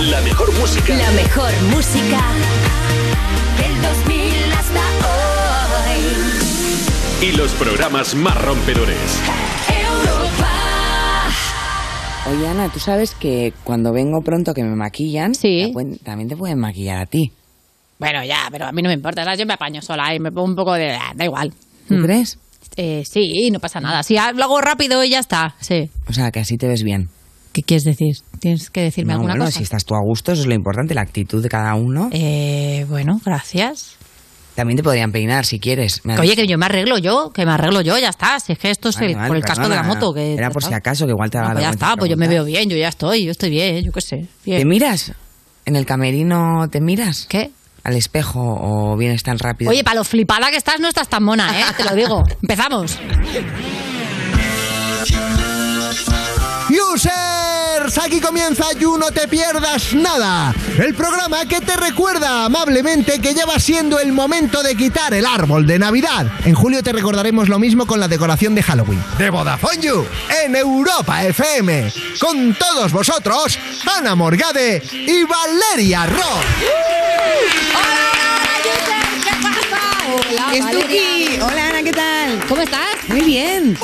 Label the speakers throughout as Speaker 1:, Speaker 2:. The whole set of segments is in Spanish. Speaker 1: La mejor música.
Speaker 2: La mejor música del 2000 hasta hoy.
Speaker 1: Y los programas más rompedores.
Speaker 3: Oye, Ana, tú sabes que cuando vengo pronto que me maquillan,
Speaker 4: Sí.
Speaker 3: la cuen- también te pueden maquillar a ti.
Speaker 4: Bueno, ya, pero a mí no me importa. ¿sabes? Yo me apaño sola y me pongo un poco de. ah, Da igual.
Speaker 3: ¿Tú crees?
Speaker 4: Eh, sí, no pasa nada. Sí, ah, lo hago rápido y ya está. Sí.
Speaker 3: O sea, que así te ves bien.
Speaker 4: ¿Qué quieres decir? Tienes que decirme
Speaker 3: No,
Speaker 4: alguna
Speaker 3: bueno,
Speaker 4: cosa.
Speaker 3: si estás tú a gusto, eso es lo importante, la actitud de cada uno.
Speaker 4: Eh, bueno, gracias.
Speaker 3: También te podrían peinar si quieres. Me han
Speaker 4: Oye,
Speaker 3: dicho.
Speaker 4: que yo me arreglo yo, que me arreglo yo, ya está. Si es que esto es
Speaker 3: Vale,
Speaker 4: el-
Speaker 3: vale,
Speaker 4: por el casco de la
Speaker 3: perdona,
Speaker 4: moto. Que
Speaker 3: Era por si acaso, que igual te
Speaker 4: Ah,
Speaker 3: va
Speaker 4: pues ya está, pues yo me veo bien, yo ya estoy, yo estoy bien, yo qué sé.
Speaker 3: ¿Te
Speaker 4: Bien.
Speaker 3: miras? ¿En el camerino te miras?
Speaker 4: ¿Qué?
Speaker 3: ¿Al espejo o vienes tan rápido?
Speaker 4: Oye, para lo flipada que estás, no estás tan mona, ¿eh? Te lo digo. Empezamos.
Speaker 5: Users, aquí comienza You No Te Pierdas Nada, el programa que te recuerda amablemente que ya va siendo el momento de quitar el árbol de Navidad. En julio te recordaremos lo mismo con la decoración de Halloween. De Vodafone You, en Europa FM. Con todos vosotros, Ana Morgade y Valeria Ross.
Speaker 4: Hola,
Speaker 6: Estuki, hola Ana, ¿qué tal?
Speaker 4: ¿Cómo estás?
Speaker 6: Muy bien.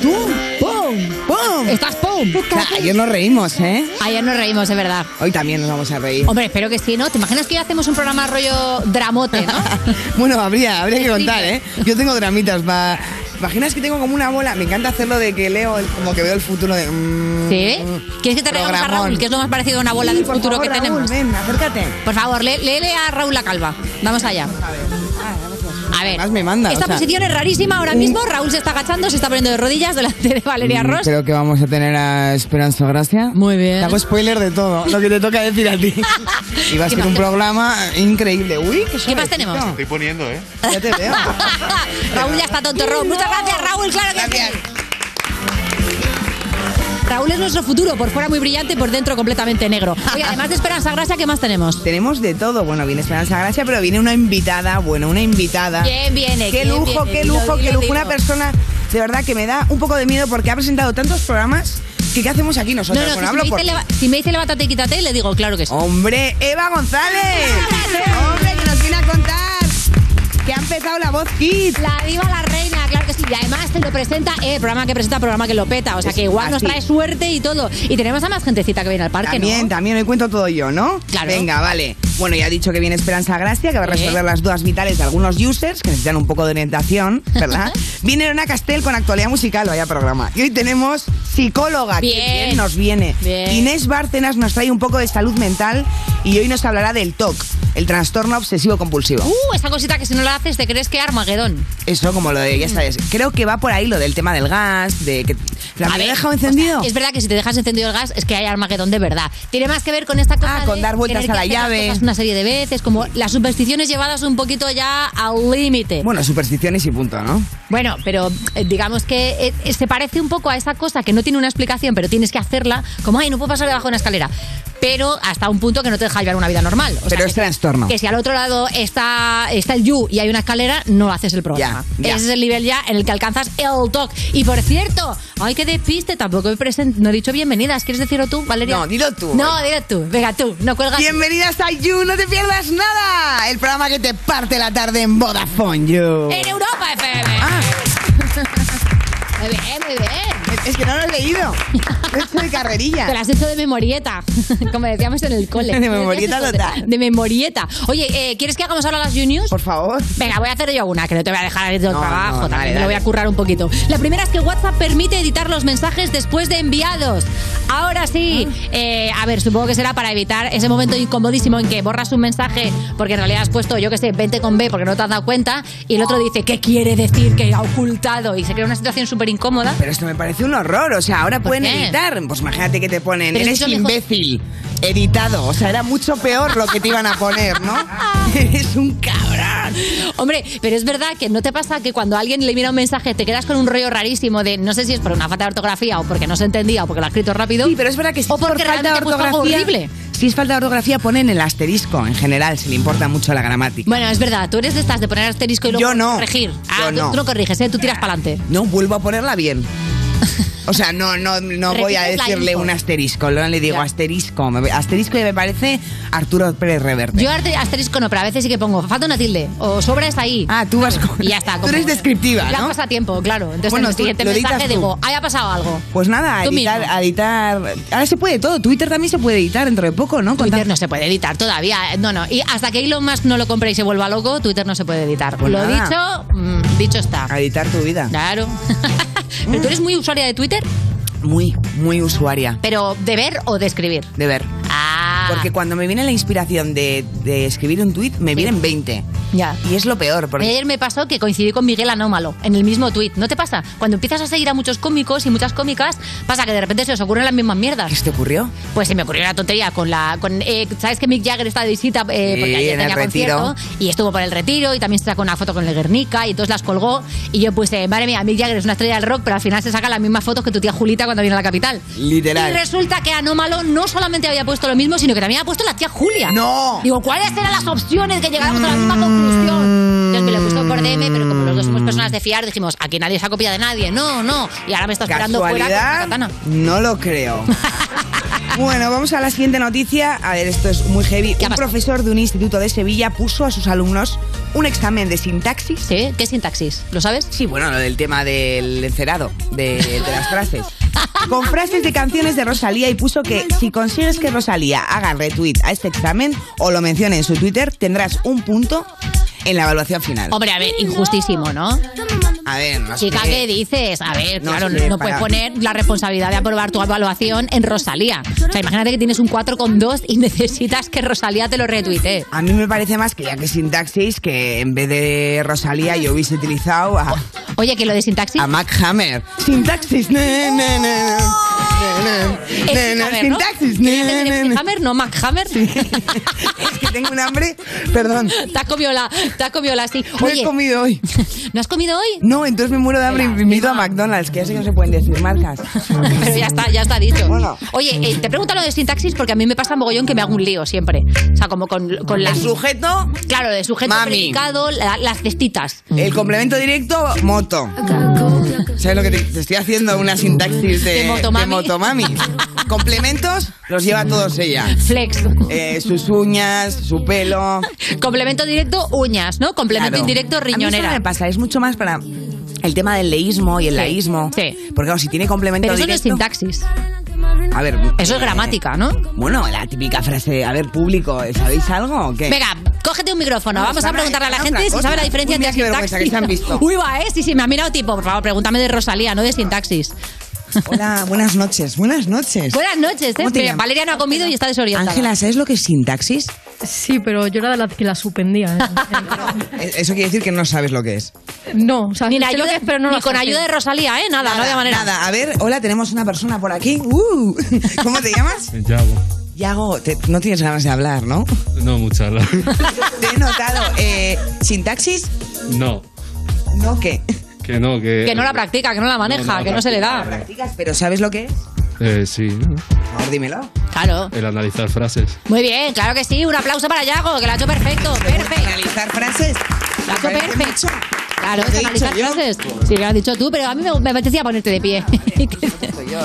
Speaker 6: ¡Tú! ¡Pum! ¡Pum!
Speaker 4: ¿Estás pum?
Speaker 6: Nah, Ayer nos reímos, ¿eh?
Speaker 4: Ayer nos reímos, es verdad.
Speaker 6: Hoy también nos vamos a reír.
Speaker 4: Hombre, espero que sí, ¿no? ¿Te imaginas que hoy hacemos un programa rollo dramote, no?
Speaker 6: Bueno, habría, habría que
Speaker 4: Decime.
Speaker 6: contar, ¿eh? Yo tengo dramitas. Va... Imaginas que tengo como una bola. Me encanta hacerlo de que leo, el- como que veo el futuro de. mm,
Speaker 4: ¿Sí? ¿Quieres que te traigamos a
Speaker 6: programón.
Speaker 4: Raúl, que es lo más parecido a una bola
Speaker 6: Sí,
Speaker 4: del
Speaker 6: por
Speaker 4: futuro
Speaker 6: favor,
Speaker 4: que
Speaker 6: Raúl,
Speaker 4: tenemos?
Speaker 6: ven, acércate.
Speaker 4: Por favor, lé- léele a Raúl la calva. Vamos allá. A ver,
Speaker 6: Más me manda,
Speaker 4: esta
Speaker 6: o sea.
Speaker 4: posición es rarísima ahora mismo. Raúl se está agachando, se está poniendo de rodillas delante de Valeria
Speaker 6: Mm,
Speaker 4: Ross.
Speaker 6: Creo que vamos a tener a Esperanza Gracia.
Speaker 4: Muy bien.
Speaker 6: Te hago spoiler de todo, lo que te toca decir a ti. Y va a
Speaker 4: ¿Qué
Speaker 6: ser
Speaker 4: más
Speaker 6: un
Speaker 4: te-
Speaker 6: programa increíble. Uy, qué
Speaker 4: ¿Qué más
Speaker 6: suavecito.
Speaker 4: tenemos?
Speaker 7: Estoy poniendo, ¿eh?
Speaker 6: Ya te veo.
Speaker 4: Raúl ya está tonto. Raúl. Muchas gracias, Raúl. Claro que
Speaker 6: Gracias.
Speaker 4: sí. Raúl es nuestro futuro, por fuera muy brillante, por dentro completamente negro. Oye, además de Esperanza Grasa, ¿qué más tenemos?
Speaker 6: Tenemos de todo. Bueno, viene Esperanza Gracia, pero viene una invitada. Bueno, una invitada.
Speaker 4: ¿Quién viene?
Speaker 6: Qué
Speaker 4: ¿Quién
Speaker 6: lujo,
Speaker 4: viene?
Speaker 6: qué
Speaker 4: Dilo,
Speaker 6: lujo, qué
Speaker 4: dilo,
Speaker 6: lujo. Una
Speaker 4: dilo.
Speaker 6: persona de verdad que me da un poco de miedo porque ha presentado tantos programas que ¿qué hacemos aquí
Speaker 4: No,
Speaker 6: nosotros?
Speaker 4: no,
Speaker 6: Bueno,
Speaker 4: si, me
Speaker 6: hablo
Speaker 4: dice
Speaker 6: por-
Speaker 4: leva- si me dice levántate y quítate, le digo, claro que sí.
Speaker 6: Hombre, Eva González. Hombre, que nos viene a contar que ha empezado la voz Kids.
Speaker 4: La diva, la reina, claro que sí. Y además te lo presenta, eh, programa que presenta, programa que lo peta. O sea que igual nos
Speaker 6: así.
Speaker 4: trae suerte y todo. Y tenemos a más gentecita que viene al parque,
Speaker 6: También,
Speaker 4: ¿no?
Speaker 6: también, hoy cuento todo yo, ¿no?
Speaker 4: Claro. Eh.
Speaker 6: Venga, vale. Bueno, ya ha dicho que viene Esperanza Gracia, que va a
Speaker 4: Sí.
Speaker 6: resolver las dudas vitales de algunos users que necesitan un poco de orientación, ¿verdad? viene Ana Castel con actualidad musical, vaya programa. Y hoy tenemos psicóloga, que
Speaker 4: Bien.
Speaker 6: bien nos viene.
Speaker 4: Bien.
Speaker 6: Inés Bárcenas nos trae un poco de salud mental y hoy nos hablará del TOC, el trastorno obsesivo-compulsivo.
Speaker 4: Uh, esa cosita que si no la haces te crees que Armagedón.
Speaker 6: Eso como lo de, ya sabes, creo que va por ahí lo del tema del gas, de que... ¿La
Speaker 4: A
Speaker 6: me he
Speaker 4: ver,
Speaker 6: dejado
Speaker 4: o sea,
Speaker 6: encendido?
Speaker 4: es verdad que si te dejas encendido el gas es que hay Armagedón de verdad. Tiene más que ver con esta cosa
Speaker 6: Ah, con
Speaker 4: de
Speaker 6: dar vueltas
Speaker 4: tener
Speaker 6: a
Speaker 4: que
Speaker 6: la
Speaker 4: hacer las
Speaker 6: llave.
Speaker 4: cosas una serie de veces, como las supersticiones llevadas un poquito ya al límite.
Speaker 6: Bueno, supersticiones y punto, ¿no?
Speaker 4: Bueno, pero eh, digamos que eh, eh, se parece un poco a esa cosa que no tiene una explicación, pero tienes que hacerla, como, ay, no puedo pasar debajo de una escalera. Pero hasta un punto que no te deja llevar una vida normal. O
Speaker 6: Pero
Speaker 4: que
Speaker 6: es
Speaker 4: si-
Speaker 6: trastorno.
Speaker 4: Que si al otro lado está, está el you y hay una escalera, no haces el programa.
Speaker 6: Ya, ya.
Speaker 4: Ese es el nivel ya en el que alcanzas el talk. Y por cierto, ay, que despiste, tampoco he presen- no he dicho bienvenidas. ¿Quieres decirlo tú, Valeria?
Speaker 6: No, dilo tú.
Speaker 4: No, dilo tú. Venga, tú, no cuelgas.
Speaker 6: Bienvenidas a You, no te pierdas nada. El programa que te parte la tarde en Vodafone You.
Speaker 4: En Europa FM.
Speaker 6: Ah,
Speaker 4: Muy bien, muy bien.
Speaker 6: es que no lo he leído. Lo he hecho de
Speaker 4: Te
Speaker 6: carrerilla.
Speaker 4: las has hecho de memorieta, como decíamos en el cole.
Speaker 6: De memorieta total.
Speaker 4: De memorieta. Oye, eh, ¿quieres que hagamos ahora las You News?
Speaker 6: Por favor.
Speaker 4: Venga, voy a hacer yo una, que no te voy a dejar a ti todo el
Speaker 6: No,
Speaker 4: trabajo.
Speaker 6: no,
Speaker 4: también
Speaker 6: dale,
Speaker 4: me
Speaker 6: dale.
Speaker 4: lo voy a currar un poquito. La primera es que WhatsApp permite editar los mensajes después de enviados. Ahora sí.
Speaker 6: Ah.
Speaker 4: Eh, a ver, supongo que será para evitar ese momento incomodísimo en que borras un mensaje porque en realidad has puesto, yo qué sé, 20 con B porque no te has dado cuenta y el otro dice, ¿qué quiere decir? Que ha ocultado. Y se crea una situación súper incómoda.
Speaker 6: Pero esto me parece un horror. O sea, ahora
Speaker 4: ¿Por
Speaker 6: pueden
Speaker 4: qué?
Speaker 6: editar. Pues imagínate que te ponen.
Speaker 4: Pero es
Speaker 6: Eres
Speaker 4: mucho mejor-
Speaker 6: imbécil. Editado. O sea, era mucho peor lo que te iban a poner, ¿no? Eres un cabrón.
Speaker 4: Hombre, pero es verdad que no te pasa que cuando alguien le mira un mensaje te quedas con un rollo rarísimo de no sé si es por una falta de ortografía o porque no se entendía o porque lo ha escrito rápido.
Speaker 6: Sí, pero es verdad que si
Speaker 4: o
Speaker 6: es por
Speaker 4: porque
Speaker 6: falta de
Speaker 4: realmente puso algo
Speaker 6: ortografía.
Speaker 4: horrible.
Speaker 6: Si es falta de ortografía, ponen el asterisco en general, si le importa mucho la gramática.
Speaker 4: Bueno, es verdad, tú eres de estas de poner asterisco y luego
Speaker 6: Yo no.
Speaker 4: corregir. Ah,
Speaker 6: Yo
Speaker 4: tú-
Speaker 6: no.
Speaker 4: tú no corriges, ¿eh? tú tiras para adelante.
Speaker 6: No, vuelvo a ponerla bien. O sea, no, no, no voy a
Speaker 4: Repites la
Speaker 6: decirle
Speaker 4: info.
Speaker 6: un asterisco, no le digo
Speaker 4: Ya.
Speaker 6: asterisco. Me- Asterisco y me parece Arturo Pérez Reverte.
Speaker 4: Yo arte- asterisco no, pero a veces sí que pongo falta una tilde o sobra está ahí.
Speaker 6: ah, tú vas con...
Speaker 4: y ya está.
Speaker 6: Tú
Speaker 4: como-
Speaker 6: eres descriptiva,
Speaker 4: Ya
Speaker 6: ¿no?
Speaker 4: pasa tiempo, claro. Entonces
Speaker 6: Bueno,
Speaker 4: en el
Speaker 6: tú-
Speaker 4: siguiente
Speaker 6: lo editas
Speaker 4: mensaje
Speaker 6: tú.
Speaker 4: digo, haya pasado algo.
Speaker 6: Pues nada, a
Speaker 4: Tú
Speaker 6: editar,
Speaker 4: mismo.
Speaker 6: a editar. Ahora se puede todo. Twitter también se puede editar dentro de poco, ¿no? Con
Speaker 4: Twitter
Speaker 6: tan-
Speaker 4: no se puede editar todavía. eh, No, no. Y hasta que Elon Musk no lo compre y se vuelva loco, Twitter no se puede editar.
Speaker 6: Pues
Speaker 4: lo
Speaker 6: nada.
Speaker 4: dicho, mm, dicho está.
Speaker 6: A editar tu vida.
Speaker 4: Claro. pero tú eres muy usuaria de Twitter,
Speaker 6: Muy, muy usuaria.
Speaker 4: pero de ver o de escribir.
Speaker 6: De ver.
Speaker 4: Ah.
Speaker 6: Porque cuando me viene la inspiración de, de escribir un tuit, me vienen 20.
Speaker 4: Ya.
Speaker 6: Y es lo peor, porque
Speaker 4: Ayer me pasó que coincidí con Miguel Anómalo en el mismo tuit. ¿No te pasa? Cuando empiezas a seguir a muchos cómicos y muchas cómicas, pasa que de repente se os ocurren las mismas mierdas.
Speaker 6: ¿qué se te ocurrió?
Speaker 4: Pues se me ocurrió una tontería con la. Con, eh, ¿Sabes que Mick Jagger está de visita? Eh,
Speaker 6: Sí,
Speaker 4: porque ayer
Speaker 6: en el
Speaker 4: tenía concierto
Speaker 6: retiro.
Speaker 4: y estuvo por el retiro y también se sacó una foto con el Guernica y entonces las colgó. Y yo puse, madre mía, Mick Jagger es una estrella del rock, pero al final se saca las mismas fotos que tu tía Julita cuando viene a la capital.
Speaker 6: Literal.
Speaker 4: Y resulta que Anómalo no solamente había puesto lo mismo, sino que también había puesto la tía Julia.
Speaker 6: ¡No!
Speaker 4: Digo, ¿cuáles eran las opciones que llegáramos a la misma conclusión? Entonces me lo he puesto por DM, pero como los dos somos personas de fiar, dijimos, aquí nadie se ha copiado de nadie. No, no. Y ahora me está esperando fuera con una
Speaker 6: ¿Casualidad?
Speaker 4: katana.
Speaker 6: No lo creo. Bueno, vamos a la siguiente noticia. A ver, esto es muy heavy.
Speaker 4: ¿Qué ha
Speaker 6: Un
Speaker 4: pasado?
Speaker 6: profesor de un instituto de Sevilla puso a sus alumnos un examen de sintaxis.
Speaker 4: ¿Sí? ¿Qué sintaxis? ¿Lo sabes?
Speaker 6: Sí, bueno, lo del tema del encerado, de,
Speaker 3: eh,
Speaker 6: de las frases. Con frases de canciones de Rosalía y puso que si consigues que Rosalía haga retweet a este examen o lo mencione en su Twitter, tendrás un punto en la evaluación final.
Speaker 4: Hombre, a ver, injustísimo, ¿no?
Speaker 6: A ver, no sé.
Speaker 4: Chica, ¿qué dices? A ver,
Speaker 6: No
Speaker 4: claro,
Speaker 6: sé,
Speaker 4: no
Speaker 6: para-
Speaker 4: puedes poner la responsabilidad de aprobar tu evaluación en Rosalía. O sea, imagínate que tienes un 4,2 y necesitas que Rosalía te lo retuite.
Speaker 6: A mí me parece más que ya que sintaxis, que en vez de Rosalía yo hubiese utilizado a,
Speaker 4: Oye, que lo de sintaxis...
Speaker 6: a Mac Hammer. Oh. Sintaxis, ne, ne, ne, ne,
Speaker 4: Es
Speaker 6: ne, ne,
Speaker 4: Hammer, ¿no?
Speaker 6: sintaxis,
Speaker 4: ¿Quieres
Speaker 6: ne,
Speaker 4: decir
Speaker 6: ne,
Speaker 4: Rick
Speaker 6: ne.
Speaker 4: Hammer, no Mac Hammer?
Speaker 6: Es que tengo un hambre, perdón.
Speaker 4: Te has comido la, te has comido la, sí.
Speaker 6: No
Speaker 4: Oye,
Speaker 6: he comido hoy.
Speaker 4: ¿no has comido hoy?
Speaker 6: No, entonces me muero de hambre y me invito a McDonald's, que ya sé que no se pueden decir marcas.
Speaker 4: Pero ya está, ya está dicho.
Speaker 6: Bueno.
Speaker 4: Oye, eh, te pregunto lo de sintaxis porque a mí me pasa mogollón que me hago un lío siempre. O sea, como con, con
Speaker 6: El
Speaker 4: las...
Speaker 6: sujeto,
Speaker 4: Claro, el sujeto
Speaker 6: Mami.
Speaker 4: predicado, la- las cestitas.
Speaker 6: el complemento directo, moto. ¿Sabes lo que te, te estoy haciendo? Una sintaxis de,
Speaker 4: De motomami.
Speaker 6: motomami. Complementos los lleva todos ella.
Speaker 4: Flex.
Speaker 6: Eh, sus uñas, su pelo.
Speaker 4: Complemento directo, uñas, ¿no? Complemento
Speaker 6: Claro.
Speaker 4: indirecto,
Speaker 6: A mí eso no
Speaker 4: riñonera.
Speaker 6: me pasa, es mucho más para el tema del leísmo y el
Speaker 4: Sí,
Speaker 6: laísmo.
Speaker 4: sí.
Speaker 6: Porque claro, si tiene complemento
Speaker 4: Pero eso no es
Speaker 6: directo...
Speaker 4: sintaxis.
Speaker 6: a ver,
Speaker 4: Eso es
Speaker 6: eh,
Speaker 4: gramática, ¿no?
Speaker 6: Bueno, la típica frase, a ver, público, ¿eh? ¿sabéis algo o qué?
Speaker 4: Venga, cógete un micrófono.
Speaker 6: No,
Speaker 4: Vamos
Speaker 6: están
Speaker 4: a preguntarle a la
Speaker 6: ahí,
Speaker 4: gente
Speaker 6: otra
Speaker 4: si
Speaker 6: cosa.
Speaker 4: sabe la diferencia
Speaker 6: Uy, mira
Speaker 4: entre
Speaker 6: qué vergüenza,
Speaker 4: sintaxis.
Speaker 6: que se han visto.
Speaker 4: Uy, va, ¿eh? Sí, sí, me ha mirado tipo, por favor, pregúntame de Rosalía, no de sintaxis.
Speaker 6: Hola, buenas noches, buenas noches.
Speaker 4: Buenas noches, ¿eh?
Speaker 6: ¿Cómo te
Speaker 4: Pero
Speaker 6: llamas?
Speaker 4: Valeria no ha comido y está desorientada.
Speaker 6: Ángela, ¿sabes lo que es sintaxis?
Speaker 7: Sí, pero yo era de las que la suspendía.
Speaker 6: Eh, Eso quiere decir que no sabes lo que es.
Speaker 7: ¿eh? No, o sea,
Speaker 4: Ni, la
Speaker 7: sé lo
Speaker 4: ayuda-
Speaker 7: que es, pero no
Speaker 4: ni
Speaker 7: lo
Speaker 4: con
Speaker 7: sé.
Speaker 4: ayuda de Rosalía, ¿eh? Nada, no había manera.
Speaker 6: Nada, a ver, hola, tenemos una persona por aquí. Uh, ¿Cómo te llamas?
Speaker 8: Yago.
Speaker 6: Yago, te- no tienes ganas de hablar, ¿no?
Speaker 8: No mucha la-
Speaker 6: Te he notado. Eh, ¿Sintaxis?
Speaker 8: No,
Speaker 6: No, ¿qué?
Speaker 8: que no, que.
Speaker 4: Que no la practica, que no la maneja,
Speaker 8: No, no la
Speaker 4: que no se le da.
Speaker 8: practica.
Speaker 6: Practicas, pero ¿sabes lo que es?
Speaker 8: Eh, sí, ¿no?
Speaker 6: Por favor, dímelo.
Speaker 4: Claro.
Speaker 8: el analizar frases.
Speaker 4: Muy bien, claro que sí. Un aplauso para Yago, que lo ha hecho perfecto. Perfecto.
Speaker 6: Analizar frases.
Speaker 4: Lo ha hecho
Speaker 6: Parece
Speaker 4: perfecto.
Speaker 6: mucho.
Speaker 4: Claro,
Speaker 6: ¿Lo he
Speaker 4: que analizar
Speaker 6: dicho yo?
Speaker 4: frases. Sí, lo has dicho tú, pero a mí me, me apetecía ponerte de pie.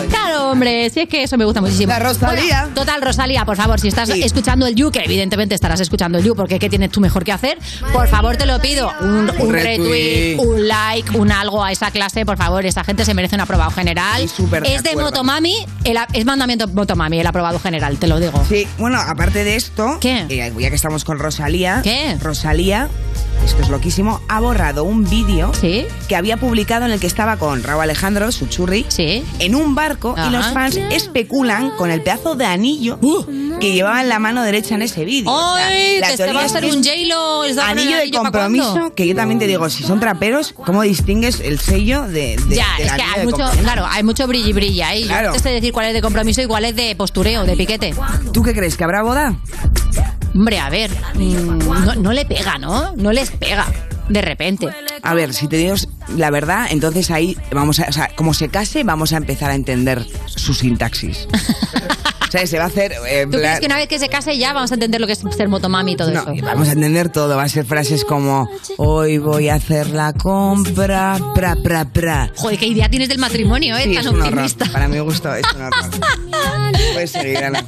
Speaker 4: claro, hombre, si es que eso me gusta muchísimo.
Speaker 6: ¿eh? La Rosalía.
Speaker 4: Bueno, total, Rosalía, por favor, si estás
Speaker 6: Sí.
Speaker 4: escuchando el You, que evidentemente estarás escuchando el You, porque ¿qué tienes tú mejor que hacer? Por favor, te lo pido. Un, un retweet,
Speaker 6: retweet.
Speaker 4: un like, un algo a esa clase, por favor. Esa gente se merece un aprobado general.
Speaker 6: Sí, súper de
Speaker 4: es de
Speaker 6: acuerdo.
Speaker 4: Motomami, el a- es mandamiento Motomami, el aprobado general, te lo digo.
Speaker 6: Sí, bueno, aparte de esto,
Speaker 4: Oh. ¿Qué?
Speaker 6: eh, ya que estamos con Rosalía,
Speaker 4: ¿Qué?
Speaker 6: Rosalía, esto es loquísimo, ha borrado un vídeo
Speaker 4: Sí.
Speaker 6: que había publicado en el que estaba con Raúl Alejandro, su churri,
Speaker 4: Sí.
Speaker 6: en un barco
Speaker 4: Ajá.
Speaker 6: y los fans especulan con el pedazo de anillo que llevaba en la mano derecha en ese vídeo. O sea,
Speaker 4: Uh. ¡Ay!
Speaker 6: la
Speaker 4: que este
Speaker 6: teoría
Speaker 4: va a
Speaker 6: es
Speaker 4: ser
Speaker 6: que es
Speaker 4: un J-Lo. les va a poner
Speaker 6: Anillo
Speaker 4: el
Speaker 6: de
Speaker 4: ¿pa' cuándo?
Speaker 6: compromiso, que yo también te digo, si son traperos, ¿cómo distingues el sello de, de-
Speaker 4: ya, es
Speaker 6: del
Speaker 4: que
Speaker 6: anillo
Speaker 4: hay
Speaker 6: de
Speaker 4: mucho,
Speaker 6: compromiso?
Speaker 4: claro, hay mucho brilli brilla ahí.
Speaker 6: Claro.
Speaker 4: Yo no te sé decir cuál es de compromiso y cuál es de postureo, de piquete.
Speaker 6: ¿Tú qué crees? ¿Que habrá boda?
Speaker 4: Hombre, a ver, mm, no, no le pega, ¿no? No les pega, de repente.
Speaker 6: A ver, si te digo la verdad, entonces ahí vamos a, o sea, como se case, vamos a empezar a entender su sintaxis. ¿Sabes? Se va a hacer. eh, en
Speaker 4: ¿Tú crees
Speaker 6: plan-
Speaker 4: que una vez que se case ya vamos a entender lo que es ser motomami y todo
Speaker 6: No,
Speaker 4: eso?
Speaker 6: y vamos a entender todo. Va a ser frases como: Hoy voy a hacer la compra, pra, pra, pra.
Speaker 4: Joder, qué idea tienes del matrimonio, ¿eh?
Speaker 6: Sí,
Speaker 4: Tan
Speaker 6: es un horror.
Speaker 4: optimista.
Speaker 6: Para mi gusto, es un horror. Puedes seguir, Ana.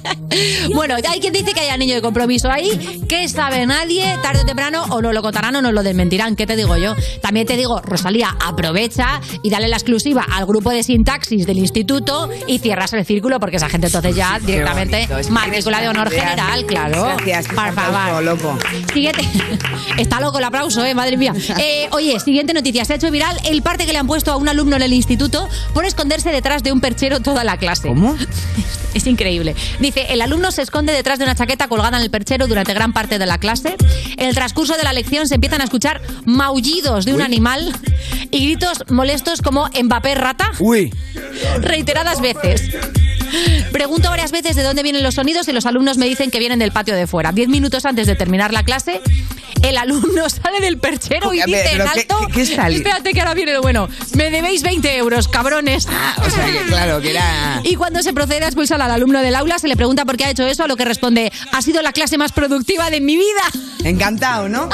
Speaker 4: Bueno, hay quien dice que hay anillo de compromiso ahí, que sabe nadie, tarde o temprano, o no lo contarán o nos lo desmentirán, ¿qué te digo yo? También te digo, Rosalía, aprovecha y dale la exclusiva al grupo de sintaxis del instituto y cierras el círculo, porque esa gente entonces ya directamente
Speaker 6: bonito, es que
Speaker 4: matrícula de
Speaker 6: tienes
Speaker 4: honor
Speaker 6: una idea.
Speaker 4: general, claro.
Speaker 6: Gracias,
Speaker 4: Por
Speaker 6: Santa Claus,
Speaker 4: favor.
Speaker 6: loco.
Speaker 4: Siguiente. Está loco el aplauso, ¿eh? Madre mía. Eh, oye, siguiente noticia. Se ha hecho viral el parte que le han puesto a un alumno en el instituto por esconderse detrás de un perchero toda la clase.
Speaker 6: ¿Cómo?
Speaker 4: Es increíble. Dice, el alumno se esconde detrás de una chaqueta colgada en el perchero durante gran parte de la clase. En el transcurso de la lección se empiezan a escuchar maullidos de un animal y gritos molestos como Mbappé rata
Speaker 6: Uy,
Speaker 4: reiteradas veces. Pregunto varias veces de dónde vienen los sonidos y los alumnos me dicen que vienen del patio de fuera. Diez minutos antes de terminar la clase, el alumno sale del perchero y
Speaker 6: Joder,
Speaker 4: dice en
Speaker 6: pero ¿qué-
Speaker 4: alto...
Speaker 6: qué- qué sale?
Speaker 4: Espérate que ahora viene lo bueno. Me debéis 20 euros, cabrones.
Speaker 6: Ah, o sea que claro, que era.
Speaker 4: Y cuando se procede a expulsar al alumno del aula, se le pregunta por qué ha hecho eso, a lo que responde, ha sido la clase más productiva de mi vida.
Speaker 6: Encantado, ¿no?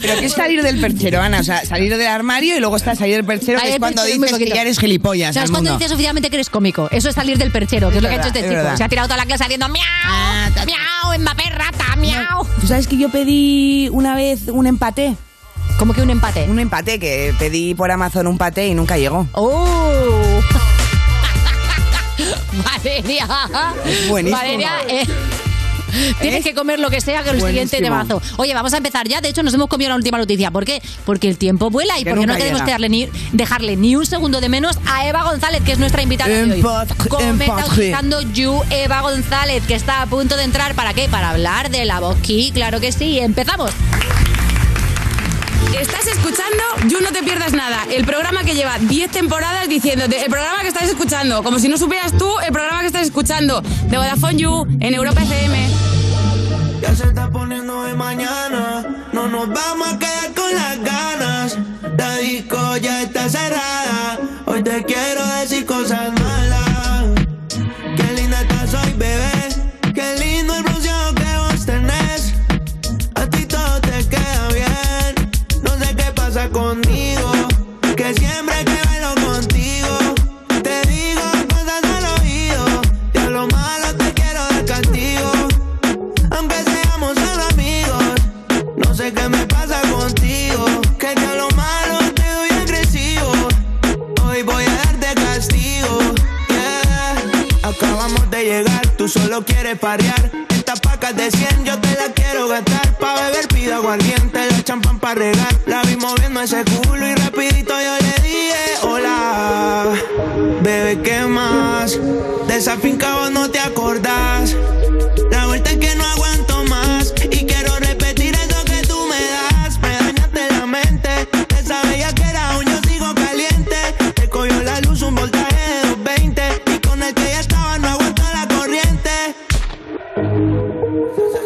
Speaker 6: Pero que es salir del perchero, Ana. O sea, salir del armario y luego está salir del perchero, que
Speaker 4: Salir
Speaker 6: es
Speaker 4: del
Speaker 6: cuando
Speaker 4: perchero muy
Speaker 6: dices que
Speaker 4: poquito.
Speaker 6: ya eres gilipollas.
Speaker 4: ¿Sabes
Speaker 6: al
Speaker 4: cuando
Speaker 6: mundo.
Speaker 4: dices oficialmente que eres cómico? Eso es salir del perchero, que es, lo que ha hecho
Speaker 6: verdad,
Speaker 4: este
Speaker 6: es
Speaker 4: chico.
Speaker 6: verdad. Ah,
Speaker 4: Se ha tirado toda la clase haciendo miau, miau, Mbappé rata, miau.
Speaker 6: ¿Tú sabes que yo pedí una vez un empate?
Speaker 4: Como que un empate.
Speaker 6: Un empate que pedí por Amazon un paté y nunca llegó.
Speaker 4: ¡Oh! Valeria.
Speaker 6: Buenísimo. ¿Eh?
Speaker 4: Valeria, eh, Tienes que comer lo que sea que el
Speaker 6: Buenísimo.
Speaker 4: siguiente temazo. Oye, vamos a empezar ya. De hecho, nos hemos comido la última noticia. ¿Por qué? Porque el tiempo vuela y
Speaker 6: Que
Speaker 4: porque no
Speaker 6: nunca
Speaker 4: queremos
Speaker 6: llega.
Speaker 4: darle ni- dejarle ni un segundo de menos a Eva González, que es nuestra invitada de hoy.
Speaker 6: Empatri-
Speaker 4: Comenta
Speaker 6: empatri.
Speaker 4: utilizando You, Eva González, que está a punto de entrar. ¿Para qué? Para hablar de la Bosquí. Claro que sí. Empezamos.
Speaker 9: Estás escuchando You No Te Pierdas Nada, el programa que lleva 10 temporadas diciéndote, el programa que estás escuchando, como si no supieras tú el programa que estás escuchando, de Vodafone You, en Europa FM.
Speaker 10: Ya se está poniendo de mañana. No nos vamos a quedar con las ganas. La disco ya está cerrada. Hoy te quiero decir cosas malas. Qué linda estás hoy, bebé. Qué lindo el bronceado que vos tenés. A ti todo te queda bien. No sé qué pasa conmigo. Que siempre que bailo contigo, te digo cosas al oído. Y a lo malo te quiero dar castigo. Aunque seamos solo amigos, no sé qué me pasa contigo. Que yo a lo malo te doy agresivo. Hoy voy a darte castigo. Yeah. Acabamos de llegar, tú solo quieres parear. Estas pacas de 100 yo te las quiero gastar. Pa' beber pido aguardiente, la champán pa' regar. La vi moviendo ese culo y rapidito yo le dije hola. Bebé, ¿qué más? De esa finca vos no te acordás. La vuelta es que no aguanto más y quiero repetir eso que tú me das. Me dañaste la mente, esa bella que era aún yo sigo caliente. Te cogió la luz un voltaje de 220 y con el que ya estaba no aguanto la corriente.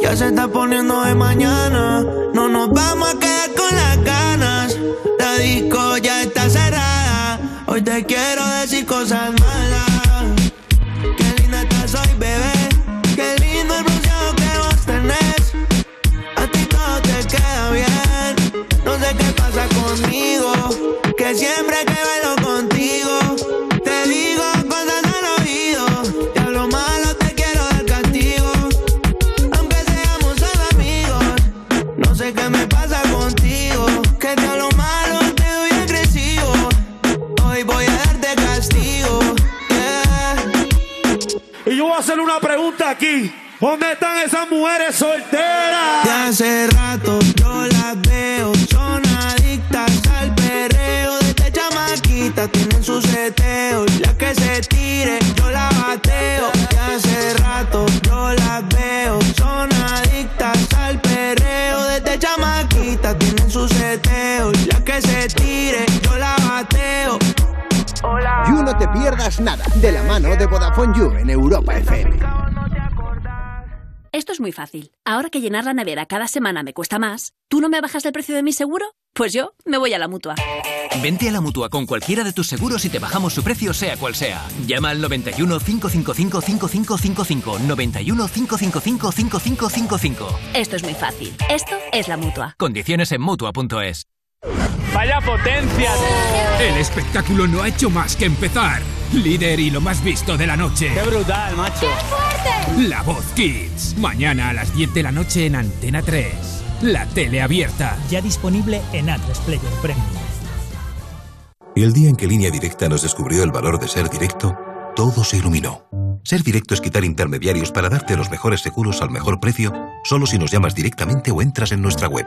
Speaker 10: Ya se está poniendo de mañana. No nos vamos a quedar con las ganas. La disco ya está cerrada. Hoy te quiero decir cosas malas. Qué linda estás hoy, bebé. Qué lindo el bronceado que vos tenés. A ti todo te queda bien. No sé qué pasa conmigo. Que siempre que bailo contigo, te digo cosas al oído. Y a lo malo te quiero dar castigo. Aunque seamos solo amigos, no sé qué me pasa contigo. Que te lo malo te doy agresivo. Hoy voy a darte castigo. yeah.
Speaker 11: Y yo voy a hacer una pregunta aquí. ¿Dónde están esas mujeres solteras?
Speaker 10: De hace rato yo las veo, son adictas al perreo. De esta chamaquita tienen sus seteos. La que se tire, yo la bateo. De hace rato yo las veo, son adictas al perreo. De esta chamaquita tienen sus seteos. La que se tire, yo la bateo.
Speaker 5: You No Te Pierdas Nada, de la mano de Vodafone You en Europa FM.
Speaker 2: Esto es muy fácil. Ahora que llenar la nevera cada semana me cuesta más, ¿tú no me bajas el precio de mi seguro? Pues yo me voy a la mutua.
Speaker 12: Vente a la mutua con cualquiera de tus seguros y te bajamos su precio, sea cual sea. Llama al 91 555 5555. 91 555 5555.
Speaker 2: Esto es muy fácil. Esto es la mutua.
Speaker 12: Condiciones en mutua.es.
Speaker 13: Vaya potencia.
Speaker 14: El espectáculo no ha hecho más que empezar. Líder y lo más visto de la noche.
Speaker 13: Qué brutal, macho.
Speaker 14: La Voz Kids. Mañana a las 10 de la noche en Antena 3. La tele abierta.
Speaker 15: Ya disponible en Atlas Player Premium.
Speaker 16: El día en que Línea Directa nos descubrió el valor de ser directo, todo se iluminó. Ser directo es quitar intermediarios para darte los mejores seguros al mejor precio, solo si nos llamas directamente o entras en nuestra web.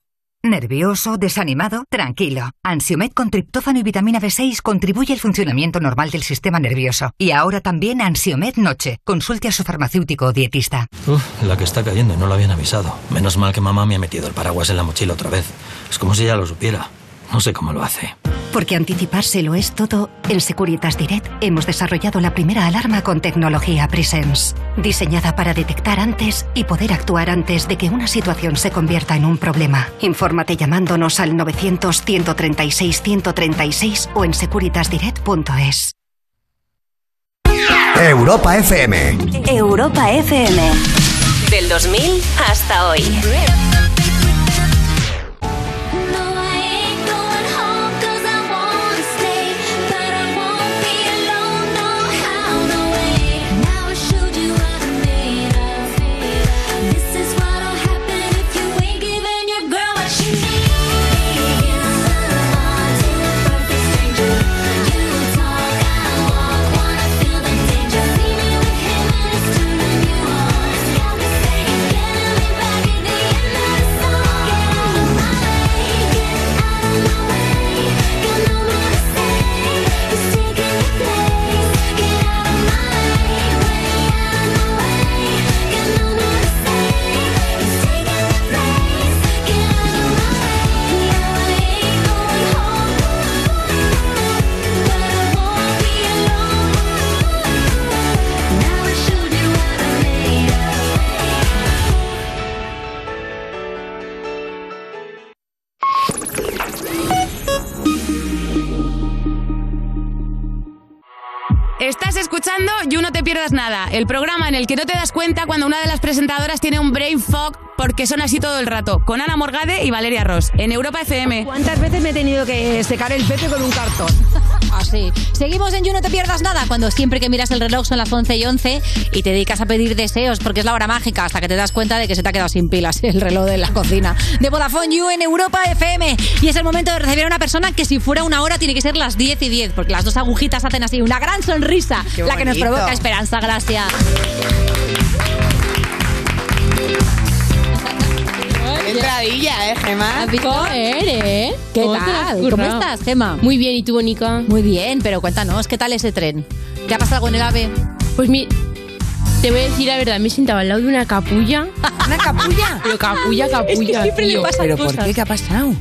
Speaker 17: ¿Nervioso? ¿Desanimado? Tranquilo. Ansiomed con triptófano y vitamina B6 contribuye al funcionamiento normal del sistema nervioso. Y ahora también Ansiomed Noche. Consulte a su farmacéutico o dietista.
Speaker 18: Uf, la que está cayendo, no lo habían avisado. Menos mal que mamá me ha metido el paraguas en la mochila otra vez. Es como si ya lo supiera. No sé cómo lo hace.
Speaker 17: Porque anticipárselo es todo, en Securitas Direct hemos desarrollado la primera alarma con tecnología Presence, diseñada para detectar antes y poder actuar antes de que una situación se convierta en un problema. Infórmate llamándonos al 900 136 136 o en securitasdirect.es.
Speaker 19: Europa FM.
Speaker 20: Europa FM. Del 2000 hasta hoy.
Speaker 9: Estás escuchando You No Te Pierdas Nada, el programa en el que no te das cuenta cuando una de las presentadoras tiene un brain fog porque son así todo el rato, con Ana Morgade y Valeria Ross, en Europa FM.
Speaker 4: ¿Cuántas veces me he tenido que secar el pepe con un cartón? Así. Seguimos en You, no te pierdas nada. Cuando siempre que miras el reloj son las 11 y 11 y te dedicas a pedir deseos porque es la hora mágica hasta que te das cuenta de que se te ha quedado sin pilas el reloj de la cocina. De Vodafone You en Europa FM. Y es el momento de recibir a una persona que si fuera una hora tiene que ser las 10 y 10 porque las dos agujitas hacen así una gran sonrisa,
Speaker 6: Qué
Speaker 4: la que nos
Speaker 6: bonito.
Speaker 4: provoca esperanza. Gracias.
Speaker 21: Entradilla, ¿eh, Gemma? Joder, ¿eh?
Speaker 4: ¿Qué tal? ¿Cómo estás, Gema?
Speaker 21: Muy bien, ¿y tú, Bonica?
Speaker 4: Muy bien, pero cuéntanos, ¿qué tal ese tren? ¿Te ha pasado algo en el AVE?
Speaker 21: Pues mi... Te voy a decir la verdad, me sentaba al lado de una capulla. ¿Una capulla? Pero capulla, capulla. tío.
Speaker 3: ¿Pero por qué? ¿Qué ha pasado?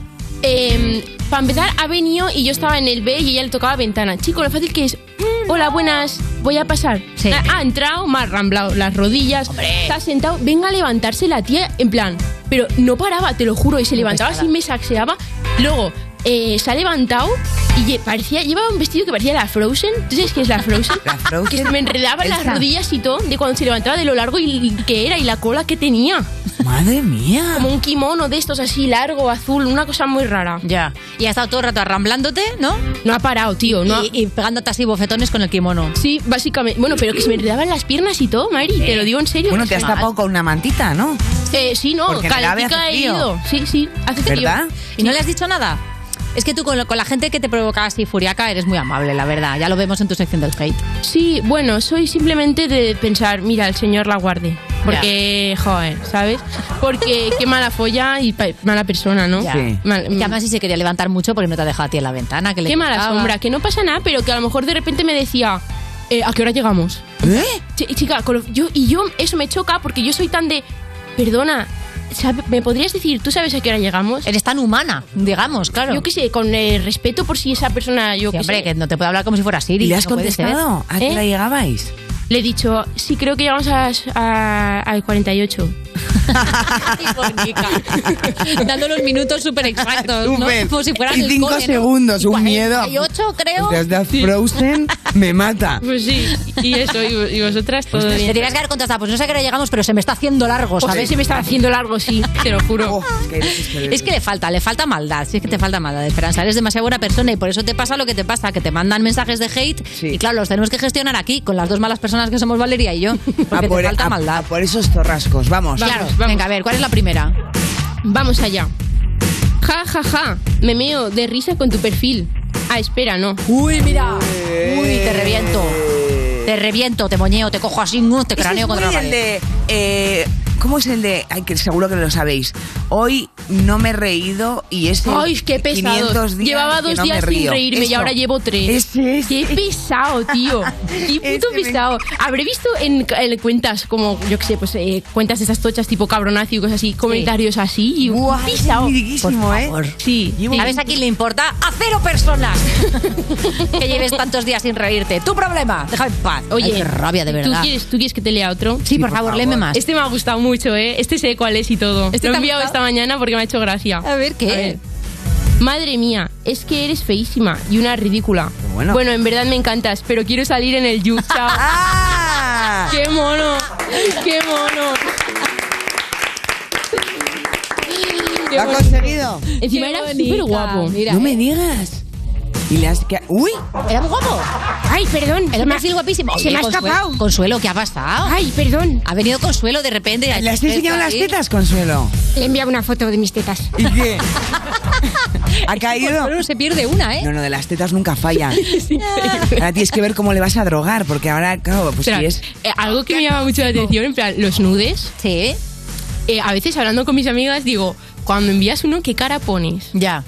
Speaker 21: Em, para empezar, ha venido y yo estaba en el B y ella le tocaba ventana. Chico, lo fácil que es. mm, Hola, buenas, voy a pasar. Na- Ha entrado, me ha ramblado las rodillas. Se ha sentado, venga a levantarse la tía, en plan. Pero no paraba, te lo juro, y se levantaba así, me saxeaba. Luego, eh, se ha levantado y lle- parecía, llevaba un vestido que parecía la Frozen. ¿Tú sabes qué es la Frozen? La Frozen. Que se me enredaba en las
Speaker 3: Elsa.
Speaker 21: rodillas y todo, de cuando se levantaba de lo largo y y que era y la cola que tenía.
Speaker 3: Madre mía.
Speaker 21: Como un kimono de estos así largo, azul, una cosa muy rara.
Speaker 4: Ya. Y ha estado todo el rato arramblándote, ¿no?
Speaker 21: No ha parado, tío. No
Speaker 4: y, y pegándote así bofetones con el kimono.
Speaker 21: Sí, básicamente. Bueno, pero que se me enredaban las piernas y todo, Mari. Te
Speaker 4: Eh.
Speaker 21: lo digo en serio.
Speaker 6: Bueno, te has tapado con una mantita, ¿no?
Speaker 21: Eh, sí, no.
Speaker 6: Porque en el AVE
Speaker 21: calentica
Speaker 6: hace
Speaker 21: he
Speaker 6: frío.
Speaker 21: ido. Sí, sí. Hace frío.
Speaker 6: ¿Verdad?
Speaker 4: ¿Y no le has dicho nada? Es que tú con, lo- con la gente que te provoca así furiaca eres muy amable, la verdad. Ya lo vemos en tu sección del hate.
Speaker 21: Sí, bueno, soy simplemente de pensar, mira, el señor la guarde. Porque, joder, ¿sabes? Porque qué mala folla y pa- mala persona, ¿no?
Speaker 4: Ya.
Speaker 21: Mal-
Speaker 4: Y además si se quería levantar mucho porque no te ha dejado a ti en la ventana. Que le
Speaker 21: Qué mala
Speaker 4: tocaba.
Speaker 21: sombra, que no pasa nada, pero que a lo mejor de repente me decía, eh, ¿a qué hora
Speaker 4: ¿Eh?
Speaker 21: llegamos? Ch- Chica, con lo- yo, y yo eso me choca porque yo soy tan de, perdona, sab- ¿me podrías decir, tú sabes a qué hora llegamos? Eres tan humana, digamos, claro. Yo qué sé, con el respeto por si esa persona, yo
Speaker 4: Sí,
Speaker 21: qué
Speaker 4: hombre,
Speaker 21: sé.
Speaker 4: que no te puedo hablar como si fuera Siri.
Speaker 3: ¿Y le has
Speaker 4: no puede ser.
Speaker 3: contestado? ¿A qué
Speaker 21: ¿Eh?
Speaker 3: hora llegabais?
Speaker 21: Le he dicho, sí, creo que llegamos a, las- a- al 48.
Speaker 4: Dando los minutos súper exactos. ¿no?
Speaker 6: Súper.
Speaker 4: Como si fueran
Speaker 6: y
Speaker 4: el
Speaker 6: cinco eh,
Speaker 4: cole, ¿no?
Speaker 6: segundos, un miedo.
Speaker 4: 48, creo.
Speaker 6: Desde Frozen me mata.
Speaker 21: Pues sí, y eso, y, vosotras todo
Speaker 4: Te tendrías que haber contestado, pues no sé a qué hora llegamos, pero se me está haciendo largo,
Speaker 21: Pues
Speaker 4: ¿sabes? Oh,
Speaker 21: sí, se me está haciendo largo, sí, te lo juro.
Speaker 4: Es que le falta, le falta maldad, si es que te falta maldad, Esperanza. Eres demasiado buena persona y por eso te pasa lo que te pasa, que te mandan mensajes de hate y claro, los tenemos que gestionar aquí con las dos malas personas que somos Valeria y yo. Porque te falta maldad.
Speaker 6: Ah, por esos torrascos, vamos.
Speaker 4: Claro, venga, a ver, ¿cuál es la primera?
Speaker 21: Vamos allá. Ja, ja, ja. Me meo de risa con tu perfil. Ah, espera, no.
Speaker 4: Uy, mira. Uy, te reviento. Te reviento, te moñeo, te cojo así, ¡nu! te
Speaker 6: Ese
Speaker 4: craneo
Speaker 6: es
Speaker 4: contra la
Speaker 6: muy el
Speaker 4: pared.
Speaker 6: de, eh, ¿Cómo es el de? Ay, que seguro que lo sabéis. Hoy no me he reído y es el
Speaker 21: Ay, qué pesado.
Speaker 6: 500 días
Speaker 21: Llevaba
Speaker 6: que
Speaker 21: dos
Speaker 6: no me
Speaker 21: días sin
Speaker 6: río.
Speaker 21: reírme y
Speaker 6: Eso.
Speaker 21: ahora llevo tres.
Speaker 4: Este,
Speaker 21: Qué pesado, tío. Qué puto pesado. Habré visto en, en cuentas como, yo qué sé, pues eh, cuentas de esas tochas tipo cabronazo y cosas así, comentarios así y pesado.
Speaker 4: Por favor.
Speaker 21: Sí. sí.
Speaker 4: ¿Sabes a quién le importa? ¡A cero personas! que lleves tantos días sin reírte. ¡Tu problema! Déjame en paz. Ay,
Speaker 21: Oye,
Speaker 4: qué rabia, de
Speaker 21: ¿tú
Speaker 4: verdad.
Speaker 21: quieres, ¿tú quieres que te lea otro?
Speaker 4: Sí, por por favor, favor. léeme más.
Speaker 21: Este me ha gustado mucho, ¿eh? Este sé cuál es y todo.
Speaker 4: ¿Este
Speaker 21: Este lo
Speaker 4: te
Speaker 21: he
Speaker 4: ha
Speaker 21: enviado esta mañana porque me ha hecho gracia.
Speaker 4: A ver, ¿qué?
Speaker 21: Madre mía, es que eres feísima y una ridícula.
Speaker 6: bueno.
Speaker 21: en verdad me encantas, pero quiero salir en el You. Chao.
Speaker 4: Ah.
Speaker 21: ¡Qué mono! ¡Qué mono! Qué
Speaker 6: ¿Lo ha
Speaker 21: mono.
Speaker 6: conseguido?
Speaker 21: Encima
Speaker 6: Qué
Speaker 21: era
Speaker 6: bonita.
Speaker 21: súper guapo.
Speaker 6: Mira, No me eh. digas. Y le has que- ¡Uy!
Speaker 4: Era muy guapo.
Speaker 21: Ay, perdón.
Speaker 4: Era un perfil guapísimo.
Speaker 6: se
Speaker 4: Oye,
Speaker 6: me ha
Speaker 4: Consuelo-
Speaker 6: escapado.
Speaker 4: Consuelo, ¿qué ha pasado?
Speaker 21: Ay, perdón.
Speaker 4: Ha venido Consuelo de repente.
Speaker 6: ¿Le has enseñado las tetas, Consuelo?
Speaker 21: Le he enviado una foto de mis tetas.
Speaker 6: ¿Y qué? ¿Ha
Speaker 4: ¿Eh?
Speaker 6: caído?
Speaker 4: No se pierde una, ¿eh?
Speaker 6: No, no, de las tetas nunca falla. Ahora tienes que ver cómo le vas a drogar, porque ahora, claro, pues
Speaker 21: Espera,
Speaker 6: si es...
Speaker 21: eh, algo que me llama mucho la atención, en plan, los nudes. Eh,
Speaker 4: Sí.
Speaker 21: a veces hablando con mis amigas digo, cuando envías uno, ¿qué cara pones?
Speaker 4: Ya.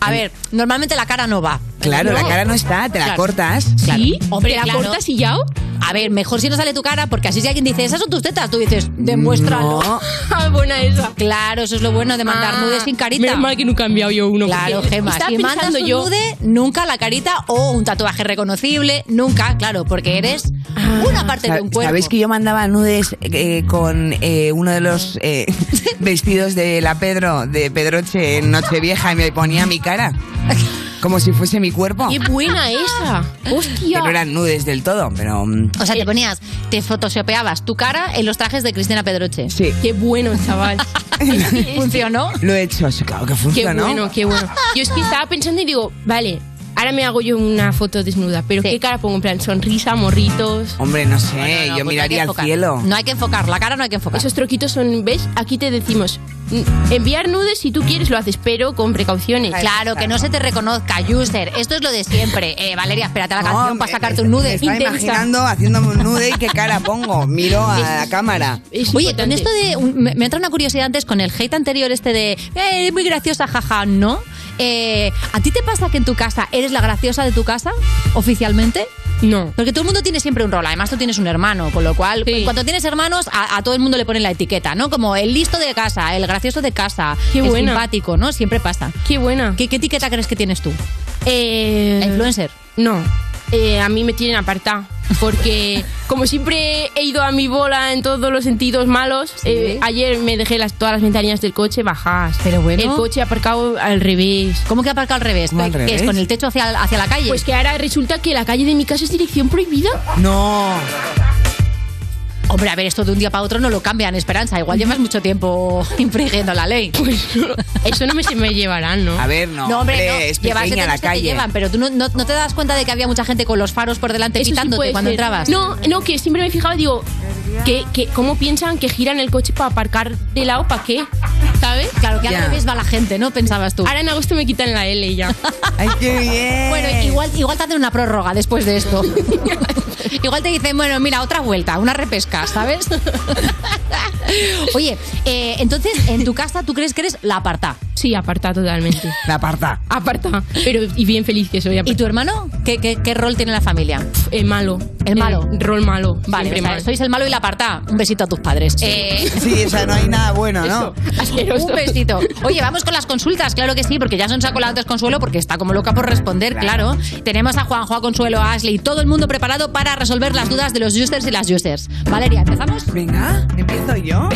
Speaker 4: A ver, normalmente la cara no va.
Speaker 6: Claro, la cara no está, te la
Speaker 4: Claro.
Speaker 6: cortas.
Speaker 4: ¿Sí?
Speaker 21: Hombre, ¿la cortas y ya?
Speaker 4: A ver, mejor si no sale tu cara, porque así si alguien dice, esas son tus tetas, tú dices, demuéstralo.
Speaker 21: Ah, buena esa.
Speaker 4: Claro, eso es lo bueno de mandar
Speaker 21: Ah,
Speaker 4: nudes sin carita.
Speaker 21: Menos mal que nunca he enviado yo uno.
Speaker 4: Claro,
Speaker 21: porque
Speaker 4: Gemma.
Speaker 21: estaba
Speaker 4: Si mandas
Speaker 21: pensando
Speaker 4: un
Speaker 21: yo.
Speaker 4: nude, nunca la carita o un tatuaje reconocible, nunca, claro, porque eres
Speaker 21: Ah,
Speaker 4: una parte de un
Speaker 6: Sa-
Speaker 4: cuerpo.
Speaker 6: Sabéis que yo mandaba nudes eh, con eh, uno de los eh, vestidos de la Pedro, de Pedroche en Nochevieja, y me ponía mi cara. Como si fuese mi cuerpo.
Speaker 21: ¡Qué buena esa!
Speaker 6: Que
Speaker 21: ¡Hostia!
Speaker 6: no eran nudes del todo, pero. mm,
Speaker 4: O sea, te ponías, te photoshopeabas tu cara en los trajes de Cristina Pedroche.
Speaker 6: Sí.
Speaker 21: ¡Qué bueno, chaval!
Speaker 4: ¿Funcionó?
Speaker 6: Lo he hecho, sí, claro que
Speaker 21: Qué
Speaker 6: funciona,
Speaker 21: bueno, qué bueno. Yo es que estaba pensando y digo, vale, ahora me hago yo una foto desnuda, pero ¿qué cara pongo? En plan, sonrisa, morritos.
Speaker 6: Hombre, no sé,
Speaker 21: no,
Speaker 6: yo
Speaker 21: pues
Speaker 6: miraría
Speaker 21: hay que
Speaker 6: al
Speaker 21: enfocar.
Speaker 6: cielo.
Speaker 4: No hay que enfocar, la cara no hay que enfocar.
Speaker 21: Esos troquitos son, ¿ves? Aquí te decimos, mm, enviar nudes si tú quieres lo haces, pero con precauciones.
Speaker 4: Claro, que no se te reconozca, user. Esto es lo de siempre. Eh, Valeria, espérate a la
Speaker 6: No,
Speaker 4: canción
Speaker 6: me-
Speaker 4: para sacarte un
Speaker 6: Me
Speaker 4: nude.
Speaker 6: estaba
Speaker 4: Intensa.
Speaker 6: imaginando haciéndome un nude y qué cara pongo. Miro a la cámara.
Speaker 4: Oye, con esto de. un- me, me entra una curiosidad antes con el hate anterior este de. "Eh, eres muy graciosa, jaja, ¿no? Eh, ¿A ti te pasa que en tu casa eres la graciosa de tu casa? ¿Oficialmente?
Speaker 21: No.
Speaker 4: Porque todo el mundo tiene siempre un rol. Además, tú tienes un hermano, con lo cual, en cuanto tienes hermanos, a, a todo el mundo le ponen la etiqueta, ¿no? Como el listo de casa, el gracioso de casa,
Speaker 21: Qué
Speaker 4: el
Speaker 21: buena.
Speaker 4: simpático, ¿no? Siempre pasa.
Speaker 21: Qué buena.
Speaker 4: ¿Qué, qué etiqueta crees que tienes tú?
Speaker 21: Eh,
Speaker 4: ¿La influencer?
Speaker 21: No, eh, a mí me tienen apartada. Porque como siempre he ido a mi bola en todos los sentidos malos, eh, ayer me dejé las, todas las ventanillas del coche bajadas.
Speaker 4: Pero bueno.
Speaker 21: El coche aparcado al revés.
Speaker 4: ¿Cómo que aparca al revés?
Speaker 21: ¿Cómo al
Speaker 4: ¿Qué es?
Speaker 21: revés?
Speaker 4: ¿Con el techo hacia, hacia la calle?
Speaker 21: Pues que ahora resulta que la calle de mi casa es dirección prohibida.
Speaker 6: No.
Speaker 4: Hombre, a ver, esto de un día para otro no lo cambian, Esperanza. Igual llevas mucho tiempo infringiendo la ley.
Speaker 21: Eso no me, se me llevarán, ¿no?
Speaker 6: A ver, Pues no.
Speaker 4: No, hombre, no.
Speaker 6: es
Speaker 4: Llevarse
Speaker 6: pequeña
Speaker 4: tenis
Speaker 6: la
Speaker 4: que te
Speaker 6: calle.
Speaker 4: llevan, pero tú no, no- no te das cuenta de que había mucha gente con los faros por delante
Speaker 21: Eso sí
Speaker 4: pitándote
Speaker 21: puede
Speaker 4: cuando
Speaker 21: ser.
Speaker 4: entrabas.
Speaker 21: No, no, que siempre me fijaba y digo, ¿qué, qué, cómo piensan que giran el coche para aparcar de lado? ¿Para qué? ¿Sabes?
Speaker 4: Claro, que al revés va la gente, ¿no? Pensabas tú.
Speaker 21: Ahora en agosto me quitan la L y ya.
Speaker 6: Ay, qué bien.
Speaker 4: Bueno, igual, igual te hacen una prórroga después de esto. igual te dicen, bueno, mira, otra vuelta, una repesca, ¿sabes? Oye, eh, entonces, en tu casa, ¿tú crees que eres la aparta?
Speaker 21: Sí, aparta totalmente.
Speaker 6: La aparta.
Speaker 21: Aparta. Pero y bien feliz que soy.
Speaker 4: ¿Y tu hermano? ¿Qué, qué, qué rol tiene en la familia?
Speaker 21: El malo.
Speaker 4: El malo.
Speaker 21: El rol malo.
Speaker 4: Vale,
Speaker 21: Siempre
Speaker 4: o sea,
Speaker 21: malo.
Speaker 4: sois el malo y la aparta. Un besito a tus padres. Eh,
Speaker 6: Sí, o sea, no hay nada bueno, ¿no?
Speaker 4: Un besito. Oye, vamos con las consultas, claro que sí, porque ya son saco la antes Consuelo, porque está como loca por responder, claro. Tenemos a Juanjo, a Consuelo, a Ashley, todo el mundo preparado para resolver las dudas de los users y las users. Valeria, ¿empezamos?
Speaker 6: Venga, empiezo yo.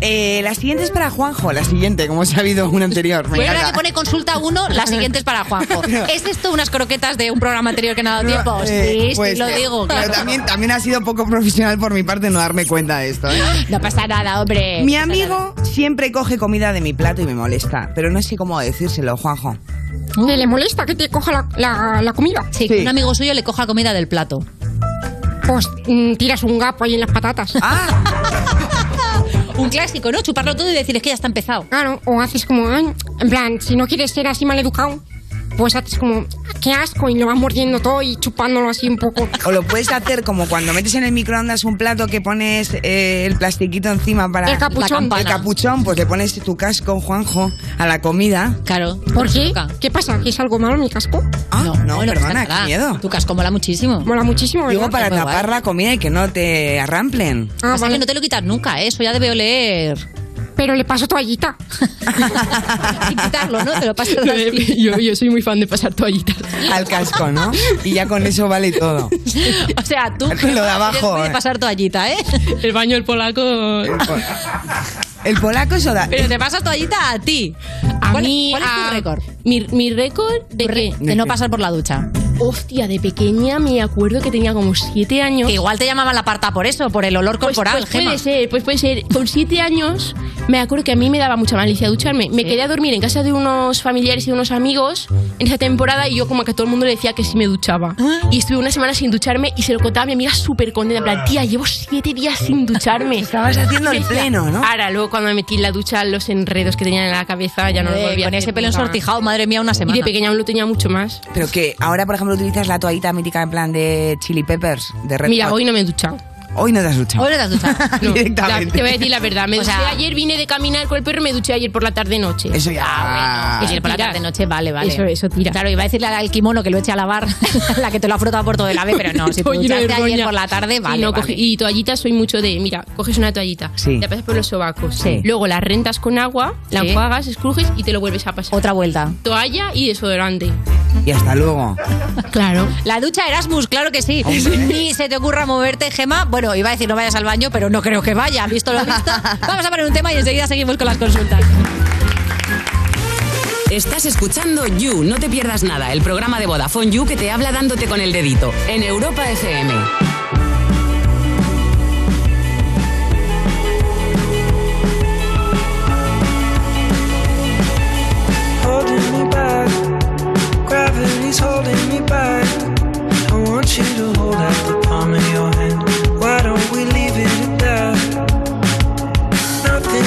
Speaker 6: Eh, la siguiente es para Juanjo, la siguiente, como se ha habido una anterior. Me
Speaker 4: Bueno, ahora que
Speaker 6: encanta.
Speaker 4: pone consulta uno, la siguiente es para Juanjo. ¿Es esto unas croquetas de un programa anterior que no ha dado Ah, tiempo?
Speaker 6: Eh,
Speaker 4: Sí, sí,
Speaker 6: pues,
Speaker 4: lo digo.
Speaker 6: pero
Speaker 4: claro.
Speaker 6: también, también ha sido poco profesional por mi parte no darme cuenta de esto. ¿eh?
Speaker 4: No pasa nada, hombre.
Speaker 6: Mi
Speaker 4: No pasa
Speaker 6: amigo siempre coge comida de mi plato y me molesta, pero no sé cómo decírselo, Juanjo.
Speaker 21: ¿Le, le molesta que te coja la, la- la comida?
Speaker 4: Sí, que un amigo suyo le coja comida del plato.
Speaker 21: Pues mm, tiras un gapo ahí en las patatas.
Speaker 19: Ah.
Speaker 4: Un clásico, ¿no? Chuparlo todo y decir es que ya está empezado.
Speaker 21: Claro, o haces como, "Ay", en plan, si no quieres ser así maleducado, pues haces como, "Ah, qué asco, y lo vas mordiendo todo y chupándolo así un poco.
Speaker 6: O lo puedes hacer como cuando metes en el microondas un plato que pones eh, el plastiquito encima para
Speaker 21: El capuchón. La campana.
Speaker 6: El capuchón, pues le pones tu casco, Juanjo, a la comida.
Speaker 4: Claro.
Speaker 21: ¿Por qué? ¿Qué pasa? ¿Que es algo malo mi casco?
Speaker 6: no, Ah, no,
Speaker 4: bueno,
Speaker 6: perdona,
Speaker 4: pues nada.
Speaker 6: qué miedo.
Speaker 4: Tu casco mola muchísimo. Pues
Speaker 21: Mola muchísimo, ¿verdad?
Speaker 6: Digo para tapar la comida y que no te arramplen.
Speaker 4: Pasa que no te lo quitas nunca, ¿eh? eso ya debe oler.
Speaker 21: Pero le paso toallita.
Speaker 4: Sin quitarlo, ¿no? Te lo pasas así.
Speaker 21: yo, yo soy muy fan de pasar toallitas.
Speaker 6: Al casco, ¿no? Y ya con eso vale todo.
Speaker 4: O sea, tú.
Speaker 6: Lo de abajo,
Speaker 4: Puedes
Speaker 6: eh.
Speaker 4: pasar toallita, ¿eh?
Speaker 21: El baño del polaco.
Speaker 6: El polaco eso da.
Speaker 4: Pero te pasas toallita a ti.
Speaker 21: A
Speaker 4: ¿Cuál,
Speaker 21: mí,
Speaker 4: ¿Cuál es tu
Speaker 21: a-
Speaker 4: récord?
Speaker 21: Mi, mi récord de qué?
Speaker 4: De no pasar por la ducha.
Speaker 21: Hostia, de pequeña me acuerdo que tenía como siete años.
Speaker 4: Que igual te llamaban la parta por eso, por el olor
Speaker 21: Pues,
Speaker 4: corporal,
Speaker 21: pues
Speaker 4: Gema.
Speaker 21: puede ser, pues puede ser. Con siete años me acuerdo que a mí me daba mucha malicia ducharme. Me quedé a dormir en casa de unos familiares y de unos amigos en esa temporada y yo como que a todo el mundo le decía que sí me duchaba.
Speaker 4: Ah.
Speaker 21: Y estuve una semana sin ducharme y se lo contaba a mi amiga súper contenta. En plan, tía, llevo siete días sin ducharme.
Speaker 6: Estabas haciendo el pleno, ¿no?
Speaker 21: Ahora, luego cuando me metí en la ducha, los enredos que tenía en la cabeza ya no los
Speaker 4: Eh,
Speaker 21: volví a
Speaker 4: con
Speaker 21: hacer
Speaker 4: ese pelo
Speaker 21: nunca.
Speaker 4: ensortijado, madre mía, una
Speaker 21: Y
Speaker 4: semana.
Speaker 21: de pequeña aún lo tenía mucho más.
Speaker 6: Pero que ahora, por ejemplo, utilizas la toallita mítica en plan de chili peppers, de red
Speaker 21: Mira,
Speaker 6: Hot.
Speaker 21: hoy no me he duchado.
Speaker 6: Hoy no te has duchado.
Speaker 4: Ahora te has duchado.
Speaker 21: No,
Speaker 6: Directamente.
Speaker 21: la- te voy a decir la verdad. Me
Speaker 4: O
Speaker 21: duché
Speaker 4: sea-
Speaker 21: ayer, vine de caminar con el perro y me duché ayer por la tarde-noche.
Speaker 6: Eso
Speaker 4: Ah,
Speaker 6: ya. ah.
Speaker 4: Ayer por la
Speaker 21: tiras.
Speaker 4: tarde noche, vale, vale.
Speaker 21: Eso- eso tira.
Speaker 4: Claro, iba a decirle al kimono que lo eche a lavar, la que te lo ha frotado por todo el ave, pero no, si te
Speaker 21: Oye,
Speaker 4: duchaste ayer
Speaker 21: vergoña.
Speaker 4: por la tarde,
Speaker 21: Y
Speaker 4: vale.
Speaker 21: no
Speaker 4: vale.
Speaker 21: coge- y toallitas soy mucho de, mira, coges una toallita,
Speaker 6: Sí.
Speaker 21: la pasas por los sobacos,
Speaker 4: Sí.
Speaker 21: luego la rentas con agua, la
Speaker 4: Sí.
Speaker 21: enjuagas, escrujes y te lo vuelves a pasar.
Speaker 4: Otra vuelta.
Speaker 21: Toalla y desodorante.
Speaker 6: Y hasta luego.
Speaker 21: Claro.
Speaker 4: La ducha Erasmus, claro que sí. Ni se te ocurra moverte, Gema. Bueno, iba a decir no vayas al baño, pero no creo que vaya. Visto lo visto. Vamos a poner un tema y enseguida seguimos con las consultas.
Speaker 1: Estás escuchando You, no te pierdas nada, el programa de Vodafone You que te habla dándote con el dedito en Europa FM.
Speaker 11: holding me back. Gravity's holding me back. I want you to hold out the palm of your hand. Why don't we leave it at that? Nothing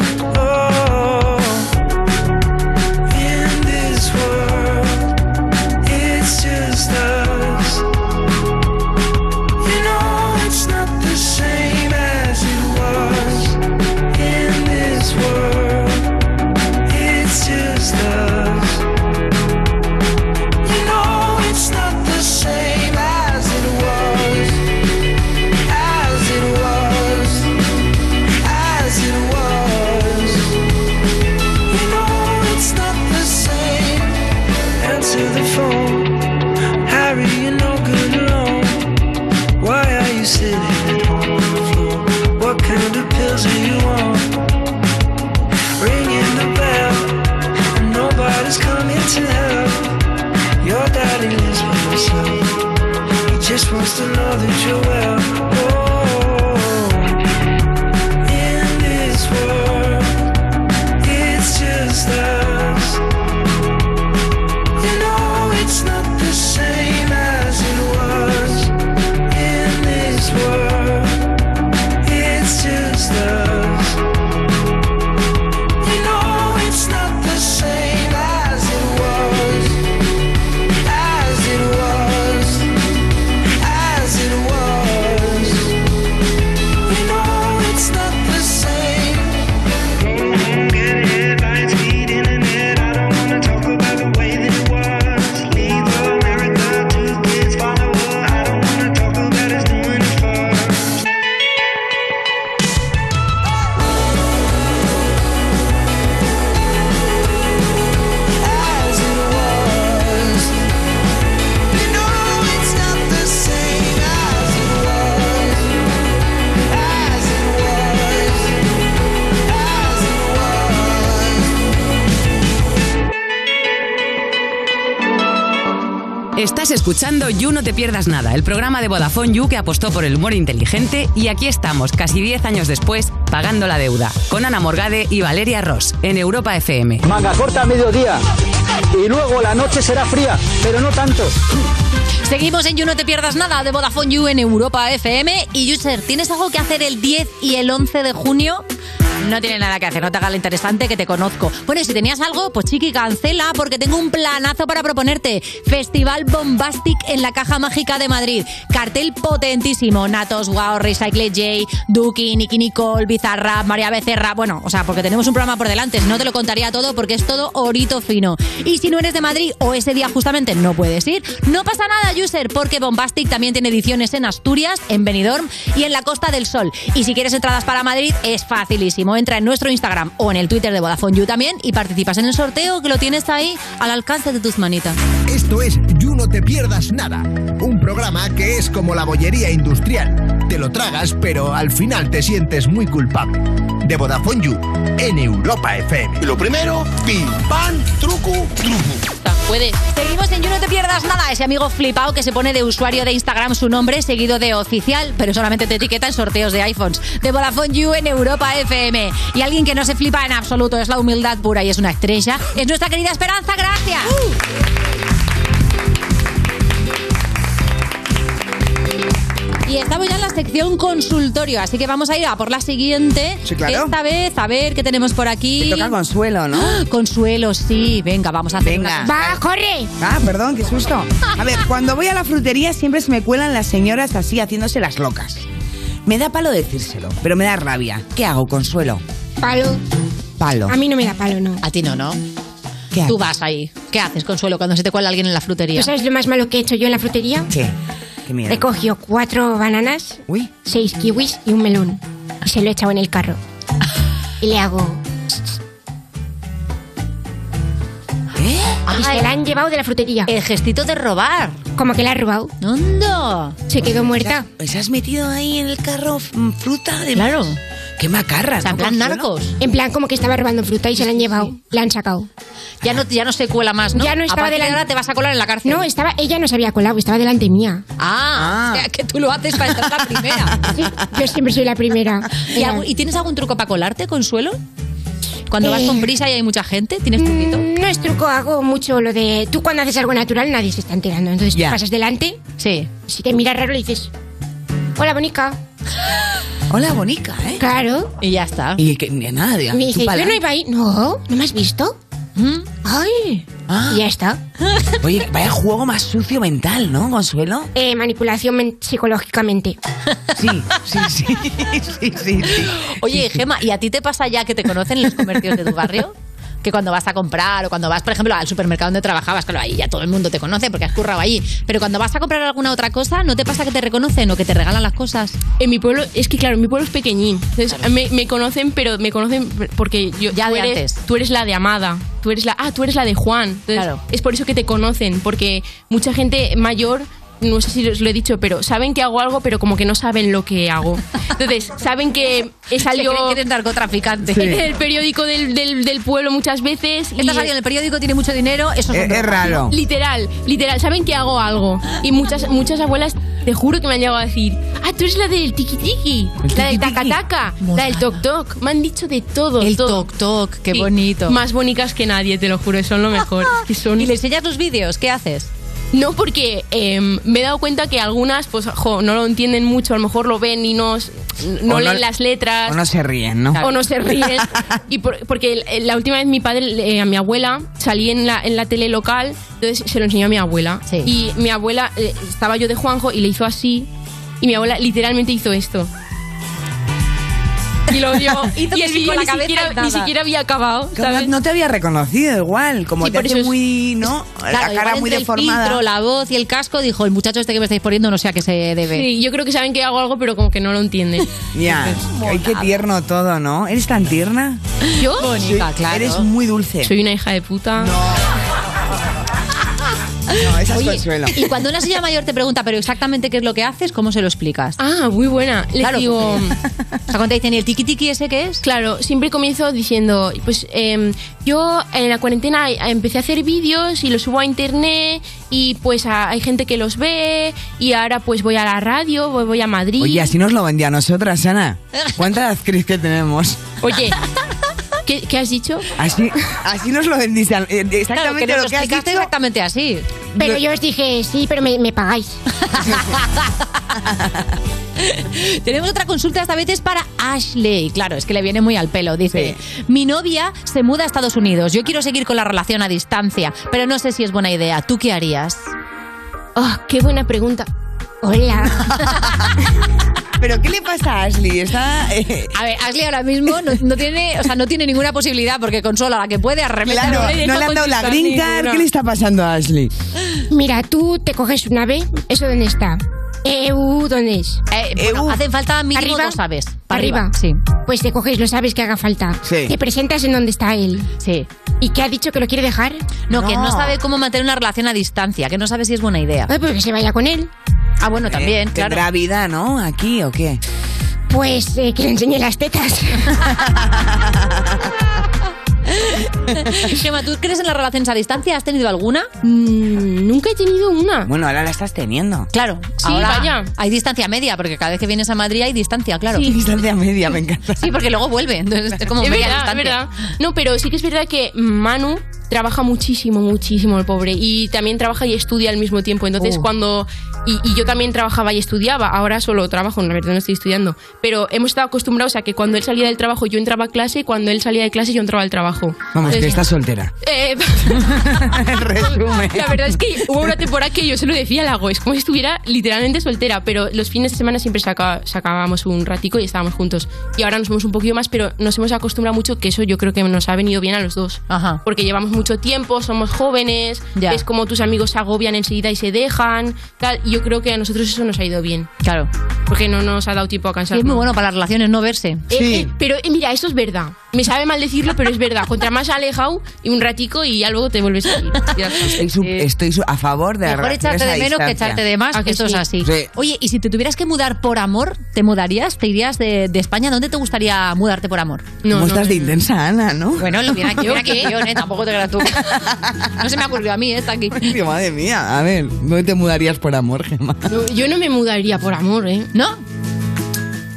Speaker 11: Oh, in this world, it's just us. You know it's not the same as it was in this world. It's just us. You know it's not the same as it was, as it was, as it was. You know it's not the same. Answer the phone, Harry. You're no good alone. Why are you sitting at home on the floor? What kind of pills are you on? Ringing the bell, and nobody's coming to help. Your daddy lives by himself. He just wants to know that you're well. Oh, in this world, it's just us. You know it's not the same as it was in this world. It's just us. You know it's not the same as it was,
Speaker 1: Estás escuchando You No Te Pierdas Nada, el programa de Vodafone You que apostó por el humor inteligente y aquí estamos, casi 10 años después, pagando la deuda, con Ana Morgade y Valeria Ross, en Europa FM.
Speaker 7: Manga corta a mediodía y luego la noche será fría, pero no tanto.
Speaker 4: Seguimos en You No Te Pierdas Nada de Vodafone You en Europa FM. Y User, ¿tienes algo que hacer el 10 y el 11 de junio? No tiene nada que hacer, no te haga lo interesante que te conozco. Bueno, y si tenías algo, pues chiqui, cancela porque tengo un planazo para proponerte. Festival Bombastic en la Caja Mágica de Madrid. Cartel potentísimo. Natos, Wow, Recycle J, Duki, Nicky Nicole, Bizarra, María Becerra. Bueno, o sea, porque tenemos un programa por delante. No te lo contaría todo porque es todo orito fino. Y si no eres de Madrid o ese día justamente no puedes ir, no pasa nada, user, porque Bombastic también tiene ediciones en Asturias, en Benidorm y en la Costa del Sol. Y si quieres entradas para Madrid, es facilísimo. Entra en nuestro Instagram o en el Twitter de Vodafone You también y participas en el sorteo que lo tienes ahí al alcance de tus manitas.
Speaker 5: Esto es You No Te Pierdas Nada, un programa que es como la bollería industrial. Te lo tragas, pero al final te sientes muy culpable. De Vodafone You, en Europa FM. Lo primero, pim, pan, truco, truco.
Speaker 4: Puede. Seguimos en You No Te Pierdas Nada. Ese amigo flipado que se pone de usuario de Instagram su nombre seguido de oficial, pero solamente te etiqueta en sorteos de iPhones. De Vodafone You en Europa FM. Y alguien que no se flipa en absoluto, es la humildad pura y es una estrella. Es nuestra querida Esperanza, gracias.
Speaker 6: ¡Uh!
Speaker 4: Y estamos ya en la sección consultorio, así que vamos a ir a por la siguiente.
Speaker 6: Sí, claro.
Speaker 4: Esta vez, a ver qué tenemos por aquí.
Speaker 6: Te toca consuelo, ¿no?
Speaker 4: ¡Ah! Consuelo, sí. Venga, vamos a hacer
Speaker 6: Venga.
Speaker 4: ¡Va, corre!
Speaker 6: Ah, perdón, qué susto. A ver, cuando voy a la frutería siempre se me cuelan las señoras así haciéndose las locas. Me da palo decírselo, pero me da rabia. ¿Qué hago, Consuelo?
Speaker 19: Palo.
Speaker 6: Palo.
Speaker 19: A mí no me da palo, no.
Speaker 4: A ti no, ¿no?
Speaker 6: ¿Qué
Speaker 4: Tú vas ahí. ¿Qué haces, Consuelo, cuando se te cuela alguien en la frutería?
Speaker 19: ¿Tú sabes lo más malo que he hecho yo en la frutería?
Speaker 6: Sí. Qué miedo.
Speaker 19: He cogido cuatro bananas,
Speaker 6: Uy.
Speaker 19: seis kiwis y un melón. Y se lo he echado en el carro. Y le hago... Y se la han llevado de la frutería.
Speaker 4: Ah. El gestito de robar.
Speaker 19: Como que la ha robado.
Speaker 4: ¡Hondo!
Speaker 19: Se quedó muerta.
Speaker 6: ¿Se Pues has metido ahí en el carro mm, fruta? De...
Speaker 4: Claro.
Speaker 6: Qué macarra.
Speaker 4: O sea, en plan narcos.
Speaker 19: En plan, como que estaba robando fruta y se la han llevado. La han sacado.
Speaker 4: Ya no, ya no se cuela más, ¿no?
Speaker 19: Ya no estaba
Speaker 4: a partir de
Speaker 19: delan-
Speaker 4: ahora te vas a colar en la cárcel.
Speaker 19: No, estaba, ella no se había colado, estaba delante mía.
Speaker 4: Ah, o sea, que tú lo haces para estar la primera.
Speaker 19: Sí, yo siempre soy la primera.
Speaker 4: ¿Y, algu- y tienes algún truco para colarte, Consuelo? Cuando vas con prisa y hay mucha gente, ¿tienes truquito?
Speaker 19: Eh, mm, No es truco, hago mucho lo de. Tú cuando haces algo natural nadie se está enterando. Entonces
Speaker 4: Ya.
Speaker 19: tú pasas delante,
Speaker 4: Sí.
Speaker 19: si te miras raro le dices: Hola, bonica.
Speaker 6: Hola, bonica, ¿eh?
Speaker 19: Claro.
Speaker 4: Y ya está.
Speaker 6: Y que ni nada,
Speaker 19: Y
Speaker 6: diga,
Speaker 19: me
Speaker 6: tú
Speaker 19: dice:
Speaker 6: pa'lante.
Speaker 19: Yo no iba ahí. No, ¿no me has visto?
Speaker 4: ¿Mm?
Speaker 19: Ay.
Speaker 6: Ah.
Speaker 19: Y ya está.
Speaker 6: Oye, vaya juego más sucio mental, ¿no, Consuelo?
Speaker 19: Eh, manipulación men- psicológicamente.
Speaker 6: Sí, sí, sí, sí, sí, sí.
Speaker 4: Oye, Gema, ¿y a ti te pasa ya que te conocen en los comercios de tu barrio? Que cuando vas a comprar o cuando vas, por ejemplo, al supermercado donde trabajabas, claro, ahí ya todo el mundo te conoce porque has currado allí. Pero cuando vas a comprar alguna otra cosa, ¿no te pasa que te reconocen o que te regalan las cosas?
Speaker 21: En mi pueblo, es que claro, mi pueblo es pequeñín. Entonces me, me conocen, pero me conocen porque yo.
Speaker 4: Ya
Speaker 21: tú
Speaker 4: de
Speaker 21: eres,
Speaker 4: antes.
Speaker 21: Tú eres la de Amada. Tú eres la. Ah, tú eres la de Juan. Entonces,
Speaker 4: Claro.
Speaker 21: Es por eso que te conocen, porque mucha gente mayor. No sé si os lo he dicho, pero saben que hago algo, pero como que no saben lo que hago. Entonces, saben que he salido
Speaker 4: creen que eres narcotraficante.
Speaker 21: en el periódico del, del- del pueblo muchas veces. y-
Speaker 4: Estás ahí en el periódico, tiene mucho dinero, eso un
Speaker 6: Es- Eh, es
Speaker 4: truco.
Speaker 6: raro.
Speaker 21: Literal, literal, saben que hago algo. Y muchas, muchas abuelas, te juro que me han llegado a decir, ah, tú eres la del tiki tiki, la del taca taca, la del toc toc. Me han dicho de todo.
Speaker 4: El
Speaker 21: todo.
Speaker 4: toc toc, qué
Speaker 21: Sí,
Speaker 4: bonito.
Speaker 21: Más bonitas que nadie, te lo juro, son lo mejor. Es que son...
Speaker 4: ¿Y le enseñas los vídeos? ¿Qué haces?
Speaker 21: No, porque em, me he dado cuenta que algunas, pues, jo, no lo entienden mucho, a lo mejor lo ven y no, s- no
Speaker 6: O no-
Speaker 21: leen las letras
Speaker 6: O no se ríen, ¿no?
Speaker 21: o no se ríen. Y por- porque el- el- la última vez mi padre, eh, a mi abuela, salí en la, en la tele local, entonces se lo enseñó a mi abuela.
Speaker 4: Sí.
Speaker 21: Y mi abuela, eh, estaba yo de Juanjo y le hizo así. Y mi abuela literalmente hizo esto. Y lo dio.
Speaker 4: Hizo
Speaker 21: y
Speaker 4: que
Speaker 21: el
Speaker 4: sí
Speaker 21: vídeo
Speaker 4: con la
Speaker 21: ni,
Speaker 4: cabeza
Speaker 21: siquiera,
Speaker 4: y nada.
Speaker 21: ni siquiera había acabado.
Speaker 6: Que
Speaker 21: ¿sabes?
Speaker 6: No, no te había reconocido igual, como
Speaker 21: Sí,
Speaker 6: te
Speaker 21: por
Speaker 6: hace
Speaker 21: eso es-
Speaker 6: muy, ¿no?
Speaker 4: Claro,
Speaker 6: la cara
Speaker 4: igual
Speaker 6: muy
Speaker 4: entre El
Speaker 6: deformada.
Speaker 4: filtro, la voz y el casco dijo, el muchacho este que me estáis poniendo no sé a qué se debe.
Speaker 21: Sí, yo creo que saben que hago algo, pero como que no lo entienden.
Speaker 6: Ya, ay, qué tierno todo, ¿no? ¿Eres tan tierna?
Speaker 21: ¿Yo? Ah,
Speaker 4: Bonita, claro.
Speaker 6: Eres muy dulce.
Speaker 21: Soy una hija de puta.
Speaker 6: No, esa es
Speaker 4: Oye,
Speaker 6: Consuelo.
Speaker 4: Y cuando una señora mayor te pregunta, pero exactamente qué es lo que haces, ¿cómo se lo explicas?
Speaker 21: Ah, muy buena. Les
Speaker 4: Claro,
Speaker 21: digo.
Speaker 4: O sea, cuando te dicen, ¿y el tiki tiki ese qué es?
Speaker 21: Claro, siempre comienzo diciendo, pues em, yo en la cuarentena eh, empecé a hacer vídeos y los subo a internet y pues a- hay gente que los ve y ahora pues voy a la radio, voy, voy a Madrid.
Speaker 6: Oye, así nos lo vendía a nosotras, Ana. ¿Cuánta actriz que tenemos?
Speaker 21: Oye, ¿qué, qué has dicho?
Speaker 6: Así, así nos lo vendiste. a- eh, Exactamente
Speaker 19: Claro, que nos
Speaker 6: lo que has
Speaker 19: explicaste
Speaker 6: dicho.
Speaker 4: Exactamente así.
Speaker 19: Pero yo os dije, sí, pero me, me pagáis.
Speaker 4: Tenemos otra consulta esta vez es para Ashley. Claro, es que le viene muy al pelo. Dice, mi novia se muda a Estados Unidos. Yo quiero seguir con la relación a distancia, pero no sé si es buena idea. ¿Tú qué harías?
Speaker 21: Oh, qué buena pregunta.
Speaker 19: Hola.
Speaker 6: ¿Pero qué le pasa a Ashley? Está... eh,
Speaker 4: A ver, Ashley ahora mismo no, no tiene, o sea, no tiene ninguna posibilidad porque Consuelo, a la que puede, arremete.
Speaker 6: Claro, no le han dado la green card. ¿Qué le está pasando a Ashley?
Speaker 19: Mira, tú te coges una B, ¿eso dónde está? EU, ¿dónde es?
Speaker 4: Eh, bueno, EU. hacen falta mínimo dos Aves. Para
Speaker 19: Arriba.
Speaker 4: arriba, sí.
Speaker 19: Pues te coges los aves que haga falta.
Speaker 4: Sí.
Speaker 19: Te presentas en donde está él.
Speaker 4: Sí.
Speaker 19: ¿Y qué ha dicho que lo quiere dejar?
Speaker 4: No, que no sabe cómo mantener una relación a distancia, que no sabe si es buena idea.
Speaker 19: Ay, pues que se vaya con él.
Speaker 4: Ah, bueno, también,
Speaker 6: Eh, ¿Tendrá vida, no? ¿Aquí o qué?
Speaker 19: Pues eh, que le enseñe las tetas.
Speaker 4: Gemma, ¿tú crees en las relaciones a distancia? ¿Has tenido alguna?
Speaker 21: nunca he tenido una.
Speaker 6: Bueno, ahora la estás teniendo.
Speaker 4: Claro.
Speaker 6: Sí,
Speaker 4: ahora
Speaker 6: vaya.
Speaker 4: Hay distancia media, porque cada vez que vienes a Madrid hay distancia, claro. Sí,
Speaker 6: distancia media, me encanta.
Speaker 4: porque luego vuelve. Entonces es como
Speaker 21: es
Speaker 4: media
Speaker 21: verdad, es
Speaker 4: distancia.
Speaker 21: verdad. No, pero sí que es verdad que Manu trabaja muchísimo, muchísimo el pobre. Y también trabaja y estudia al mismo tiempo. Entonces
Speaker 4: Oh.
Speaker 21: cuando... Y, y yo también trabajaba y estudiaba. Ahora solo trabajo, la verdad no estoy estudiando. Pero hemos estado acostumbrados a que cuando él salía del trabajo yo entraba a clase y cuando él salía de clase yo entraba al trabajo.
Speaker 6: Vamos, que
Speaker 21: Entonces,
Speaker 6: está soltera.
Speaker 21: eh,
Speaker 6: Resumen.
Speaker 21: La verdad es que hubo una temporada que yo se lo decía al lago, es como si estuviera literalmente soltera, pero los fines de semana siempre saca- sacábamos un ratico y estábamos juntos. Y ahora nos vemos un poquito más, pero nos hemos acostumbrado mucho, que eso yo creo que nos ha venido bien a los dos. Porque llevamos mucho tiempo, somos jóvenes,
Speaker 4: Ya.
Speaker 21: es como tus amigos se agobian enseguida y se dejan, tal. Y yo creo que a nosotros eso nos ha ido bien.
Speaker 4: Claro.
Speaker 21: Porque no nos ha dado tiempo a cansarnos.
Speaker 4: es muy bueno para las relaciones no verse.
Speaker 21: Eh, eh, pero eh, mira, eso es verdad. Me sabe mal decirlo, pero es verdad. Contra más alejado y un ratico y ya luego te vuelves a ir. Ya está. Eh,
Speaker 6: Estoy, su- estoy su- a favor de la
Speaker 4: Mejor echarte de menos que echarte de
Speaker 21: Ah,
Speaker 4: más, eso es así. Oye, y si te tuvieras que mudar por amor, ¿te mudarías? ¿Te irías de, de España? ¿Dónde te gustaría mudarte por amor?
Speaker 6: No, estás de intensa, Ana, ¿no?
Speaker 4: Bueno, lo mira aquí, mira aquí,
Speaker 6: que
Speaker 4: yo, ¿eh? tampoco te creas tú. No se me ha ocurrido a mí, ¿eh? está aquí.
Speaker 6: Madre mía, a ver, ¿dónde te mudarías por amor, Gemma?
Speaker 21: No, yo no me mudaría por amor, ¿eh?
Speaker 4: ¿No?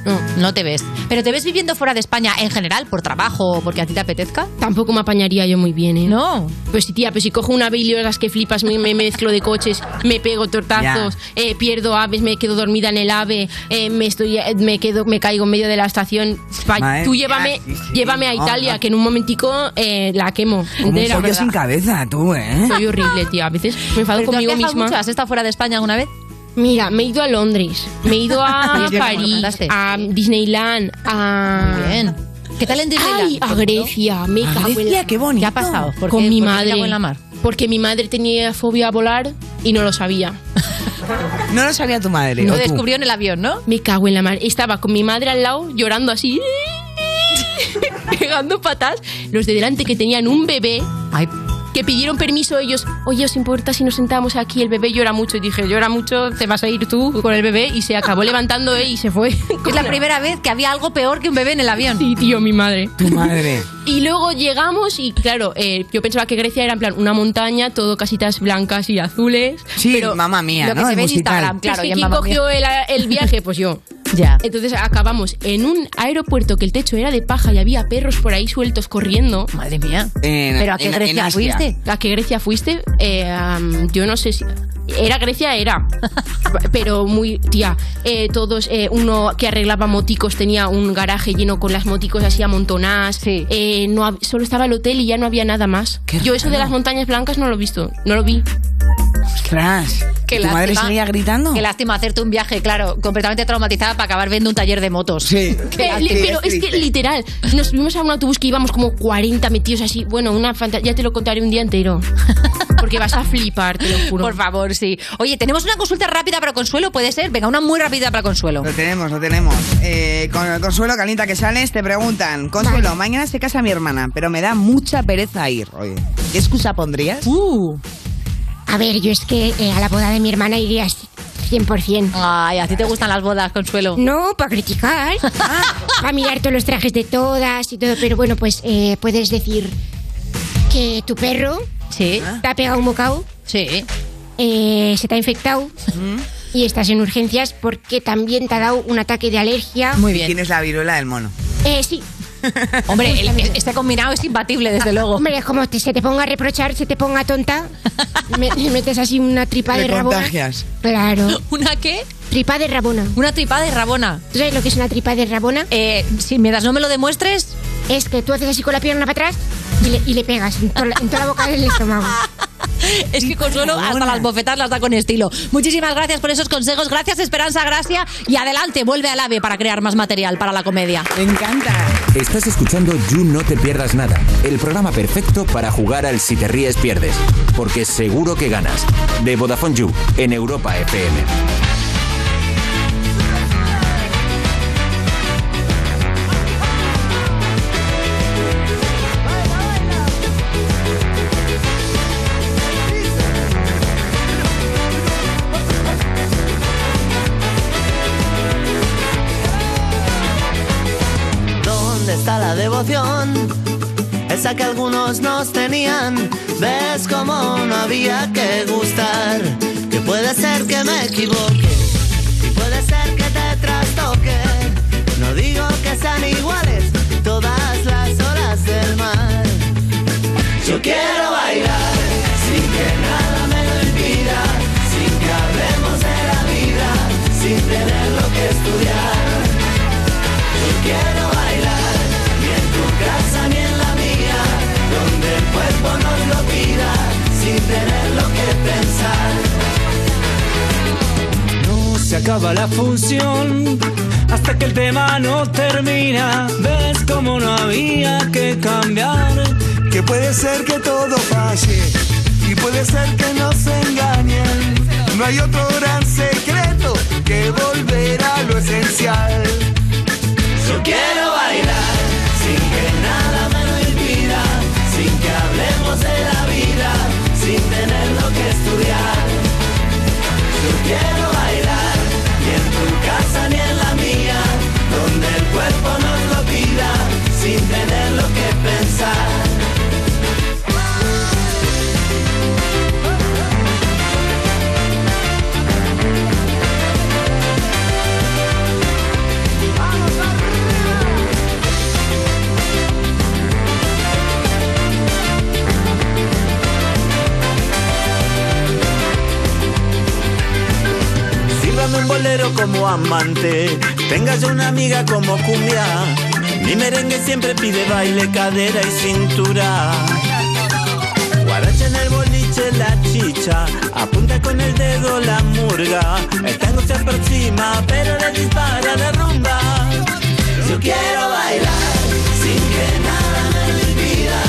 Speaker 4: No, no te ves. ¿Pero te ves viviendo fuera de España en general, por trabajo, porque a ti te apetezca?
Speaker 21: Tampoco me apañaría yo muy bien, ¿eh?
Speaker 4: No.
Speaker 21: Pues sí, tía, pues si cojo una bilio las que flipas, me, me mezclo de coches, me pego tortazos, eh, pierdo aves, me quedo dormida en el ave, eh, me estoy, eh, me quedo, me caigo en medio de la estación. Pa-
Speaker 6: Madre
Speaker 21: tú
Speaker 6: mía,
Speaker 21: llévame,
Speaker 6: sí, sí.
Speaker 21: llévame a
Speaker 6: No,
Speaker 21: Italia,
Speaker 6: no.
Speaker 21: que en un momentico eh, la quemo.
Speaker 6: Como un
Speaker 21: entera,
Speaker 6: pollo
Speaker 21: ¿verdad?
Speaker 6: sin cabeza, tú, ¿eh?
Speaker 21: Soy horrible, tía. A veces me
Speaker 4: ¿Pero
Speaker 21: enfado
Speaker 4: te has
Speaker 21: conmigo
Speaker 4: viajado
Speaker 21: misma.
Speaker 4: mucho? ¿Has estado fuera de España alguna vez?
Speaker 21: Mira, me he ido a Londres, me he ido a
Speaker 4: Oye, ¿cómo lo
Speaker 21: París,
Speaker 4: pasaste?
Speaker 21: a Disneyland, a.
Speaker 4: Bien. ¿Qué tal en Disneyland?
Speaker 21: Ay, a Grecia, me cago en la-
Speaker 4: qué bonito. ¿Qué ha pasado? ¿Por
Speaker 21: con
Speaker 4: qué-
Speaker 21: mi
Speaker 4: por qué te
Speaker 21: madre.
Speaker 4: cago en la mar?
Speaker 21: Porque mi madre tenía fobia a volar y no lo sabía.
Speaker 6: No lo sabía tu madre.
Speaker 21: No
Speaker 6: o tú.
Speaker 21: descubrió
Speaker 4: en el avión, ¿no?
Speaker 21: Me cago en la mar. Estaba con mi madre al lado llorando así, pegando patas. Los de delante que tenían un bebé. Que pidieron permiso ellos, oye, ¿os importa si nos sentamos aquí? El bebé llora mucho. Y dije, llora mucho, te vas a ir tú con el bebé. Y se acabó levantando eh, y se fue.
Speaker 4: Es la primera vez que había algo peor que un bebé en el avión.
Speaker 21: Sí, tío, mi madre.
Speaker 6: Tu madre.
Speaker 21: Y luego llegamos y claro, eh, yo pensaba que Grecia era en plan una montaña, todo casitas blancas y azules.
Speaker 6: Sí, mamá mía,
Speaker 21: lo que
Speaker 6: ¿no?
Speaker 21: se
Speaker 6: El
Speaker 21: ve en
Speaker 6: musical.
Speaker 21: Instagram, claro.
Speaker 6: Es que
Speaker 21: y ¿Quién
Speaker 6: mamá
Speaker 21: cogió el, el viaje? Pues yo.
Speaker 4: Ya.
Speaker 21: Entonces acabamos en un aeropuerto que el techo era de paja y había perros por ahí sueltos corriendo.
Speaker 4: Madre mía.
Speaker 6: En-
Speaker 4: ¿Pero a qué en- Grecia en Asia. fuiste?
Speaker 21: ¿A qué Grecia fuiste? Eh, am, yo no sé si... Era Grecia, era. Pero muy, tía, eh, todos, eh, uno que arreglaba moticos tenía un garaje lleno con las moticos así amontonadas. Eh, no, hab- solo estaba el hotel y ya no había nada más. Yo eso de las montañas blancas no lo he visto, no lo vi.
Speaker 6: Ostras.
Speaker 4: Qué
Speaker 6: ¿Tu madre
Speaker 4: lástima.
Speaker 6: seguía gritando?
Speaker 4: Qué lástima hacerte un viaje, claro, completamente traumatizada para acabar viendo un taller de motos.
Speaker 6: Sí.
Speaker 4: Qué
Speaker 21: Eh, li-
Speaker 4: lástima.
Speaker 21: pero es, que literal, nos subimos a un autobús que íbamos como 40 metidos así. Bueno, una fantasía. Ya te lo contaré un día entero. Porque vas a flipar, te lo juro.
Speaker 4: Por favor, sí. Oye, tenemos una consulta rápida para Consuelo, ¿puede ser? Venga, una muy rápida para Consuelo.
Speaker 6: Lo tenemos, lo tenemos. Eh, con Consuelo, calienta que sales, te preguntan, Consuelo, mañana se casa mi hermana, pero me da mucha pereza ir. Oye, ¿qué excusa pondrías?
Speaker 4: Uh.
Speaker 19: A ver, yo es que eh, a la boda de mi hermana iría así, 100%.
Speaker 4: Ay, ¿a ti te gustan las bodas, Consuelo?
Speaker 19: No, para criticar. Para mirar todos los trajes de todas y todo. Pero bueno, pues eh, puedes decir que tu perro
Speaker 21: Ah.
Speaker 19: te ha pegado un bocado. eh,
Speaker 4: Sí.
Speaker 19: se te ha infectado.
Speaker 6: ¿Mm?
Speaker 19: Y estás en urgencias porque también te ha dado un ataque de alergia.
Speaker 6: Y Tienes la viruela del mono.
Speaker 19: Eh, sí.
Speaker 4: Hombre, el- este combinado es imbatible, desde luego.
Speaker 19: Hombre, como te- se te ponga a reprochar, se te ponga tonta, me, le metes así una tripa de
Speaker 6: Le
Speaker 19: rabona.
Speaker 6: contagias.
Speaker 19: Claro.
Speaker 4: ¿Una qué?
Speaker 19: Tripa de rabona.
Speaker 4: ¿Una tripa de rabona?
Speaker 19: ¿Tú sabes lo que es una tripa de rabona?
Speaker 4: Eh, si mientras no me lo demuestres...
Speaker 19: Es que tú haces así con la pierna para atrás y le, y le pegas en, toda la- en toda la boca del estómago.
Speaker 4: Es que Consuelo hasta las bofetadas las da con estilo. Muchísimas gracias por esos consejos. Gracias, Esperanza Gracia. Y adelante, vuelve al AVE para crear más material para la comedia.
Speaker 6: Me encanta.
Speaker 12: Estás escuchando You No Te Pierdas Nada, el programa perfecto para jugar al Si Te Ríes Pierdes, porque seguro que ganas. De Vodafone You, en Europa FM.
Speaker 22: ¿Dónde está la devoción? Esa que algunos nos tenían. ¿Ves cómo no había que gustar? Que puede ser que me equivoque. Y puede ser que te trastoque. No digo que sean iguales todas las horas del mar. Yo quiero bailar sin que nada me lo impida. Sin que hablemos de la vida. Sin tener lo que estudiar. Yo quiero bailar, ni en tu casa ni en la mía, donde el cuerpo nos lo pida, sin tener lo que pensar.
Speaker 10: No se acaba la función hasta que el tema no termina. Ves como no había que cambiar.
Speaker 22: Que puede ser que todo falle y puede ser que nos engañen.
Speaker 11: No hay otro gran secreto que volver a lo esencial.
Speaker 22: Yo quiero bailar, sin que nada me lo impida, sin que hablemos de la vida, sin tener lo que estudiar. Yo quiero bailar, ni en tu casa ni en la mía, donde el cuerpo nos lo pida, sin tener lo que pensar. Sírvame un bolero como amante, tengas una amiga como cumbia. Mi merengue siempre pide baile, cadera y cintura. Guaracha en el boliche la chicha, apunta con el dedo la murga. El tango se aproxima, pero le dispara la rumba. Yo quiero bailar, sin que nada me lo impida,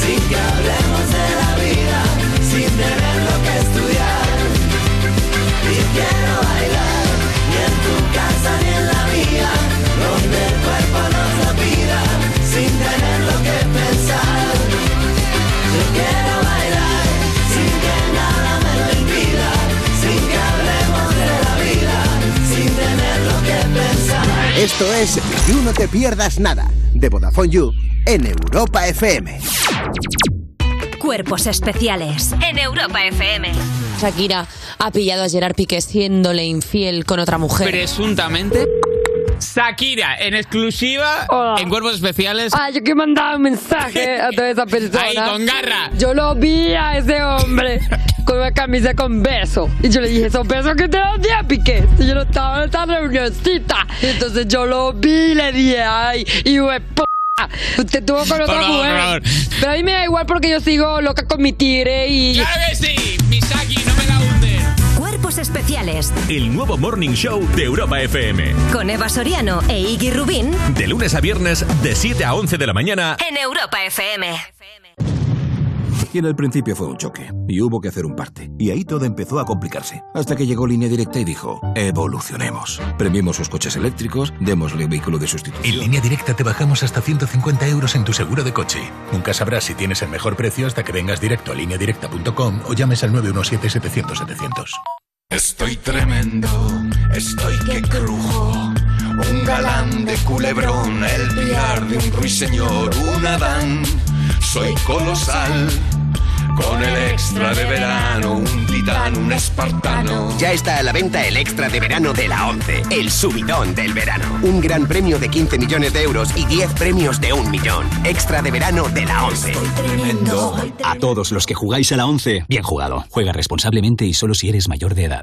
Speaker 22: sin que hablemos de la vida, sin tener lo que estudiar. Y quiero bailar, ni en tu casa ni en la mía, donde el cuerpo nos lo pida, sin tener lo que pensar. Yo quiero bailar, sin que nada me lo impida, sin que hablemos de la vida, sin tener lo que pensar.
Speaker 5: Esto es You No Te Pierdas Nada, de Vodafone You, en Europa FM.
Speaker 20: Cuerpos especiales en Europa FM.
Speaker 23: Shakira ha pillado a Gerard Piqué siéndole infiel con otra mujer.
Speaker 24: Presuntamente. Shakira, en exclusiva,
Speaker 4: Oh.
Speaker 24: en cuerpos especiales.
Speaker 25: Ah, yo que mandaba un mensaje a toda esa persona.
Speaker 24: Ahí, con garra.
Speaker 25: Yo lo vi a ese hombre con una camisa con beso. Y yo le dije, esos besos que te dan día, Piqué. Y yo no estaba en esta reunioncita. Entonces yo lo vi y le dije, ay, hijo de p***. Usted tuvo con
Speaker 24: Por
Speaker 25: otra
Speaker 24: favor, por
Speaker 25: mujer.
Speaker 24: favor.
Speaker 25: Pero a mí me da igual porque yo sigo loca con mi tigre y.
Speaker 24: ¡Claro que sí! ¡Misaki, no me la hundes!
Speaker 20: Cuerpos especiales
Speaker 2: El nuevo Morning Show de Europa FM.
Speaker 20: con Eva Soriano e Iggy Rubín
Speaker 2: De lunes a viernes, de 7 a 11 de la mañana.
Speaker 20: en Europa FM.
Speaker 2: Y en el principio fue un choque, y hubo que hacer un parte. Y ahí todo empezó a complicarse, hasta que llegó Línea Directa y dijo, evolucionemos. Premiemos sus coches eléctricos, démosle vehículo de sustitución.
Speaker 26: En línea directa te bajamos hasta 150 euros en tu seguro de coche. Nunca sabrás si tienes el mejor precio hasta que vengas directo a lineadirecta.com o llames al 917-700-700.
Speaker 27: Estoy tremendo, estoy que crujo. Un galán de culebrón, el piar de un ruiseñor, un Adán. Soy colosal, con el extra de verano, un titán, un espartano.
Speaker 28: Ya está a la venta el extra de verano de la 11, el subidón del verano. Un gran premio de 15 millones de euros y 10 premios de un millón. Extra de verano de la 11.
Speaker 14: Tremendo. A todos los que jugáis a la 11, bien jugado. Juega responsablemente y solo si eres mayor de edad.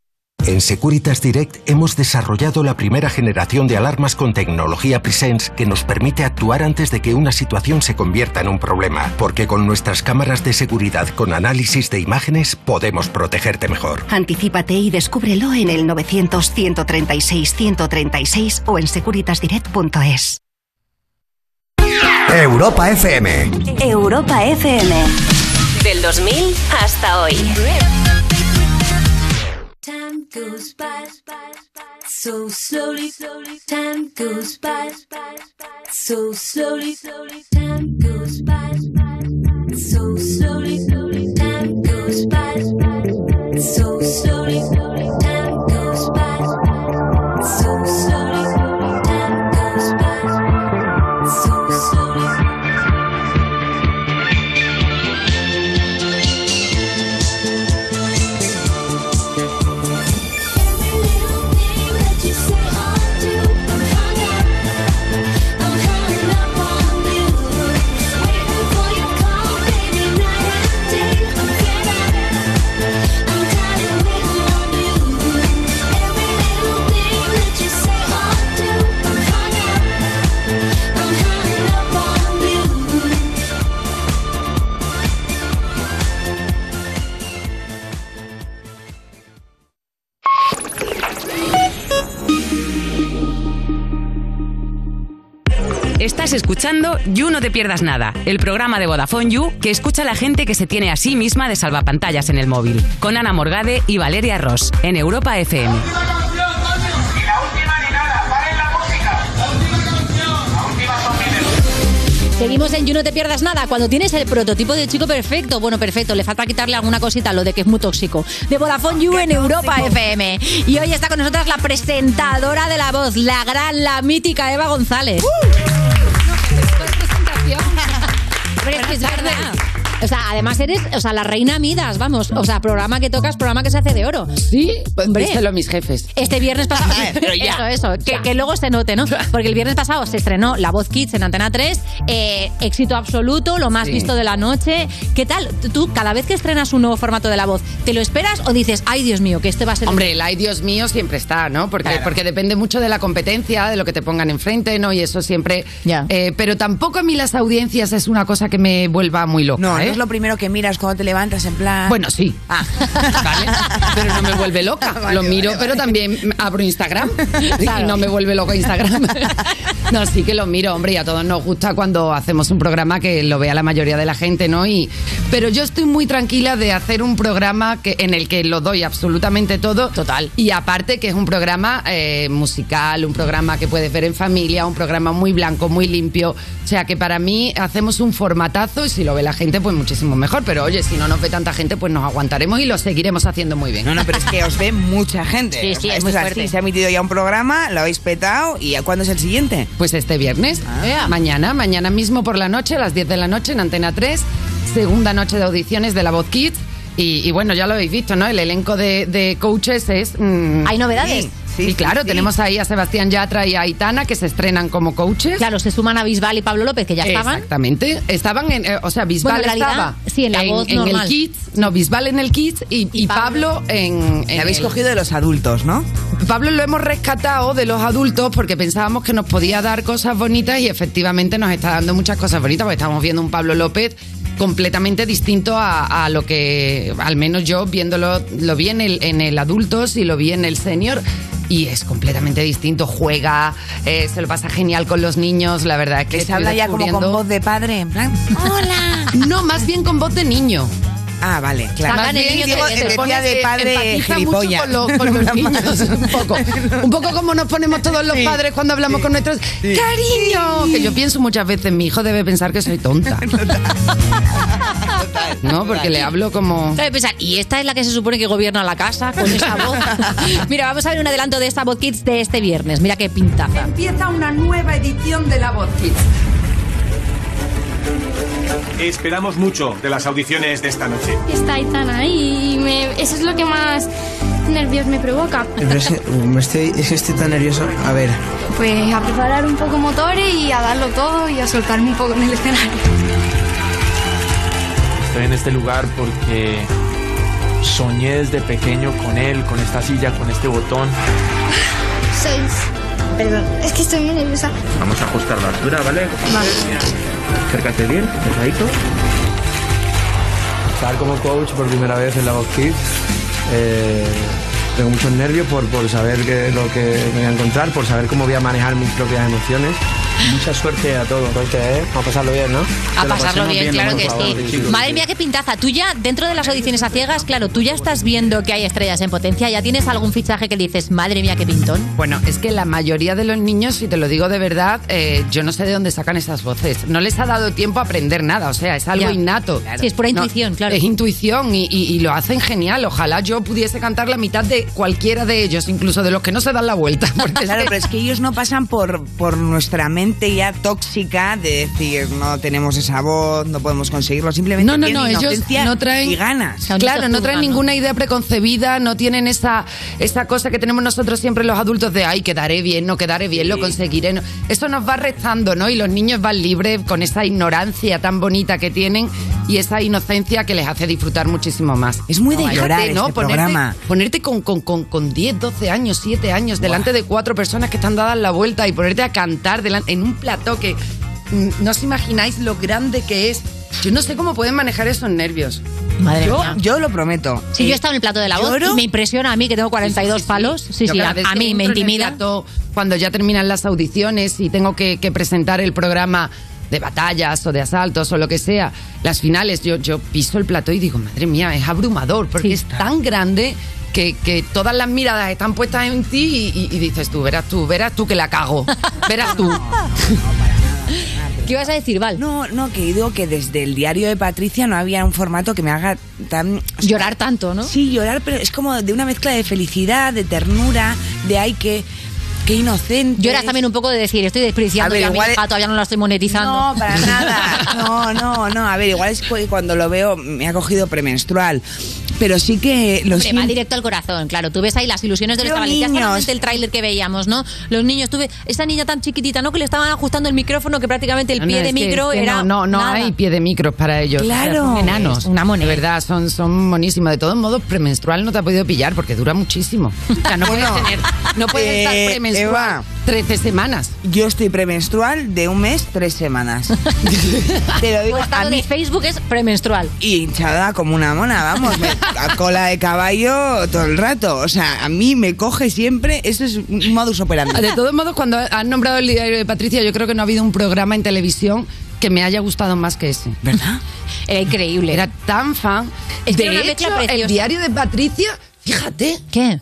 Speaker 15: En Securitas Direct hemos desarrollado la primera generación de alarmas con tecnología Presence que nos permite actuar antes de que una situación se convierta en un problema, porque con nuestras cámaras de seguridad con análisis de imágenes podemos protegerte mejor.
Speaker 17: Anticípate y descúbrelo en el 900-136-136 o en securitasdirect.es.
Speaker 29: Europa FM.
Speaker 20: Europa FM. Del 2000 hasta hoy.
Speaker 22: Time goes by so slowly. Time goes by so slowly. Time goes by so slowly. Time goes by so slowly. Time goes by so slowly. Time goes by so slowly.
Speaker 1: Estás escuchando You No Te Pierdas Nada, el programa de Vodafone You que escucha a la gente que se tiene a sí misma de salvapantallas en el móvil, con Ana Morgade y Valeria Ross, en Europa FM.
Speaker 4: Seguimos en You No Te Pierdas Nada. Cuando tienes el prototipo de chico perfecto, bueno, perfecto, le falta quitarle alguna cosita, lo de que es muy tóxico. De Vodafone You en Europa FM. Y hoy está con nosotras la presentadora de la voz, la gran, la mítica Eva González. Hombre, es que es verdad. O sea, además eres, o sea, la reina Midas, vamos. O sea, programa que tocas, programa que se hace de oro. Sí, hombre.
Speaker 3: Díselo a mis jefes.
Speaker 4: Este viernes pasado.
Speaker 3: Pero ya.
Speaker 4: Eso, eso. Que, que luego se note, ¿no? Porque el viernes pasado se estrenó La Voz Kids en Antena 3. eh, éxito absoluto, lo más
Speaker 3: Sí.
Speaker 4: visto de la noche. ¿Qué tal? Tú, cada vez que estrenas un nuevo formato de La Voz, ¿te lo esperas o dices, ay, Dios mío, que este va a ser.
Speaker 3: Hombre, el ay Dios mío siempre está, ¿no? Porque, porque depende mucho de la competencia, de lo que te pongan enfrente, ¿no? Y eso siempre... Eh, pero tampoco a mí las audiencias es una cosa que me vuelva muy loca,
Speaker 6: No, no
Speaker 3: ¿eh?
Speaker 6: es lo primero que miras cuando te levantas en plan. Ah.
Speaker 3: Bueno, sí. ¿vale? Pero no me vuelve loca. lo miro, pero también abro Instagram. Y no me vuelve loco Instagram. No, sí que lo miro, hombre, y a todos nos gusta cuando hacemos un programa que lo vea la mayoría de la gente, ¿no? Y, pero yo estoy muy tranquila de hacer un programa que, en el que lo doy absolutamente todo. Total. Y aparte que es un programa eh, musical, un programa que puedes ver en familia, un programa muy blanco, muy limpio. O sea que para mí hacemos un formatazo y si lo ve la gente, pues muchísimo mejor. Pero oye, si no nos ve tanta gente, pues nos aguantaremos y lo seguiremos haciendo muy bien.
Speaker 6: No, no, pero es que os ve mucha gente.
Speaker 3: Sí,
Speaker 6: O
Speaker 3: sí,
Speaker 6: sea,
Speaker 3: es
Speaker 6: esto
Speaker 3: muy
Speaker 6: así,
Speaker 3: fuerte.
Speaker 6: Se ha emitido ya un programa, lo habéis petado. ¿Y cuándo es el siguiente? Ah.
Speaker 3: Pues este viernes. Mañana, mañana mismo por la noche, a las 10 de la noche en Antena 3, segunda noche de audiciones de La Voz Kids. Y, y bueno, ya lo habéis visto, ¿no? El elenco de, de coaches es... mm,
Speaker 4: Hay novedades.
Speaker 3: Sí,
Speaker 6: sí,
Speaker 3: y claro, tenemos ahí a Sebastián Yatra y a Aitana que se estrenan como coaches.
Speaker 4: Claro, se suman a Bisbal y Pablo López, que ya estaban.
Speaker 3: Exactamente. Estaban en, eh, o sea, Bisbal
Speaker 4: Bueno, en realidad,
Speaker 3: estaba
Speaker 4: sí, en la voz normal.
Speaker 3: el Kids, no, Bisbal en el Kids y, y Pablo, en,
Speaker 6: La habéis cogido de los adultos, ¿no?
Speaker 3: Pablo lo hemos rescatado de los adultos porque pensábamos que nos podía dar cosas bonitas y efectivamente nos está dando muchas cosas bonitas porque estamos viendo un Pablo López completamente distinto a, a lo que al menos yo viéndolo lo vi en el, en el adulto y lo vi en el senior y es completamente distinto juega eh, se lo pasa genial con los niños la verdad es que
Speaker 6: Les
Speaker 3: estoy
Speaker 6: habla ya como con
Speaker 3: descubriendo-
Speaker 6: voz de padre, en plan.
Speaker 3: Ah.
Speaker 4: ¡Hola!
Speaker 3: No, más bien con voz de niño.
Speaker 6: Ah, vale, claro.
Speaker 3: Más bien, Diego, te pones,
Speaker 6: decía de
Speaker 3: eh,
Speaker 6: padre
Speaker 3: empatiza mucho
Speaker 6: gilipollas.
Speaker 3: con, lo- con los niños, un poco. Un poco como nos ponemos todos los padres cuando hablamos con nuestros... ¡Cariño! Que yo pienso muchas veces, mi hijo debe pensar que soy tonta. No, porque le hablo como...
Speaker 4: Claro, y pensar, y esta es la que se supone que gobierna la casa con esa voz. Mira, vamos a ver un adelanto de esta voz kids de este viernes. Mira qué pintaza.
Speaker 7: Empieza una nueva edición de La Voz Kids.
Speaker 8: Esperamos mucho de las audiciones de esta noche.
Speaker 9: Está Aitana ahí y me- eso es lo que más nervios me provoca.
Speaker 10: es que, estoy tan nervioso. A ver.
Speaker 9: Pues a preparar un poco motores y a darlo todo y a soltarme un poco en el escenario.
Speaker 18: Estoy en este lugar porque soñé desde pequeño con él, con esta silla, con este botón.
Speaker 9: Seis. Perdón, es que estoy muy nerviosa.
Speaker 18: Vamos a ajustar la altura, ¿vale? Acércate bien, pesadito.
Speaker 10: Estar como coach por primera vez en la Voz Kids. eh, tengo muchos nervios por, por saber que, lo que me voy a encontrar, por saber cómo voy a manejar mis propias emociones. Mucha suerte a todos. Suerte, ¿eh? Vamos a pasarlo bien, ¿no?
Speaker 4: A
Speaker 10: Que lo
Speaker 4: pasarlo
Speaker 10: pasemos
Speaker 4: bien, claro
Speaker 10: por
Speaker 4: que
Speaker 10: favor,
Speaker 4: sí.
Speaker 10: chicos.
Speaker 4: Madre mía, qué pintaza. Tú ya, dentro de las audiciones a ciegas, claro, tú ya estás viendo que hay estrellas en potencia. Ya tienes algún fichaje que dices, madre mía, qué pintón.
Speaker 3: Bueno, es que la mayoría de los niños, si te lo digo de verdad, eh, yo no sé de dónde sacan esas voces. No les ha dado tiempo a aprender nada, o sea, es algo
Speaker 4: Ya.
Speaker 3: innato.
Speaker 4: Sí, es pura
Speaker 3: No,
Speaker 4: intuición, claro.
Speaker 3: Es intuición y, y- y lo hacen genial. Ojalá yo pudiese cantar la mitad de cualquiera de ellos, incluso de los que no se dan la vuelta. porque es
Speaker 6: Claro,
Speaker 3: que-
Speaker 6: pero es que ellos no pasan por, por nuestra mente ya tóxica de decir no tenemos esa voz, no podemos conseguirlo. Simplemente
Speaker 3: No, no,
Speaker 6: tienen
Speaker 3: no, ellos
Speaker 6: inocencia
Speaker 3: no traen.
Speaker 6: y ganas.
Speaker 3: Claro, no traen ninguna idea preconcebida, no tienen esa, esa cosa que tenemos nosotros siempre los adultos de ay, quedaré bien, no quedaré bien, lo conseguiré. no". Eso nos va restando, ¿no? Y los niños van libres con esa ignorancia tan bonita que tienen y esa inocencia que les hace disfrutar muchísimo más. Es
Speaker 6: muy de llorar este programa.
Speaker 3: Ponerte con, con, con, con 10, 12 años, 7 años delante de cuatro personas que están dadas la vuelta y ponerte a cantar delan- en un plató que mm, no os imagináis lo grande que es. Yo no sé cómo pueden manejar esos nervios.
Speaker 4: Madre
Speaker 6: yo,
Speaker 4: mía.
Speaker 6: yo lo prometo. Eh,
Speaker 4: Si yo estaba en el plato de la voz
Speaker 3: ¿Lloro?
Speaker 4: y me impresiona a mí que tengo 42 palos. Sí,
Speaker 3: Yo
Speaker 4: sí,
Speaker 3: cada
Speaker 4: a,
Speaker 3: vez
Speaker 4: a
Speaker 3: que
Speaker 4: mí
Speaker 3: entro
Speaker 4: me
Speaker 3: en el
Speaker 4: intimida.
Speaker 3: plato, Cuando ya terminan las audiciones y tengo que, que presentar el programa de batallas o de asaltos o lo que sea, las finales, yo, yo piso el plato y digo, madre mía, es abrumador porque es tan grande que, que todas las miradas están puestas en ti y, y- y dices tú, verás tú, verás tú que la cago, verás tú.
Speaker 4: ¿Qué ibas a decir, Val?
Speaker 6: No, no, que digo que desde el diario de Patricia no había un formato que me haga tan...
Speaker 4: llorar tanto, ¿no?
Speaker 6: Sí, llorar, pero es como de una mezcla de felicidad, de ternura, de ay, que... Qué inocente.
Speaker 4: Lloras también un poco de decir, estoy
Speaker 6: A
Speaker 4: despreciando
Speaker 6: ver,
Speaker 4: ya mi
Speaker 6: igual-
Speaker 4: hija, todavía no la estoy monetizando.
Speaker 6: No, para nada. No, no, no. A ver, igual es cu- cuando lo veo me ha cogido premenstrual. Pero sí que lo
Speaker 4: Hombre, va
Speaker 6: siento.
Speaker 4: directo al corazón, claro. Tú ves ahí las ilusiones de los
Speaker 6: Pero
Speaker 4: chavales. Ya
Speaker 6: niños.
Speaker 4: solamente el tráiler que veíamos, ¿no? Los niños, tuve esa niña tan chiquitita, ¿no? Que le estaban ajustando el micrófono, que prácticamente el
Speaker 3: No,
Speaker 4: pie
Speaker 3: no,
Speaker 4: de
Speaker 3: es que-
Speaker 4: micro
Speaker 3: es que
Speaker 4: era.
Speaker 3: No, no, no
Speaker 4: nada.
Speaker 3: hay pie de micros para ellos.
Speaker 4: Claro.
Speaker 3: son enanos.
Speaker 4: Una moneda.
Speaker 3: De verdad, son, son monísimos. De todos modos, premenstrual no te ha podido pillar porque dura muchísimo. O sea, no puedes tener. No puedes
Speaker 6: Eh,
Speaker 3: estar premenstrual
Speaker 6: Eva.
Speaker 3: 13 Ah, semanas.
Speaker 6: Yo estoy premenstrual de un mes, tres semanas. Te lo digo
Speaker 4: Tu estado
Speaker 6: a mí.
Speaker 4: de Facebook es premenstrual.
Speaker 6: Y hinchada como una mona, vamos, me- a cola de caballo todo el rato. O sea, a mí me coge siempre. Eso es un modus operandi.
Speaker 3: De todos modos, cuando han nombrado el diario de Patricia, yo creo que no ha habido un programa en televisión que me haya gustado más que ese.
Speaker 6: ¿Verdad?
Speaker 4: Era increíble.
Speaker 3: Era tan fan.
Speaker 4: Es que
Speaker 3: de
Speaker 4: era una
Speaker 3: hecho,
Speaker 4: mezcla preciosa.
Speaker 3: el diario de Patricia, fíjate.
Speaker 4: ¿Qué?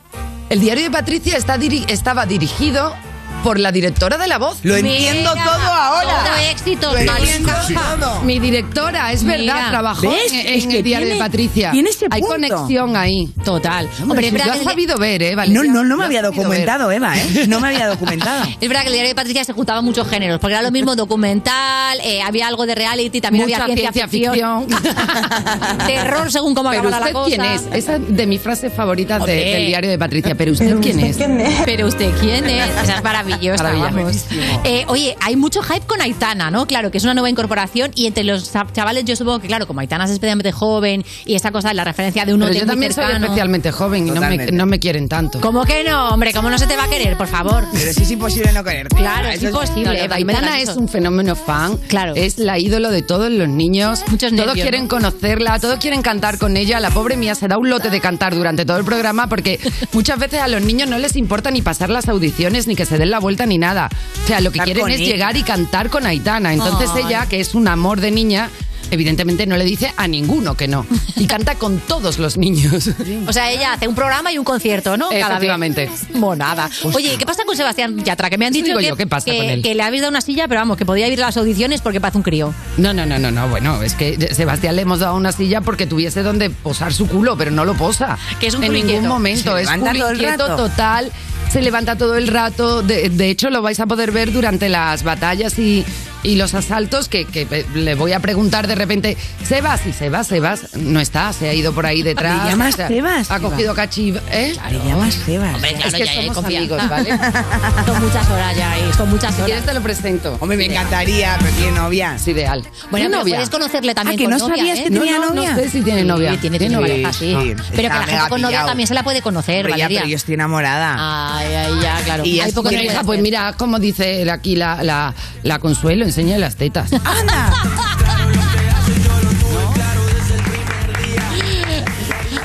Speaker 3: El diario de Patricia está diri- estaba dirigido por la directora de La Voz.
Speaker 6: Lo entiendo todo ahora.
Speaker 4: Todo éxito,
Speaker 3: Lo
Speaker 4: María
Speaker 3: entiendo
Speaker 4: Caja.
Speaker 3: todo. Mi directora, es verdad,
Speaker 4: Mira.
Speaker 3: trabajó
Speaker 4: ¿Ves?
Speaker 3: en,
Speaker 4: Es
Speaker 3: en
Speaker 4: que
Speaker 3: el diario
Speaker 4: tiene-
Speaker 3: de Patricia.
Speaker 4: tiene ese
Speaker 3: Hay
Speaker 4: punto.
Speaker 3: conexión ahí. Total. Hombre,
Speaker 4: Hombre, pero
Speaker 3: lo has
Speaker 4: el-
Speaker 3: sabido ver, ¿eh,
Speaker 6: No, no, no me había
Speaker 3: sabido
Speaker 6: documentado,
Speaker 3: ver.
Speaker 6: Eva, ¿eh? No me había documentado.
Speaker 4: Es verdad que el diario de Patricia se juntaba muchos géneros, porque era lo mismo documental, eh, había algo de reality, también
Speaker 3: Mucha
Speaker 4: había ciencia,
Speaker 3: ciencia
Speaker 4: terror según cómo
Speaker 3: Pero
Speaker 4: acababa
Speaker 3: usted
Speaker 4: la cosa.
Speaker 3: quién es? ¿eh? Esa es de mis frases favoritas de-
Speaker 4: Hombre.
Speaker 3: del diario de Patricia. Pero usted, quién, es?
Speaker 4: Pero usted quién es? Esa es maravillosa,
Speaker 3: Maravilla.
Speaker 4: vamos. Eh, oye, hay mucho hype con Aitana, ¿no? Claro, que es una nueva incorporación y entre los cha- chavales yo supongo que, claro, como Aitana es especialmente joven y esa cosa, la referencia de uno
Speaker 3: Pero yo también soy especialmente joven y no me,
Speaker 4: Totalmente.
Speaker 3: no me quieren tanto.
Speaker 4: ¿Cómo que no, hombre? ¿Cómo no se te va a querer, por favor?
Speaker 6: Pero sí es imposible no quererte.
Speaker 3: Pues
Speaker 4: Claro, es imposible.
Speaker 3: No,
Speaker 4: Eva, no me digas
Speaker 3: Aitana eh, es
Speaker 4: eso.
Speaker 3: un fenómeno fan. Claro. Es la ídolo de todos los niños. Muchos Todos
Speaker 4: nervios,
Speaker 3: quieren
Speaker 4: ¿no?
Speaker 3: conocerla, todos quieren cantar con ella. La pobre mía se da un lote de cantar durante todo el programa porque muchas veces a los niños no les importa ni pasar las audiciones, ni que se den la vuelta, ni nada. O sea, lo que
Speaker 6: Estar
Speaker 3: quieren
Speaker 6: con
Speaker 3: es
Speaker 6: ella.
Speaker 3: llegar y cantar con Aitana. Entonces
Speaker 6: Ay.
Speaker 3: ella, que es un amor de niña, evidentemente no le dice a ninguno que no. Y canta con todos los niños.
Speaker 4: O sea, ella hace un programa y un concierto, ¿no? Cada vez.
Speaker 3: Efectivamente. Pues
Speaker 4: Monada. Oye, ¿y ¿qué pasa con Sebastián Yatra? Que me han
Speaker 3: Eso
Speaker 4: dicho
Speaker 3: digo
Speaker 4: que,
Speaker 3: yo, ¿qué pasa
Speaker 4: que-
Speaker 3: con él?
Speaker 4: que le habéis dado una silla, pero vamos, que podía ir a las audiciones porque parece un crío.
Speaker 3: No, no, no, no, no. Bueno, es que Sebastián le hemos dado una silla porque tuviese donde posar su culo, pero no lo posa.
Speaker 4: Que es un
Speaker 3: En
Speaker 4: culo
Speaker 3: ningún
Speaker 4: inquieto.
Speaker 3: momento.
Speaker 4: Se
Speaker 3: es
Speaker 4: levanta
Speaker 3: un
Speaker 4: todo el rato.
Speaker 3: total. Se levanta todo el rato. De, de hecho, lo vais a poder ver durante las batallas y, y los asaltos que, que le voy a preguntar de repente, Sebas, y Sebas, Sebas, no está, se ha ido por
Speaker 4: Ah,
Speaker 3: ahí detrás.
Speaker 6: ¿Le llamas
Speaker 3: O sea,
Speaker 6: Sebas,
Speaker 3: Ha
Speaker 6: Eva?
Speaker 3: cogido cachiva. ¿eh?
Speaker 6: Le llamas Sebas.
Speaker 3: es que somos amigos, ¿vale?
Speaker 4: Son muchas horas ya, ahí, son muchas horas.
Speaker 3: quieres te lo presento.
Speaker 6: Hombre, me encantaría, pero tiene novia.
Speaker 3: Es ideal.
Speaker 4: Bueno,
Speaker 3: ¿Tiene
Speaker 4: pero
Speaker 3: novia?
Speaker 4: puedes conocerle también
Speaker 6: Ah, que
Speaker 4: con
Speaker 6: no
Speaker 4: novia,
Speaker 6: sabías
Speaker 4: ¿eh?
Speaker 6: que tenía novia.
Speaker 4: No sé si tiene
Speaker 6: Sí,
Speaker 4: novia.
Speaker 6: tiene-
Speaker 4: tiene
Speaker 6: tiene
Speaker 4: novia,
Speaker 6: novia.
Speaker 4: así.
Speaker 6: Sí,
Speaker 4: Pero que
Speaker 6: está
Speaker 4: la gente
Speaker 6: mega
Speaker 4: con novia
Speaker 6: pillado.
Speaker 4: también se la puede conocer,
Speaker 6: Pero ya,
Speaker 4: Valeria.
Speaker 6: pero yo estoy enamorada.
Speaker 4: Ay, ay, ya, claro.
Speaker 6: Y
Speaker 4: Hay
Speaker 6: es-
Speaker 4: poco
Speaker 3: Bueno,
Speaker 4: que
Speaker 3: hija,
Speaker 4: puedes
Speaker 3: pues
Speaker 4: hacer.
Speaker 3: mira, como dice la- aquí la, la, la Consuelo, enseña las tetas.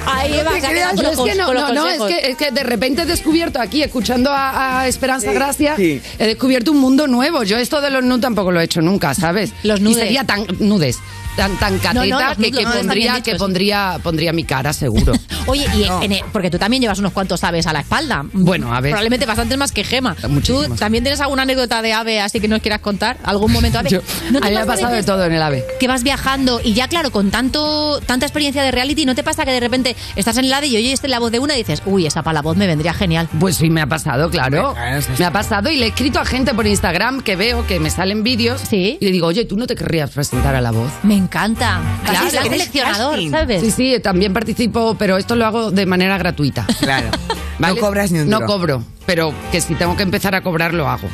Speaker 4: Ay, Eva,
Speaker 3: No te
Speaker 4: se ha
Speaker 3: creas,
Speaker 4: quedado
Speaker 3: yo
Speaker 4: con los
Speaker 3: es que no,
Speaker 4: con los
Speaker 3: no, no, es
Speaker 4: consejos.
Speaker 3: que, es que de repente he descubierto aquí, escuchando a, a Esperanza
Speaker 4: Sí,
Speaker 3: Gracia,
Speaker 4: sí.
Speaker 3: he descubierto un mundo nuevo. Yo esto de los nudes tampoco lo he hecho nunca, ¿sabes? Los
Speaker 4: nudes.
Speaker 3: Y sería tan nudes, tan, tan cateta
Speaker 4: No, no, los
Speaker 3: que,
Speaker 4: nudes,
Speaker 3: que
Speaker 4: no, está
Speaker 3: pondría,
Speaker 4: bien dicho,
Speaker 3: que
Speaker 4: sí.
Speaker 3: pondría, pondría mi cara, seguro.
Speaker 4: Oye, y en el- porque tú también llevas unos cuantos aves a la espalda.
Speaker 3: Bueno, a ver.
Speaker 4: Probablemente bastantes más que Gema. ¿Tú también tienes alguna anécdota de ave así que nos quieras contar? ¿Algún momento ave?
Speaker 3: Yo-
Speaker 4: ¿No te
Speaker 3: a mí me ha
Speaker 4: pasa
Speaker 3: pasado de
Speaker 4: veces
Speaker 3: todo en el ave.
Speaker 4: Que vas viajando y ya, claro, con tanto tanta experiencia de reality, ¿no te pasa que de repente estás en el ave y oyes la voz de una y dices, uy, esa para la voz me vendría genial?
Speaker 3: Pues sí, me ha pasado, claro. Me ha pasado y le he escrito a gente por Instagram que veo que me salen vídeos y le digo, oye, ¿tú no te querrías presentar a la voz?
Speaker 4: Me encanta. Claro,
Speaker 3: Claro.
Speaker 4: eres seleccionador, ¿sabes?
Speaker 3: Sí, sí, también participo, pero esto lo hago de manera gratuita.
Speaker 6: Claro.
Speaker 3: ¿vale?
Speaker 6: No cobras ni un
Speaker 3: No
Speaker 6: duro.
Speaker 3: cobro, pero que si tengo que empezar a cobrar, lo hago.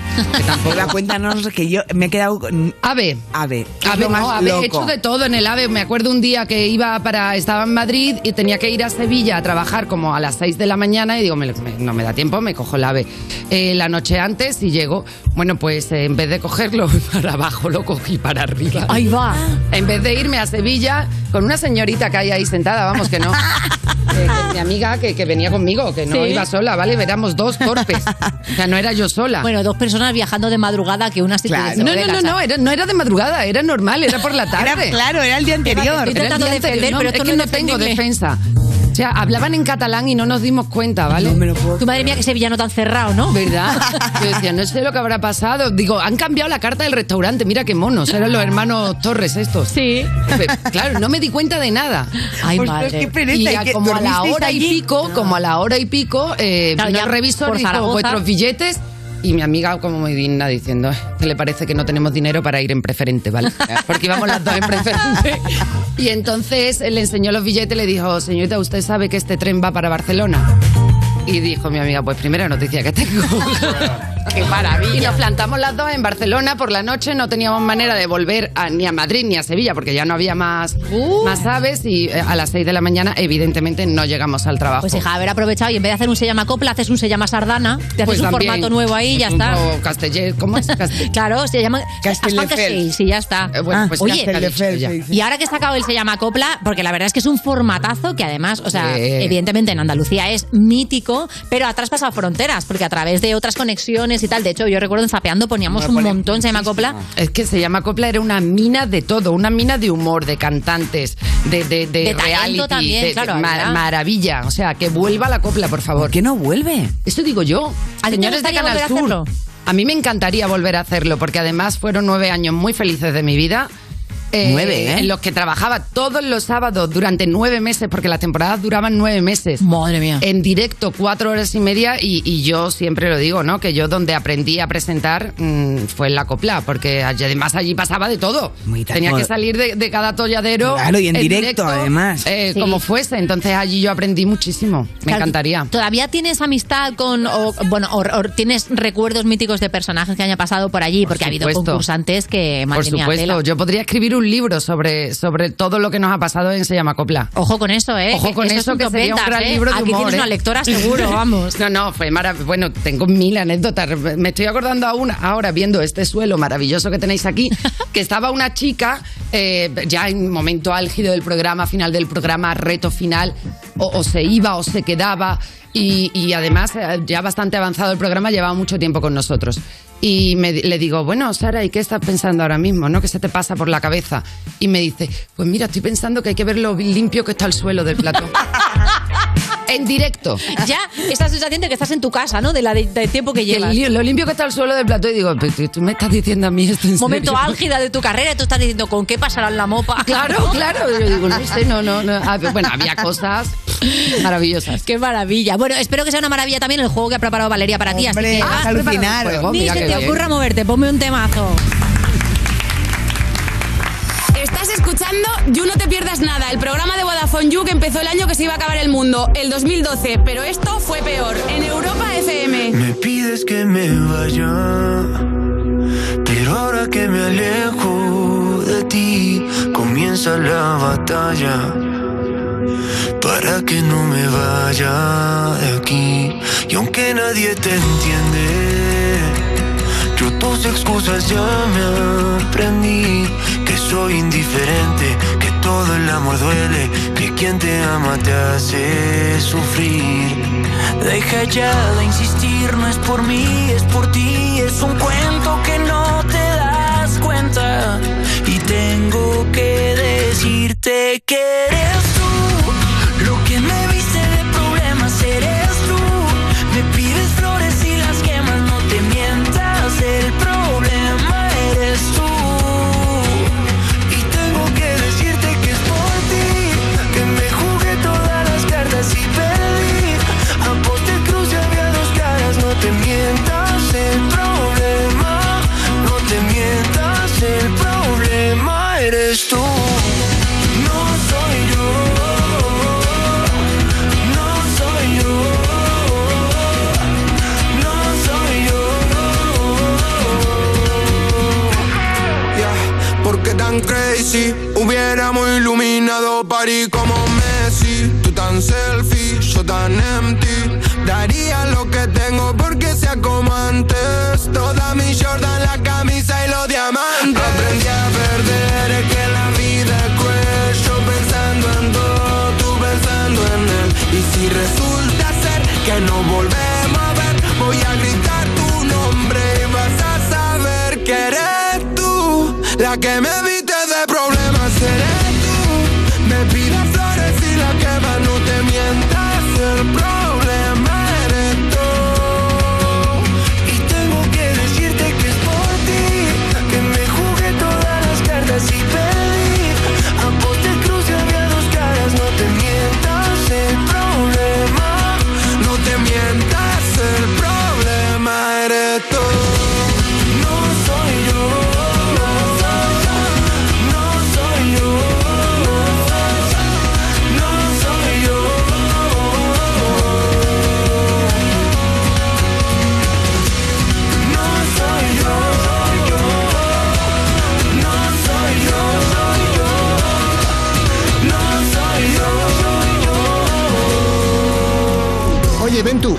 Speaker 6: Eva, cuéntanos que yo me he quedado... con-
Speaker 3: Ave.
Speaker 6: Ave.
Speaker 3: A
Speaker 6: Lo
Speaker 3: ver,
Speaker 6: más
Speaker 3: no, a ver,
Speaker 6: loco.
Speaker 3: he hecho de todo en el AVE. Me acuerdo un día que iba para, estaba en Madrid y tenía que ir a Sevilla a trabajar como a las 6 de la mañana y digo, me- me- no me da tiempo, me cojo el AVE eh, la noche antes y llego. Bueno, pues eh, en vez de cogerlo para abajo, lo cogí para arriba.
Speaker 4: Ahí va.
Speaker 3: En vez de irme a Sevilla con una señorita que hay ahí sentada, vamos que no. Eh, que mi amiga que, que venía conmigo, que no
Speaker 4: Sí.
Speaker 3: iba sola, ¿vale? Éramos dos torpes. O sea, no era yo sola.
Speaker 4: Bueno, dos personas viajando de madrugada que una se tiene que
Speaker 3: No,
Speaker 4: volver
Speaker 3: no,
Speaker 4: a
Speaker 3: no,
Speaker 4: casa.
Speaker 3: no, era, no era de madrugada, era normal, era por la tarde.
Speaker 6: Era- claro, era el día anterior.
Speaker 3: Era el
Speaker 6: Estoy
Speaker 3: día
Speaker 6: tratando de
Speaker 3: anterior,
Speaker 6: defender,
Speaker 3: no,
Speaker 6: pero
Speaker 3: es
Speaker 6: esto
Speaker 3: que
Speaker 6: no
Speaker 3: no
Speaker 6: es
Speaker 3: tengo
Speaker 6: defendible.
Speaker 3: defensa. O sea, hablaban en catalán y no nos dimos cuenta, ¿vale?
Speaker 4: Tu madre mía, que sevillano tan cerrado, ¿no?
Speaker 3: ¿Verdad? Yo decía, no sé lo que habrá pasado. Digo, han cambiado la carta del restaurante, mira qué monos. Eran los hermanos Torres estos.
Speaker 4: Sí.
Speaker 3: Claro, no me di cuenta de nada.
Speaker 4: Ay, Ostras, madre. qué pereza,
Speaker 3: Pues Y
Speaker 4: ¿y
Speaker 3: a-
Speaker 4: qué,
Speaker 3: como a la
Speaker 4: dormisteis
Speaker 3: hora y
Speaker 4: allí?
Speaker 3: pico, como a la hora y pico, eh,
Speaker 4: Claro,
Speaker 3: vino
Speaker 4: ya
Speaker 3: el revisor
Speaker 4: por
Speaker 3: dijo,
Speaker 4: Zaragoza.
Speaker 3: vuestros billetes... Y mi amiga como muy digna diciendo que le parece que no tenemos dinero para ir en preferente, ¿vale? Porque íbamos las dos en preferente. Y entonces eh, le enseñó los billetes y le dijo, señorita, ¿usted sabe que este tren va para Barcelona? Y dijo mi amiga, pues primera noticia que tengo. ¡Qué maravilla! Y nos plantamos las dos en Barcelona por la noche. No teníamos manera de volver a- ni a Madrid ni a Sevilla porque ya no había más,
Speaker 4: Uh.
Speaker 3: más aves. Y eh, a las 6 de la mañana, evidentemente, no llegamos al trabajo.
Speaker 4: Pues hija, haber aprovechado y en vez de hacer un se llama copla, haces un se llama sardana, te haces
Speaker 3: Pues
Speaker 4: un
Speaker 3: también.
Speaker 4: formato nuevo ahí y ya
Speaker 3: Un
Speaker 4: está.
Speaker 3: poco castell- ¿Cómo es? Castell-
Speaker 4: Claro, se llama
Speaker 3: Castelldefels.
Speaker 4: y ya está. Ah,
Speaker 3: Eh, bueno, pues
Speaker 4: Oye,
Speaker 3: Castelldefels, ya.
Speaker 4: y ahora que he sacado el se llama copla, porque la verdad es que es un formatazo que además, o sea,
Speaker 3: Sí.
Speaker 4: evidentemente en Andalucía es mítico, pero ha traspasado fronteras, porque a través de otras conexiones y tal, de hecho yo recuerdo en Zapeando poníamos un montón se llama copla.
Speaker 3: Es que se llama Copla era una mina de todo, una mina de humor, de cantantes, de, de, de,
Speaker 4: De talento
Speaker 3: reality,
Speaker 4: también,
Speaker 3: de- de
Speaker 4: claro,
Speaker 3: ma-
Speaker 4: ¿verdad?
Speaker 3: maravilla. O sea, que vuelva la Copla, por favor.
Speaker 6: ¿Por qué no vuelve?
Speaker 3: Eso digo yo.
Speaker 4: ¿A ti te
Speaker 3: Señores de
Speaker 4: gustaría
Speaker 3: Canal
Speaker 4: volver a
Speaker 3: Sur.
Speaker 4: hacerlo?
Speaker 3: A mí me encantaría volver a hacerlo porque además fueron nueve años muy felices de mi vida.
Speaker 6: Nueve, ¿eh?
Speaker 3: En los que trabajaba todos los sábados durante nueve meses, porque las temporadas duraban nueve meses.
Speaker 4: Madre mía.
Speaker 3: En directo, cuatro horas y media, y, y yo siempre lo digo, ¿no? Que yo donde aprendí a presentar mm, fue en la copla, porque allí- además allí pasaba de todo. Tenía que salir de, de cada tolladero.
Speaker 6: Claro, y en directo, además.
Speaker 3: eh,
Speaker 4: Sí.
Speaker 3: Como fuese. Entonces allí yo aprendí muchísimo. Me
Speaker 4: Claro,
Speaker 3: encantaría.
Speaker 4: ¿Todavía tienes amistad con, o, bueno, o, o tienes recuerdos míticos de personajes que hayan pasado por allí? Porque ha habido
Speaker 3: supuesto.
Speaker 4: concursantes que, Eh, madre
Speaker 3: Por
Speaker 4: mía,
Speaker 3: supuesto,
Speaker 4: tela.
Speaker 3: yo podría escribir un libro sobre, sobre todo lo que nos ha pasado en Se llama Copla.
Speaker 4: Ojo con eso, ¿eh?
Speaker 3: Ojo con
Speaker 4: Esto es
Speaker 3: eso,
Speaker 4: un
Speaker 3: que
Speaker 4: top
Speaker 3: sería un
Speaker 4: ventas,
Speaker 3: gran
Speaker 4: ¿eh?
Speaker 3: libro de
Speaker 4: Aquí
Speaker 3: humor,
Speaker 4: tienes
Speaker 3: ¿eh?
Speaker 4: una lectora seguro, vamos.
Speaker 3: No, no, fue maravilloso. Bueno, tengo mil anécdotas. Me estoy acordando aún ahora viendo este suelo maravilloso que tenéis aquí, que estaba una chica eh, ya en momento álgido del programa, final del programa, reto final, o, o se iba o se quedaba. Y, y además, eh, ya bastante avanzado el programa, llevaba mucho tiempo con nosotros. Y me di- le digo, bueno, Sara, ¿y qué estás pensando ahora mismo? ¿No? ¿Qué se te pasa por la cabeza? Y me dice, pues mira, estoy pensando que hay que ver lo limpio que está el suelo del platón. en directo.
Speaker 4: Ya, esta sensación de que estás en tu casa, ¿no? De la de, de tiempo que
Speaker 3: Y el
Speaker 4: llevas.
Speaker 3: li- lo limpio que está el suelo del plato y digo, "Pero tú, tú me estás diciendo a mí esto en
Speaker 4: Momento
Speaker 3: serio?".
Speaker 4: álgida de tu carrera, y tú estás diciendo, ¿con qué pasarán la mopa?
Speaker 3: Claro, claro. Yo digo, no sé, no, no, no. Ah, Bueno, había cosas maravillosas.
Speaker 4: Qué maravilla. Bueno, espero que sea una maravilla también el juego que ha preparado Valeria para ti. Así
Speaker 6: Hombre,
Speaker 4: que
Speaker 6: vas
Speaker 4: ah,
Speaker 6: a alucinar.
Speaker 3: Pues,
Speaker 4: prepara un juego. Ni
Speaker 6: Mira
Speaker 4: se
Speaker 6: qué
Speaker 4: te
Speaker 6: bien.
Speaker 4: ocurra moverte, ponme un temazo.
Speaker 9: Estás escuchando You No Te Pierdas Nada, el programa de Vodafone You que empezó el año que se iba a acabar el mundo, el 2012, pero esto fue peor, en Europa FM.
Speaker 11: Me pides que me vaya, pero ahora que me alejo de ti, comienza la batalla. Para que no me vaya de aquí, y aunque nadie te entiende, yo tus excusas ya me aprendí. Que soy indiferente, que todo el amor duele, que quien te ama te hace sufrir.
Speaker 30: Deja ya de insistir, no es por mí, es por ti. Es un cuento que no te das cuenta. Y tengo que decirte que eres tú. Lo que me viste de problemas eres tú. Me pides flores y las quemas, no te mientas. El problema eres tú.
Speaker 11: Y tengo que decirte que es por ti Que me jugué todas las cartas y perdí Aposté cruz y había dos caras No te mientas el problema No te mientas el problema Eres tú No soy yo No soy yo No soy yo
Speaker 27: Yeah, porque tan crazy Hubiéramos iluminado París como Messi Tú tan selfie, yo tan empty Daría lo que tengo porque sea como antes Toda mi Jordan, la camisa y los diamantes Aprendí a perder, es que la vida es cruel Yo pensando en todo, tú pensando en él Y si resulta ser que no volvemos a ver Voy a gritar tu nombre y vas a saber que eres tú La que me viste de problemas, eres tú Me pidas flores y la quemas, no te mientas El problema eres tú
Speaker 11: Y tengo que decirte que es por ti Que me jugué todas las cartas y perdí Aposté cruz y había dos caras No te mientas el problema
Speaker 27: No te mientas, el problema eres tú
Speaker 11: No soy yo No soy yo No soy yo No soy yo No soy yo No soy yo
Speaker 5: Oye, Ventu,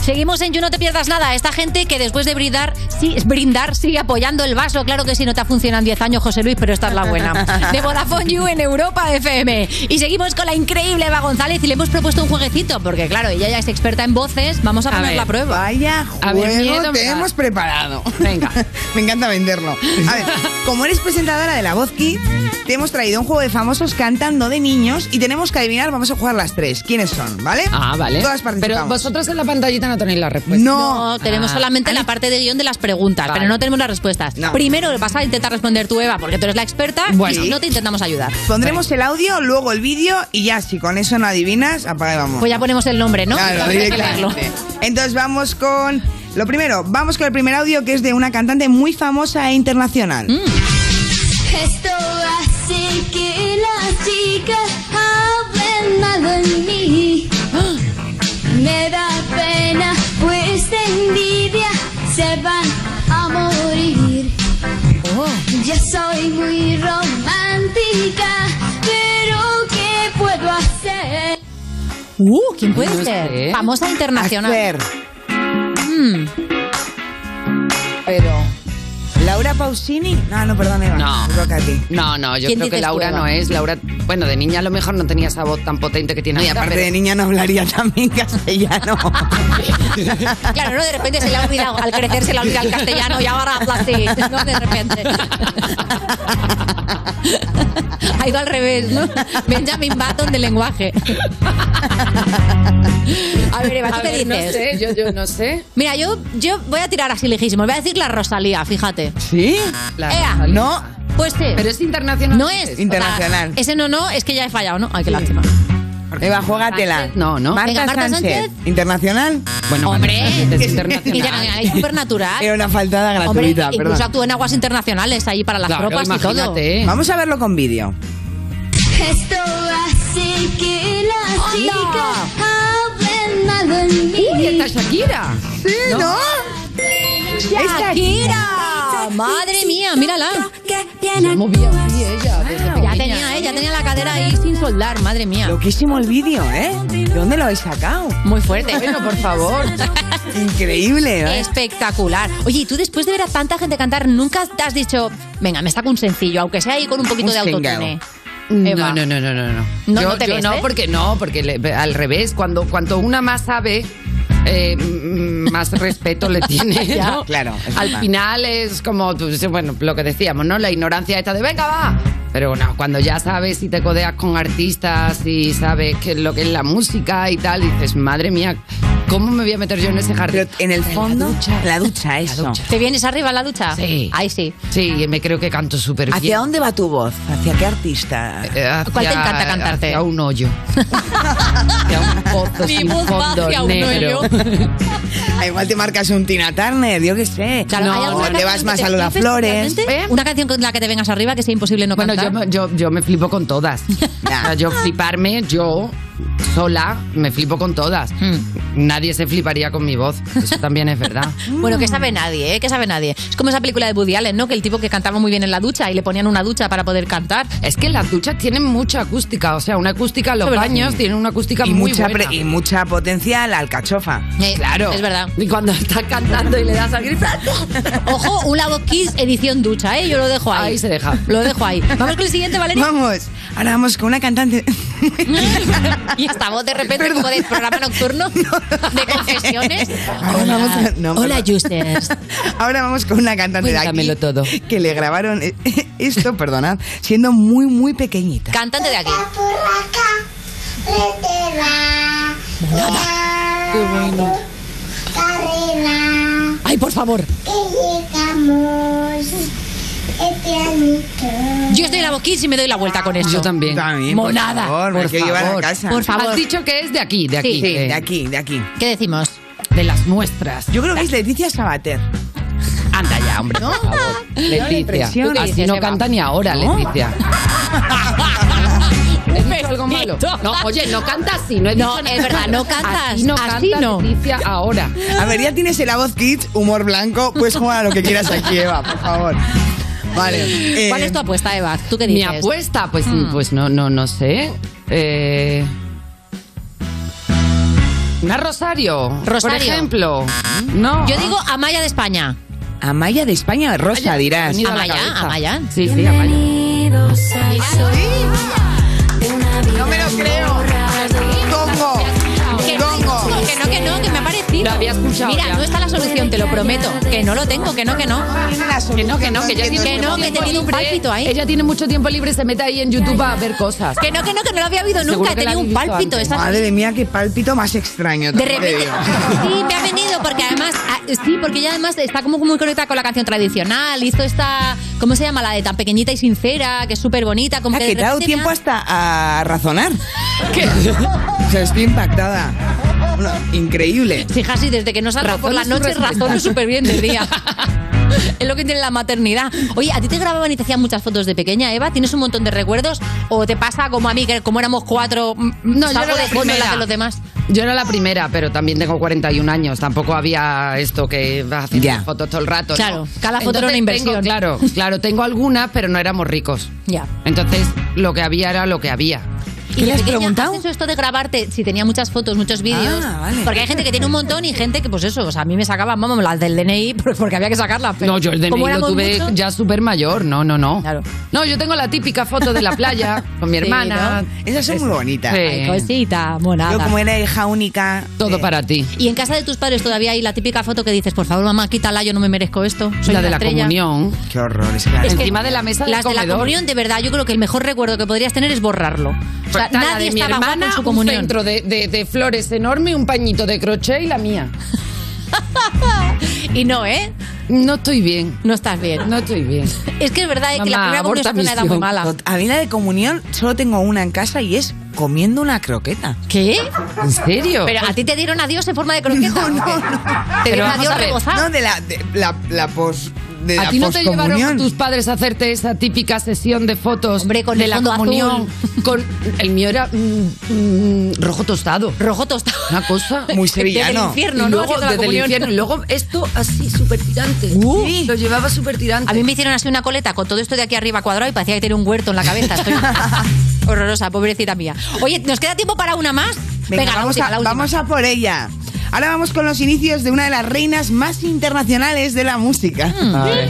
Speaker 4: Seguimos en You No Te Pierdas Nada. Esta gente que después de brindar, sí, brindar sigue apoyando el vaso. Claro que sí, no te ha funcionado en 10 años, José Luis, pero esta es la buena. De Vodafone You en Europa FM. Y seguimos con la increíble Eva González y le hemos propuesto un jueguecito, porque claro, ella ya es experta en voces. Vamos a, poner
Speaker 6: ver.
Speaker 4: la prueba.
Speaker 6: Vaya
Speaker 4: A
Speaker 6: juego
Speaker 4: ver, miedo me
Speaker 6: te
Speaker 4: da.
Speaker 6: hemos preparado. Venga. Me encanta venderlo. A ver, como eres presentadora de La Voz Kids, te hemos traído un juego de famosos cantando de niños y tenemos que adivinar, vamos a jugar las tres. ¿Quiénes son? ¿Vale?
Speaker 3: Ah, vale.
Speaker 6: Todas
Speaker 3: Pero
Speaker 6: participamos.
Speaker 3: vosotros en la pantallita no tenéis la respuesta.
Speaker 4: Pues No, tenemos
Speaker 6: Ah.
Speaker 4: solamente la parte de guión de las preguntas, pero no tenemos las respuestas. Primero vas a intentar responder tú, Eva, porque tú eres la experta
Speaker 6: Bueno.
Speaker 4: y si no te intentamos ayudar.
Speaker 6: Pondremos el audio, luego el vídeo y ya, si con eso no adivinas, apaga y vamos.
Speaker 4: Pues ya ponemos el nombre, ¿no?
Speaker 6: Claro,
Speaker 4: Entonces hay que leerlo.
Speaker 6: directamente. Entonces vamos con... Lo primero, vamos con el primer audio que es de una cantante muy famosa e internacional.
Speaker 4: Mm.
Speaker 22: Esto hace que las chicas hablen algo en mí. Me da pena, pues de envidia se van a morir. Ya soy muy romántica, pero ¿qué puedo hacer?
Speaker 4: Uh, ¿quién puede
Speaker 22: No
Speaker 4: ser?
Speaker 22: sé.
Speaker 4: Famosa internacional. Mm.
Speaker 6: Pero... ¿Laura Pausini? No, no, perdón, Eva.
Speaker 3: No.
Speaker 6: Te toca a ti.
Speaker 3: No, no, yo
Speaker 6: ¿Quién
Speaker 3: creo que
Speaker 6: dices tú,
Speaker 3: Laura
Speaker 6: Eva?
Speaker 3: no es. Laura, bueno, de niña a lo mejor no tenía esa voz tan potente que tiene
Speaker 6: Y
Speaker 3: ahora,
Speaker 6: aparte
Speaker 3: pero-
Speaker 6: de niña no hablaría también castellano.
Speaker 4: Claro, no, de repente se le ha olvidado, al crecer se le ha olvidado el castellano y ahora habla así, ¿no? De repente. Ha ido al revés, ¿no? Benjamin Button del lenguaje. A ver, Eva, ¿tú
Speaker 3: A
Speaker 4: qué
Speaker 3: ver,
Speaker 4: dices?
Speaker 3: no sé, yo, yo no sé.
Speaker 4: Mira, yo, yo voy a tirar así lejísimo. Voy a decir la Rosalía, fíjate.
Speaker 6: ¿Sí?
Speaker 4: Ea.
Speaker 6: No.
Speaker 4: Pues sí. Pero
Speaker 3: es internacional.
Speaker 4: No es.
Speaker 6: Internacional.
Speaker 4: O sea, ese no, no, es que ya he fallado, ¿no? Ay, qué lástima.
Speaker 6: Eva, juégatela.
Speaker 3: No, no.
Speaker 6: Marta,
Speaker 4: Venga, Marta
Speaker 6: Sánchez.
Speaker 4: Sánchez.
Speaker 6: ¿Internacional?
Speaker 3: Bueno,
Speaker 4: Hombre,
Speaker 6: es
Speaker 4: internacional. Es supernatural.
Speaker 6: Era una faltada
Speaker 4: Hombre,
Speaker 6: gratuita,
Speaker 4: incluso
Speaker 6: perdón.
Speaker 4: actúa en aguas internacionales ahí para las
Speaker 6: Claro,
Speaker 4: tropas y
Speaker 6: imagínate.
Speaker 4: todo.
Speaker 6: Vamos a verlo con vídeo.
Speaker 22: Esto hace que las
Speaker 4: ¡Anda!
Speaker 22: chicas hablen algo en mí.
Speaker 3: Uy, esta Shakira.
Speaker 6: Sí,
Speaker 22: ¿no?
Speaker 4: Shakira. Madre mía, mírala.
Speaker 22: Ya
Speaker 4: movía así ella. ya
Speaker 3: pequeña.
Speaker 4: tenía, ella tenía la cadera ahí sin soldar, madre mía.
Speaker 6: Loquísimo el vídeo, ¿eh? ¿De dónde lo habéis sacado?
Speaker 4: Muy fuerte.
Speaker 3: Bueno, por favor.
Speaker 6: Increíble, ¿eh?
Speaker 4: Espectacular. Oye, y tú después de ver a tanta gente cantar, nunca te has dicho, venga, me saco un sencillo, aunque sea ahí con un poquito
Speaker 3: Un
Speaker 4: de autotune.
Speaker 3: single. No, no, no, no, no, no.
Speaker 4: No,
Speaker 3: yo,
Speaker 4: no te
Speaker 3: yo
Speaker 4: ves,
Speaker 3: no,
Speaker 4: ¿eh?
Speaker 3: porque no, porque le- al revés, cuando cuanto una más sabe, eh, mm, más respeto le tiene.
Speaker 6: Ya.
Speaker 3: ¿no?
Speaker 6: Claro, es
Speaker 3: Al
Speaker 6: verdad.
Speaker 3: final es como, pues, bueno, lo que decíamos, ¿no? La ignorancia esta de, venga, va. Pero no, cuando ya sabes y te codeas con artistas y sabes qué es lo que es la música y tal, dices, madre mía, ¿cómo me voy a meter yo en ese jardín?
Speaker 6: en el fondo, la ducha, eso.
Speaker 4: ¿Te vienes arriba en la ducha?
Speaker 3: Sí.
Speaker 4: Ahí sí.
Speaker 3: Sí, me creo que canto súper bien.
Speaker 6: ¿Hacia dónde va tu voz? ¿Hacia qué artista?
Speaker 4: ¿Cuál te encanta cantarte?
Speaker 3: Hacia un hoyo. hacia un pozo
Speaker 4: Mi
Speaker 3: sin
Speaker 4: voz va
Speaker 3: fondo
Speaker 4: hacia un
Speaker 3: negro.
Speaker 6: Ah, igual te marcas un Tina Turner, yo qué sé.
Speaker 4: Claro, ¿hay alguna
Speaker 6: o te
Speaker 4: canción
Speaker 6: vas
Speaker 4: que
Speaker 6: más
Speaker 4: te
Speaker 6: a Lola
Speaker 4: flipes
Speaker 6: Flores.
Speaker 4: totalmente? Una canción con la que te vengas arriba que sea imposible no
Speaker 3: Bueno,
Speaker 4: cantar.
Speaker 3: yo, me- yo, yo me flipo con todas. O sea, yo fliparme, yo sola, me flipo con todas.
Speaker 4: Hmm.
Speaker 3: Nadie se fliparía con mi voz. Eso también es verdad.
Speaker 4: Bueno, que sabe nadie, ¿eh? Que sabe nadie. Es como esa película de Woody Allen, ¿no? Que el tipo que cantaba muy bien en la ducha y le ponían una ducha para poder cantar.
Speaker 3: Es que las duchas tienen mucha acústica. O sea, una acústica en los
Speaker 4: Eso es verdad.
Speaker 3: baños tiene una acústica
Speaker 6: Y
Speaker 3: muy
Speaker 6: mucha,
Speaker 3: buena.
Speaker 6: pre- y mucha potencia la alcachofa.
Speaker 4: Eh,
Speaker 3: claro. Es verdad. Y cuando estás cantando y le das al grifo.
Speaker 4: Ojo, una voz Kiss edición ducha, ¿eh? Yo lo dejo ahí.
Speaker 3: Ahí se deja.
Speaker 4: Lo dejo ahí. Vamos con el siguiente, Valeria.
Speaker 6: Vamos. Ahora vamos con una cantante
Speaker 4: y estamos de repente como de programa nocturno de confesiones.
Speaker 6: Ahora vamos a- no,
Speaker 4: Hola,
Speaker 6: perdón.
Speaker 4: Justers.
Speaker 6: Ahora vamos con una cantante de
Speaker 4: Cuéntamelo
Speaker 6: aquí que le grabaron eh, esto, perdonad, siendo muy, muy pequeñita.
Speaker 4: Cantante de aquí.
Speaker 6: Qué bueno.
Speaker 4: Ay, por favor. Yo estoy la boquilla y me doy la vuelta con eso. Yo
Speaker 3: también.
Speaker 4: Monada. Por favor.
Speaker 3: Has dicho que es de aquí, de
Speaker 4: Sí.
Speaker 3: aquí.
Speaker 4: Sí,
Speaker 3: eh.
Speaker 4: de
Speaker 6: aquí, de aquí.
Speaker 4: ¿Qué decimos?
Speaker 3: De las nuestras.
Speaker 6: Yo creo que es Leticia Sabater.
Speaker 3: Anda ya, hombre.
Speaker 6: ¿No?
Speaker 3: Leticia.
Speaker 6: impresiones.
Speaker 3: Así no canta ni ahora,
Speaker 6: No.
Speaker 3: Leticia. ¿He dicho algo malo? No, oye, no canta así. No, he
Speaker 4: No,
Speaker 3: dicho
Speaker 4: es verdad, no cantas,
Speaker 3: Así no canta
Speaker 4: así no.
Speaker 3: Leticia ahora.
Speaker 6: A ver, ya tienes el voz Kids, humor blanco, puedes jugar a lo que quieras aquí, Eva, por favor. Vale. eh,
Speaker 4: ¿Cuál es tu apuesta, Eva? ¿Tú qué
Speaker 3: Mi
Speaker 4: dices?
Speaker 3: apuesta, pues,
Speaker 4: Mm.
Speaker 3: pues no, no, no sé. Eh, Una Rosario, por
Speaker 4: Rosario.
Speaker 3: ejemplo. No.
Speaker 4: Yo digo Amaya de España.
Speaker 6: Amaya de España, Rosa, dirás.
Speaker 4: Amaya, Amaya.
Speaker 3: Sí, sí, Amaya.
Speaker 6: No me lo creo. Tongo.
Speaker 4: Que no, que no, que no, que me ha parecido.
Speaker 3: Lo había escuchado
Speaker 4: Mira,
Speaker 3: ya.
Speaker 4: no está la solución, te lo prometo. Que no lo tengo, que no, que no.
Speaker 3: Que no, que no, que ya tiene
Speaker 4: Que no,
Speaker 3: mucho
Speaker 4: que te
Speaker 3: tiempo
Speaker 4: tiene un
Speaker 3: libre.
Speaker 4: pálpito ahí.
Speaker 3: Ella tiene mucho tiempo libre y se mete ahí en YouTube a ver cosas.
Speaker 4: Que no, que no, que no lo había oído
Speaker 3: Seguro
Speaker 4: nunca. He
Speaker 3: que la
Speaker 4: tenido un
Speaker 3: habéis visto
Speaker 4: pálpito.
Speaker 3: antes.
Speaker 4: esa-
Speaker 6: Madre mía, qué pálpito más extraño.
Speaker 4: De
Speaker 6: te lo
Speaker 4: repente.
Speaker 6: digo.
Speaker 4: Sí, me ha venido porque además. ah, Sí, porque ella además está como muy conectada con la canción tradicional. Hizo esta. ¿Cómo se llama? La de tan pequeñita y sincera, que es súper bonita. Como
Speaker 6: Ah,
Speaker 4: que
Speaker 6: que
Speaker 4: de
Speaker 6: te ha dado
Speaker 4: repente me
Speaker 6: tiempo
Speaker 4: ha-
Speaker 6: hasta a razonar. ¿Qué? O sea, estoy impactada. Bueno, increíble.
Speaker 4: Fijas, y desde que no salgo por la
Speaker 3: Razones
Speaker 4: noche,
Speaker 3: tú respetas.
Speaker 4: razono súper bien de día. Es lo que tiene la maternidad. Oye, ¿a ti te grababan y te hacían muchas fotos de pequeña, Eva? ¿Tienes un montón de recuerdos? ¿O te pasa como a mí, que como éramos cuatro, mm,
Speaker 3: No, yo
Speaker 4: salgo
Speaker 3: era
Speaker 4: de
Speaker 3: la
Speaker 4: fondo en la de
Speaker 3: primera.
Speaker 4: los demás?
Speaker 3: Yo era la primera, pero también tengo 41 años. Tampoco había esto que hacer
Speaker 6: Ya.
Speaker 3: fotos todo el rato. ¿no?
Speaker 4: Claro, cada foto era una
Speaker 3: Entonces tengo-
Speaker 4: inversión.
Speaker 3: claro, claro, tengo algunas, pero no éramos ricos.
Speaker 4: Ya.
Speaker 3: Entonces, lo que había era lo que había.
Speaker 4: ¿Y de pequeña, ¿Has hecho esto de grabarte si tenía muchas fotos, muchos vídeos? Porque hay gente que tiene un montón y gente que, pues eso, o sea, a mí me sacaban, vamos, las del DNI porque había que sacarlas. pero
Speaker 3: No, yo el DNI
Speaker 4: como
Speaker 3: lo
Speaker 4: éramos
Speaker 3: tuve
Speaker 4: muchos-
Speaker 3: ya súper mayor. No, no, no. No, yo tengo la típica foto de la playa con mi
Speaker 4: Sí,
Speaker 3: hermana.
Speaker 4: ¿no?
Speaker 6: Esas son muy bonitas.
Speaker 3: Sí.
Speaker 4: Ay, cosita, monada.
Speaker 6: Yo como era hija única...
Speaker 3: Todo para ti.
Speaker 4: Y en casa de tus padres todavía hay la típica foto que dices, por favor, mamá, quítala, yo no me merezco esto. Soy
Speaker 3: la de
Speaker 4: una
Speaker 3: la
Speaker 4: estrella".
Speaker 3: comunión.
Speaker 6: Qué horror. Es que
Speaker 4: Es que
Speaker 3: Encima de la mesa del
Speaker 4: Las de la
Speaker 3: comedor.
Speaker 4: comunión, de verdad, yo creo que el mejor recuerdo que podrías tener es borrarlo. O sea,
Speaker 3: Está la
Speaker 4: nadie
Speaker 3: Pues de mi
Speaker 4: estaba guapo
Speaker 3: hermana,
Speaker 4: en su
Speaker 3: un
Speaker 4: comunión.
Speaker 3: centro de, de- de flores enorme, un pañito de crochet y la mía.
Speaker 4: y no, ¿eh?
Speaker 3: No estoy bien.
Speaker 4: No estás bien.
Speaker 3: No estoy bien.
Speaker 4: Es que es verdad eh, que la primera comunión es una edad muy mala.
Speaker 6: A mí la de comunión solo tengo una en casa y es comiendo una croqueta.
Speaker 4: ¿Qué? Pues
Speaker 6: ¿En serio?
Speaker 4: Pero a ti te dieron adiós en forma de croqueta. ¿o qué? Te
Speaker 6: Pero
Speaker 4: dieron
Speaker 6: vamos
Speaker 4: adiós
Speaker 6: a ver,
Speaker 4: rebozado.
Speaker 6: No, de la, de la, la pos... De
Speaker 3: ¿A
Speaker 6: la
Speaker 3: ti no te llevaron
Speaker 6: poscomunión.
Speaker 3: con tus padres a hacerte esa típica sesión de fotos
Speaker 4: con
Speaker 3: de
Speaker 4: el
Speaker 3: la
Speaker 4: fondo
Speaker 3: comunión? Con, el mío era mm, mm, rojo tostado.
Speaker 4: Rojo tostado.
Speaker 3: Una cosa
Speaker 6: Muy sevillano.
Speaker 4: Desde el
Speaker 3: Y
Speaker 4: infierno, ¿no?
Speaker 3: luego,
Speaker 4: Haciendo la
Speaker 3: desde el
Speaker 4: comunión.
Speaker 3: infierno, y luego esto así, súper tirante. Sí, Lo llevaba súper tirante.
Speaker 4: A mí me hicieron así una coleta con todo esto de aquí arriba cuadrado y parecía que tenía un huerto en la cabeza. Estoy horrorosa, pobrecita mía. Oye, ¿nos queda tiempo para una más?
Speaker 6: Venga,
Speaker 4: la
Speaker 6: vamos,
Speaker 4: última,
Speaker 6: a,
Speaker 4: la última.
Speaker 6: vamos a por ella. Ahora vamos con los inicios de una de las reinas más internacionales de la música.
Speaker 22: Mm.
Speaker 18: A ver.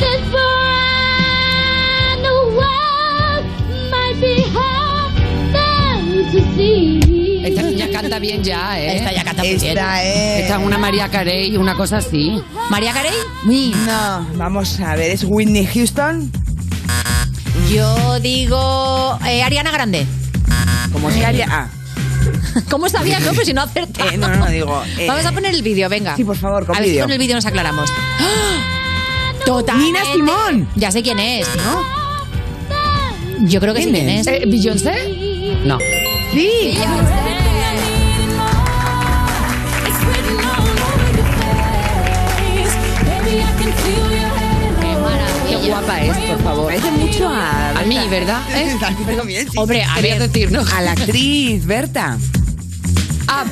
Speaker 3: Esta niña canta bien ya, ¿eh?
Speaker 4: Esta ya canta muy bien.
Speaker 6: es...
Speaker 3: Esta es una María Carey, una cosa así.
Speaker 4: ¿María Carey?
Speaker 6: No, vamos a ver, es Whitney Houston.
Speaker 4: Yo digo eh, Ariana Grande.
Speaker 6: Como si haya... Ah,
Speaker 4: ¿Cómo sabías, no? Pues si no acertaba.
Speaker 6: eh, no, no, no, digo... eh,
Speaker 4: Vamos a poner el vídeo, venga.
Speaker 6: Sí, por favor, con
Speaker 4: a ver si
Speaker 6: vídeo.
Speaker 4: con el vídeo nos aclaramos.
Speaker 3: ¡Ah!
Speaker 4: Total.
Speaker 6: Nina Simón.
Speaker 4: Ya sé quién es, ¿no? Yo creo que sí quién es.
Speaker 3: Ah. Eh, ¿Beyoncé? No.
Speaker 6: Sí.
Speaker 3: Qué guapa es, por favor.
Speaker 6: Parece mucho a...
Speaker 3: A mí, ¿verdad? ¿Eh?
Speaker 6: A mí también, sí,
Speaker 3: Hombre, a
Speaker 6: sí.
Speaker 3: ver, decir, ¿no?
Speaker 6: A la actriz Berta.
Speaker 3: Ah,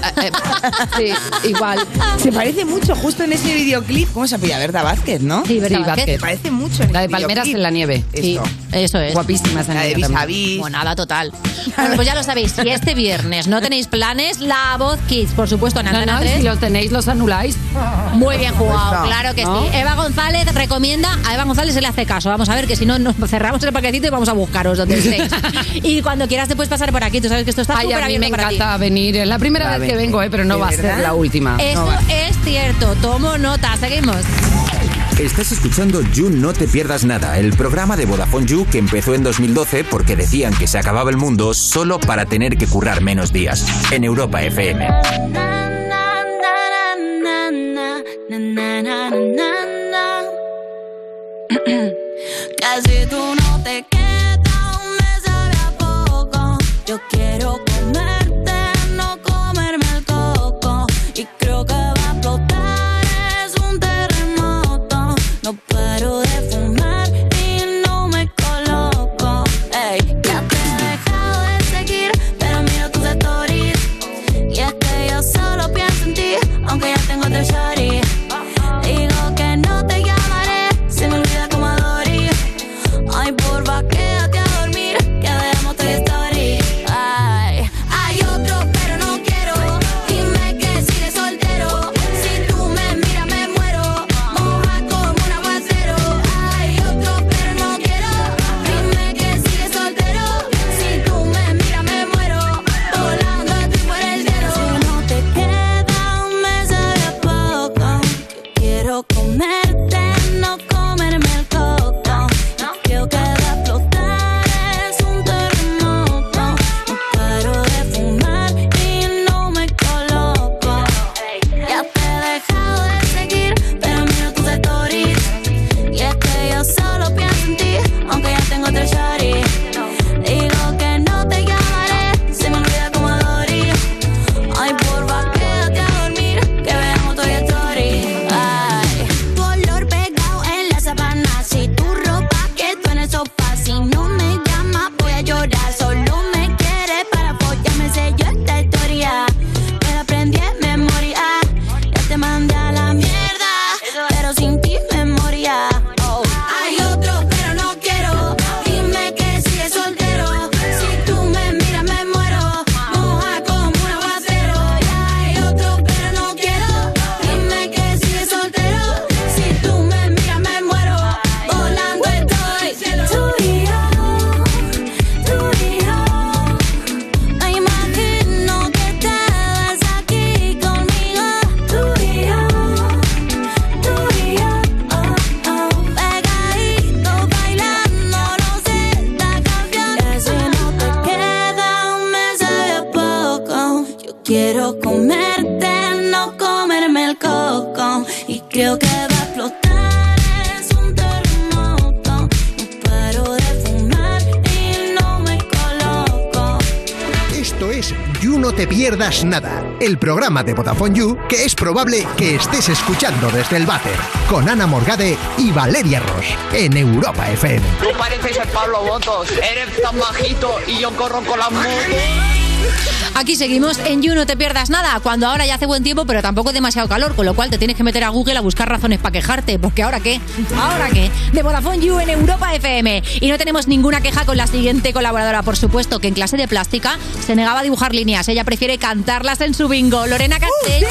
Speaker 3: sí, igual.
Speaker 6: Se parece mucho justo en ese videoclip. ¿Cómo se apellida? Berta Vázquez, ¿no?
Speaker 3: Sí, Berta Sí, Vázquez. Vázquez.
Speaker 6: Se parece mucho en
Speaker 3: La de
Speaker 6: ese
Speaker 3: Palmeras
Speaker 6: videoclip.
Speaker 3: en la nieve.
Speaker 6: Esto.
Speaker 4: Eso es.
Speaker 3: Guapísima esa
Speaker 6: La de
Speaker 3: niña
Speaker 6: Vis a
Speaker 3: también.
Speaker 6: Vis.
Speaker 4: Monada total. Bueno, pues ya lo sabéis, si este viernes no tenéis planes, la voz Kids, por supuesto, en
Speaker 3: No,
Speaker 4: Antena
Speaker 3: no,
Speaker 4: 3.
Speaker 3: si los tenéis, los anuláis.
Speaker 4: Muy bien jugado,
Speaker 3: Pues no,
Speaker 4: claro que
Speaker 3: ¿no?
Speaker 4: sí. Eva González recomienda, a Eva González se le hace caso. Vamos a ver que si no, nos cerramos el paquetito y vamos a buscaros donde estéis. y cuando quieras te puedes pasar por aquí, tú sabes que esto está
Speaker 3: Ay,
Speaker 4: súper
Speaker 3: a mí me
Speaker 4: abierto para ti.
Speaker 3: encanta venir. Es la primera
Speaker 4: Va a
Speaker 3: vez que
Speaker 4: venir.
Speaker 3: vengo, eh, pero no
Speaker 4: ¿De
Speaker 3: va a ser
Speaker 4: verdad?
Speaker 3: la última.
Speaker 4: Esto es cierto, tomo nota, seguimos.
Speaker 12: Estás escuchando You No Te Pierdas Nada, el programa de Vodafone You que empezó en 2012 porque decían que se acababa el mundo solo para tener que currar menos días. En Europa FM.
Speaker 13: Casi tú no te quedas, aún me sabe a poco. Yo quiero comerte, no comerme el coco. Y creo que va a explotar, es un terremoto. No paro de fumar y no me coloco. Ey, ya te he dejado de seguir, pero miro tus stories. Y es que yo solo pienso en ti, aunque ya tengo otro shorty. Digo que no te llamaré, se me olvida como a Dory. Ay, porfa, quédate a dormir, que veamos tu story. Ay, hay otro, pero no quiero. Dime que sigues soltero. Si tú me miras, me muero. Moja como un aguacero. Hay otro, pero no quiero. Dime que sigues soltero. Si tú me miras, me muero. Volando estoy por el cielo. Si no te queda un mes de poco. Quiero comerte, no comerme el coco. Creo que va a explotar, es un terremoto. No paro de fumar y no me coloco. Ya te he dejado de seguir, pero miro tus stories. Y es que yo solo pienso en ti, aunque ya tengo otro shorty. Digo que no te llamaré, se me olvida como Dory. Ay, porfa, quédate a dormir, que veamos tu story. Ay, color pegado en la sabana. Si tu ropa quedó en el sofá, si no me llamas, voy a llorar. Solo me quieres para apoyarme, sé yo esta historia. Me la aprendí en memoria, ya te mandé a la mierda, pero sin ti me moría. Oh. Hay otro, pero no quiero. Dime que sigues soltero. Si tú me miras, me muero. Moja como un aguacero. Ya hay otro, pero no quiero. Dime que sigues soltero. Si tú me miras, me muero. Volando estoy. Tú y yo, tú y yo. Me imagino que estabas aquí conmigo. Tú y yo, tú y yo. Oh, oh. Pegadito bailando, no sé, está cambiando. Que si no te queda un mes de poco. Yo quiero comerte, no comerme el coco. Y creo que va a explotar, es un terremoto. No paro de fumar y no me coloco.
Speaker 21: Esto es You No Te Pierdas Nada, el programa de Vodafone You que es probable que estés escuchando desde el váter, con Ana Morgade y Valeria Ross, en Europa FM.
Speaker 14: Tú pareces el Pablo Botos, eres tan bajito y yo corro con las motos.
Speaker 4: Aquí seguimos en You, no te pierdas nada, cuando ahora ya hace buen tiempo, pero tampoco demasiado calor, con lo cual te tienes que meter a Google a buscar razones para quejarte, porque ahora qué, ahora qué, de Vodafone You en Europa FM. Y no tenemos ninguna queja con la siguiente colaboradora, por supuesto, que en clase de plástica se negaba a dibujar líneas, ella prefiere cantarlas en su bingo.
Speaker 16: ¡Uh!
Speaker 4: Lorena Castell.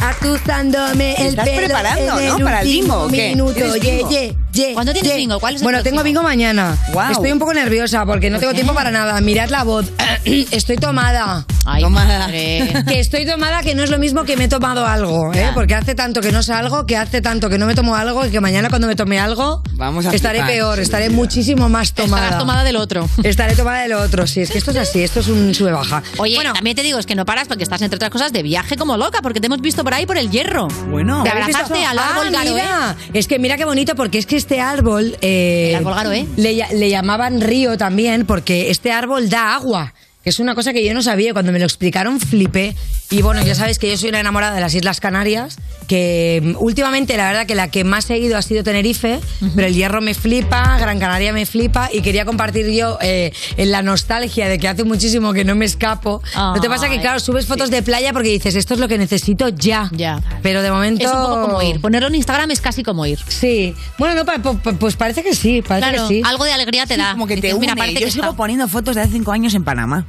Speaker 16: Atusándome el
Speaker 6: Estás
Speaker 16: pelo
Speaker 6: preparando,
Speaker 16: en
Speaker 6: ¿no? Para el bingo, ¿o qué?
Speaker 16: minuto.
Speaker 6: ¿Tienes
Speaker 16: Ye,
Speaker 6: bingo?
Speaker 16: ye, ye,
Speaker 4: ¿Cuándo tienes
Speaker 16: ye.
Speaker 4: bingo? ¿Cuál es el
Speaker 16: Bueno, tengo bingo mañana.
Speaker 4: Guau.
Speaker 16: Estoy un poco nerviosa porque no tengo tiempo para nada. Mirad la voz. Estoy tomada.
Speaker 4: Ay,
Speaker 16: tomada.
Speaker 4: madre.
Speaker 16: Que estoy tomada que no es lo mismo que me he tomado algo, ¿eh?
Speaker 6: Ya.
Speaker 16: Porque hace tanto que no salgo, que hace tanto que no me tomo algo y que mañana cuando me tome algo
Speaker 6: Vamos a
Speaker 16: estaré
Speaker 6: flipar,
Speaker 16: peor,
Speaker 6: sí,
Speaker 16: estaré
Speaker 6: mira.
Speaker 16: muchísimo más tomada.
Speaker 4: Estarás tomada del otro.
Speaker 16: Estaré tomada del otro, sí. Es que esto es así, esto es un sube-baja.
Speaker 4: Oye, también te digo, es que no paras porque estás, entre otras cosas, de viaje como loca, porque te hemos visto por ahí por el hierro.
Speaker 16: Bueno,
Speaker 4: te abrazaste al árbol ¿eh? Garoé.
Speaker 16: Ah, mira. ¿eh? Es que mira qué bonito, porque es que este árbol. eh,
Speaker 4: El árbol Garoé.
Speaker 16: Le, lla- le llamaban río también, porque este árbol da agua. que es una cosa que yo no sabía. Cuando me lo explicaron, flipé. Y bueno, ya sabéis que yo soy una enamorada de las Islas Canarias, que mm, últimamente la verdad que la que más he ido ha sido Tenerife, pero el Hierro me flipa, Gran Canaria me flipa y quería compartir yo eh, en la nostalgia de que hace muchísimo que no me escapo. ¿No te pasa que,
Speaker 4: Ay,
Speaker 16: claro, subes fotos de playa porque dices, esto es lo que necesito ya? Ya. Pero de momento...
Speaker 4: Es un poco como ir. Ponerlo en Instagram es casi como ir.
Speaker 16: Sí. Bueno, no, pa- pa- pa- pues parece que sí, parece
Speaker 4: Claro,
Speaker 16: que sí.
Speaker 4: algo de alegría te
Speaker 6: Sí,
Speaker 4: da.
Speaker 6: Como que te
Speaker 4: Dices, mira,
Speaker 6: une.
Speaker 4: parece
Speaker 6: Yo
Speaker 4: que
Speaker 6: sigo
Speaker 4: está.
Speaker 6: poniendo fotos de hace cinco años en Panamá.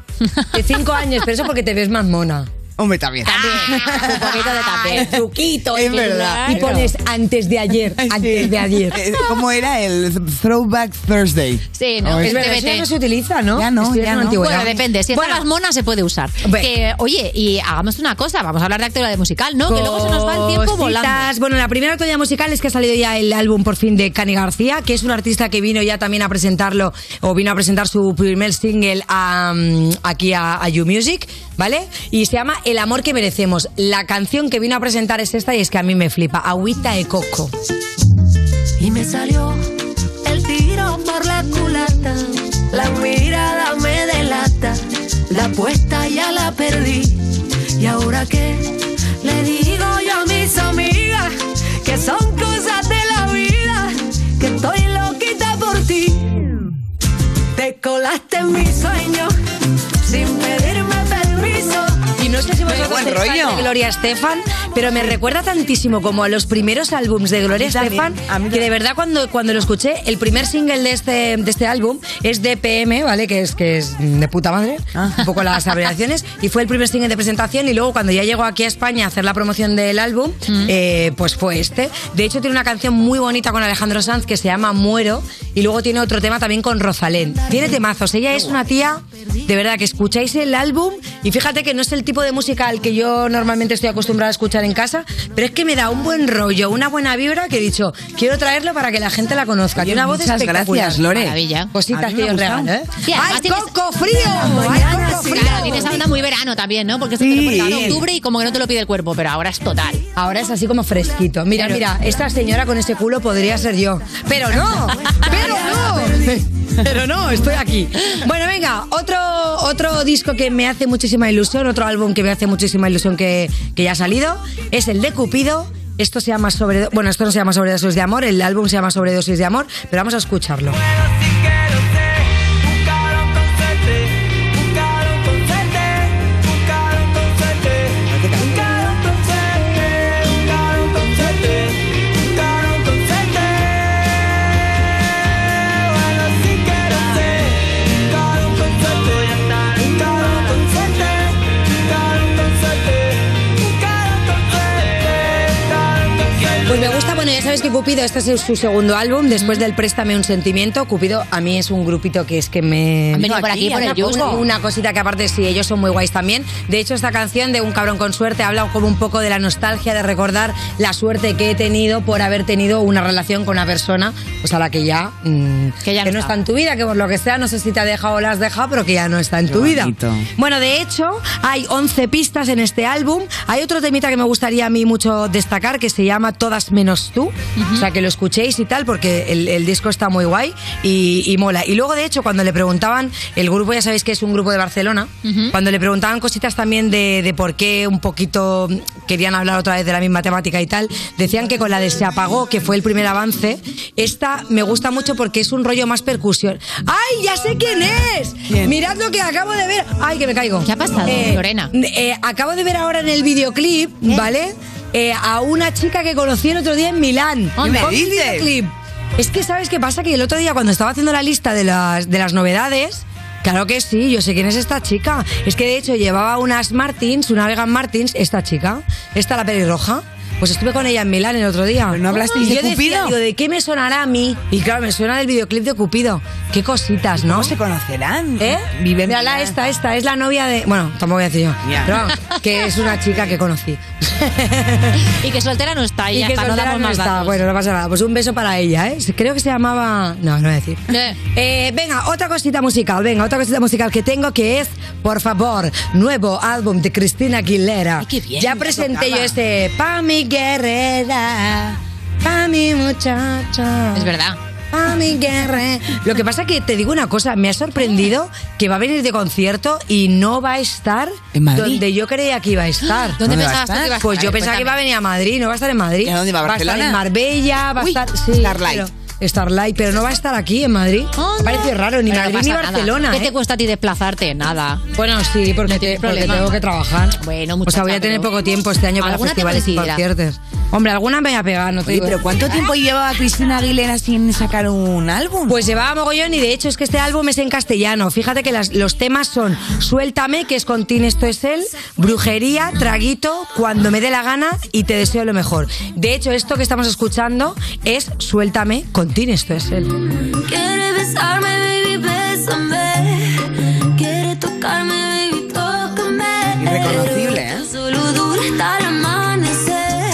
Speaker 16: De cinco años, pero eso porque te ves más mona.
Speaker 6: Hombre, también.
Speaker 16: Ah. Un poquito de tapete. El truquito.
Speaker 6: Es verdad.
Speaker 16: Y pones antes de ayer, antes de ayer.
Speaker 6: Eh, ¿Cómo era el Throwback Thursday?
Speaker 4: Sí, no,
Speaker 6: Ay,
Speaker 4: es
Speaker 16: Pero eso
Speaker 4: TBT.
Speaker 16: ya no se utiliza, ¿no?
Speaker 6: Ya no,
Speaker 16: Esto es
Speaker 6: ya
Speaker 16: una
Speaker 6: no.
Speaker 16: antigüedad.
Speaker 4: Bueno, depende. Si
Speaker 16: Bueno,
Speaker 4: estabas mona, se puede usar. Que, oye, y hagamos una cosa. Vamos a hablar de actualidad musical, ¿no? Que luego se nos va el tiempo
Speaker 16: Cositas.
Speaker 4: volando.
Speaker 16: Bueno, la primera actualidad musical es que ha salido ya el álbum por fin de Cani García, que es un artista que vino ya también a presentarlo, o vino a presentar su primer single a, mm, aquí a, a You Music, ¿vale? Y se llama El amor que merecemos. La canción que vino a presentar es esta y es que a mí me flipa, Agüita de Coco.
Speaker 13: y me salió el tiro por la culata. La mirada me delata, la apuesta ya la perdí. ¿Y ahora qué? Le digo yo a mis amigas que son cosas de la vida, que estoy loquita por ti. Te colaste en mi sueño sin pedirme permiso.
Speaker 16: Y no sé si vosotros
Speaker 13: Buen
Speaker 16: sois fan
Speaker 13: rollo.
Speaker 16: de Gloria Estefan, pero me recuerda tantísimo como a los primeros álbums de Gloria Estefan, que de verdad cuando, cuando lo escuché, el primer single de este, de este álbum es DPM, ¿vale? Que es, que es de puta madre,
Speaker 13: Ah.
Speaker 16: un poco las abreviaciones, y fue el primer single de presentación y luego cuando ya llegó aquí a España a hacer la promoción del álbum,
Speaker 13: Mm.
Speaker 16: eh, pues fue este. De hecho tiene una canción muy bonita con Alejandro Sanz que se llama Muero y luego tiene otro tema también con Rosalén. Tiene temazos, ella es una tía... De verdad que escucháis el álbum y fíjate que no es el tipo de música al que yo normalmente estoy acostumbrada a escuchar en casa, pero es que me da un buen rollo, una buena vibra que he dicho, quiero traerlo para que la gente la conozca. Tiene una voz
Speaker 6: muchas
Speaker 16: espectacular.
Speaker 6: gracias, Lore.
Speaker 4: Maravilla.
Speaker 6: A
Speaker 16: Cositas
Speaker 6: mí me
Speaker 16: que yo
Speaker 6: ha gustado.
Speaker 16: regalo, ¿eh?
Speaker 4: Sí, además
Speaker 16: ¡Ay,
Speaker 4: tienes-
Speaker 16: coco frío! ¡Ay,
Speaker 4: Mañana
Speaker 16: coco
Speaker 4: sí.
Speaker 16: frío!
Speaker 4: Claro, tiene esa onda muy verano también, ¿no? Porque eso te lo pones ahora en
Speaker 16: Sí.
Speaker 4: octubre y como que no te lo pide el cuerpo, pero ahora es total.
Speaker 16: Ahora es así como fresquito. Mira,
Speaker 4: Pero-
Speaker 16: mira, eh, esta señora con ese culo podría ser yo. Pero no, pero no. Pero no, estoy aquí. Bueno, venga, otro, otro disco que me hace muchísima ilusión, otro álbum que me hace muchísima ilusión que, que ya ha salido, es el de Cupido. Esto se llama sobre, bueno, esto no se llama sobredosis de amor, el álbum se llama sobredosis de amor, pero vamos a escucharlo. Pues me gusta, bueno, ya sabes que Cupido, este es su segundo álbum, después del Préstame un sentimiento, Cupido a mí es un grupito que es que me... pues,
Speaker 4: Han venido por aquí, por el
Speaker 16: una cosa-
Speaker 4: Yugo.
Speaker 16: Una cosita que aparte sí, ellos son muy guays también. De hecho, esta canción de Un cabrón con suerte habla como un poco de la nostalgia, de recordar la suerte que he tenido por haber tenido una relación con una persona, pues a la que ya... mm,
Speaker 4: Que ya no está.
Speaker 16: no está en tu vida, que por lo que sea, no sé si te ha dejado o la has dejado, pero que ya no está en tu vida. Bueno, de hecho, hay 11 pistas en este álbum. Hay otro temita que me gustaría a mí mucho destacar que se llama Todas menos tú. O sea, que lo escuchéis y tal, porque el, el disco está muy guay y, y mola. Y luego, de hecho, cuando le preguntaban, el grupo ya sabéis que es un grupo de Barcelona, cuando le preguntaban cositas también de, de por qué un poquito querían hablar otra vez de la misma temática y tal, decían que con la de Se apagó, que fue el primer avance, esta me gusta mucho porque es un rollo más percusión. ¡Ay, ya sé quién es! Mirad lo que acabo de ver. ¡Ay, que me caigo!
Speaker 4: ¿Qué ha pasado, Lorena?
Speaker 16: eh, acabo de ver ahora en el videoclip, ¿vale? Eh, a una chica que conocí el otro día en Milán.
Speaker 6: ¿Qué me
Speaker 16: Con un
Speaker 6: dices?
Speaker 16: videoclip. Es que, ¿sabes qué pasa? Que el otro día, cuando estaba haciendo la lista de las, de las novedades. Claro que sí, yo sé quién es esta chica. Es que de hecho llevaba unas Martins, una Vegan Martins, esta chica, esta la pelirroja. Pues estuve con ella en Milán el otro día.
Speaker 6: ¿No hablasteis
Speaker 16: Y
Speaker 6: de
Speaker 16: yo decía,
Speaker 6: Cupido?
Speaker 16: digo, ¿de qué me sonará a mí? Y claro, me suena del videoclip de Cupido. Qué cositas, ¿no?
Speaker 6: ¿Cómo se conocerán?
Speaker 16: ¿Eh?
Speaker 6: Viven
Speaker 16: Mira, la, esta, esta, es la novia de. Bueno, tampoco voy a decir yo.
Speaker 6: Ya.
Speaker 16: Pero vamos, que es una chica que conocí.
Speaker 4: Y que soltera no está, y, ya
Speaker 16: que
Speaker 4: está, no
Speaker 16: soltera
Speaker 4: damos
Speaker 16: no
Speaker 4: más
Speaker 16: está.
Speaker 4: datos.
Speaker 16: Bueno, no pasa nada. Pues un beso para ella, ¿eh? Creo que se llamaba. No, no voy a decir.
Speaker 4: Eh.
Speaker 16: Eh, venga, otra cosita musical, venga, otra cosita musical que tengo que es, por favor, nuevo álbum de Cristina Aguilera.
Speaker 4: Ay, qué bien,
Speaker 16: ya
Speaker 4: me
Speaker 16: presenté
Speaker 4: tocaba.
Speaker 16: yo este Pa' mi guerrera, pa' mi muchacha.
Speaker 4: Es verdad.
Speaker 16: a mi guerra. Lo que pasa que te digo una cosa, me ha sorprendido que va a venir de concierto y no va a estar
Speaker 4: Madrid?
Speaker 16: donde yo creía que iba a estar.
Speaker 4: ¿Dónde ¿Dónde pensabas va a tú que estar? iba a
Speaker 16: Pues
Speaker 4: estar?
Speaker 16: yo pensaba que iba a venir a Madrid, no va a estar en Madrid.
Speaker 4: ¿Y a dóndde va,
Speaker 16: Va a
Speaker 4: Barcelona?
Speaker 16: estar en Marbella, va a
Speaker 4: Uy,
Speaker 16: estar sí,
Speaker 4: Starlight.
Speaker 16: pero- Starlight, pero no va a estar aquí en Madrid. Me parece raro, ni
Speaker 4: Pero no
Speaker 16: Madrid
Speaker 4: pasa
Speaker 16: ni
Speaker 4: nada.
Speaker 16: Barcelona.
Speaker 4: ¿Qué
Speaker 16: ¿eh?
Speaker 4: te cuesta a ti desplazarte? Nada.
Speaker 16: Bueno, sí, porque, te-
Speaker 4: tienes
Speaker 16: porque
Speaker 4: problema.
Speaker 16: tengo que trabajar.
Speaker 4: Bueno,
Speaker 16: O sea, voy a
Speaker 4: muchacha,
Speaker 16: tener
Speaker 4: pero-
Speaker 16: poco tiempo este año para
Speaker 4: Alguna te
Speaker 16: festivales y
Speaker 4: coincidirá.
Speaker 16: conciertos. Hombre, alguna me voy a pegar, no te
Speaker 6: Oye,
Speaker 16: digo.
Speaker 6: pero ¿cuánto tiempo llevaba Cristina Aguilera sin sacar un álbum?
Speaker 16: Pues llevaba mogollón y de hecho es que este álbum es en castellano. Fíjate que las- los temas son Suéltame, que es con Tin Esto es él, Brujería, Traguito, Cuando me dé la gana y Te deseo lo mejor. De hecho, esto que estamos escuchando es Suéltame con Tin Esto es él.
Speaker 22: Quiere besarme, baby, bésame. Quiere tocarme, baby, tócame.
Speaker 6: Irreconocible, ¿eh?
Speaker 22: Solo dura hasta el amanecer.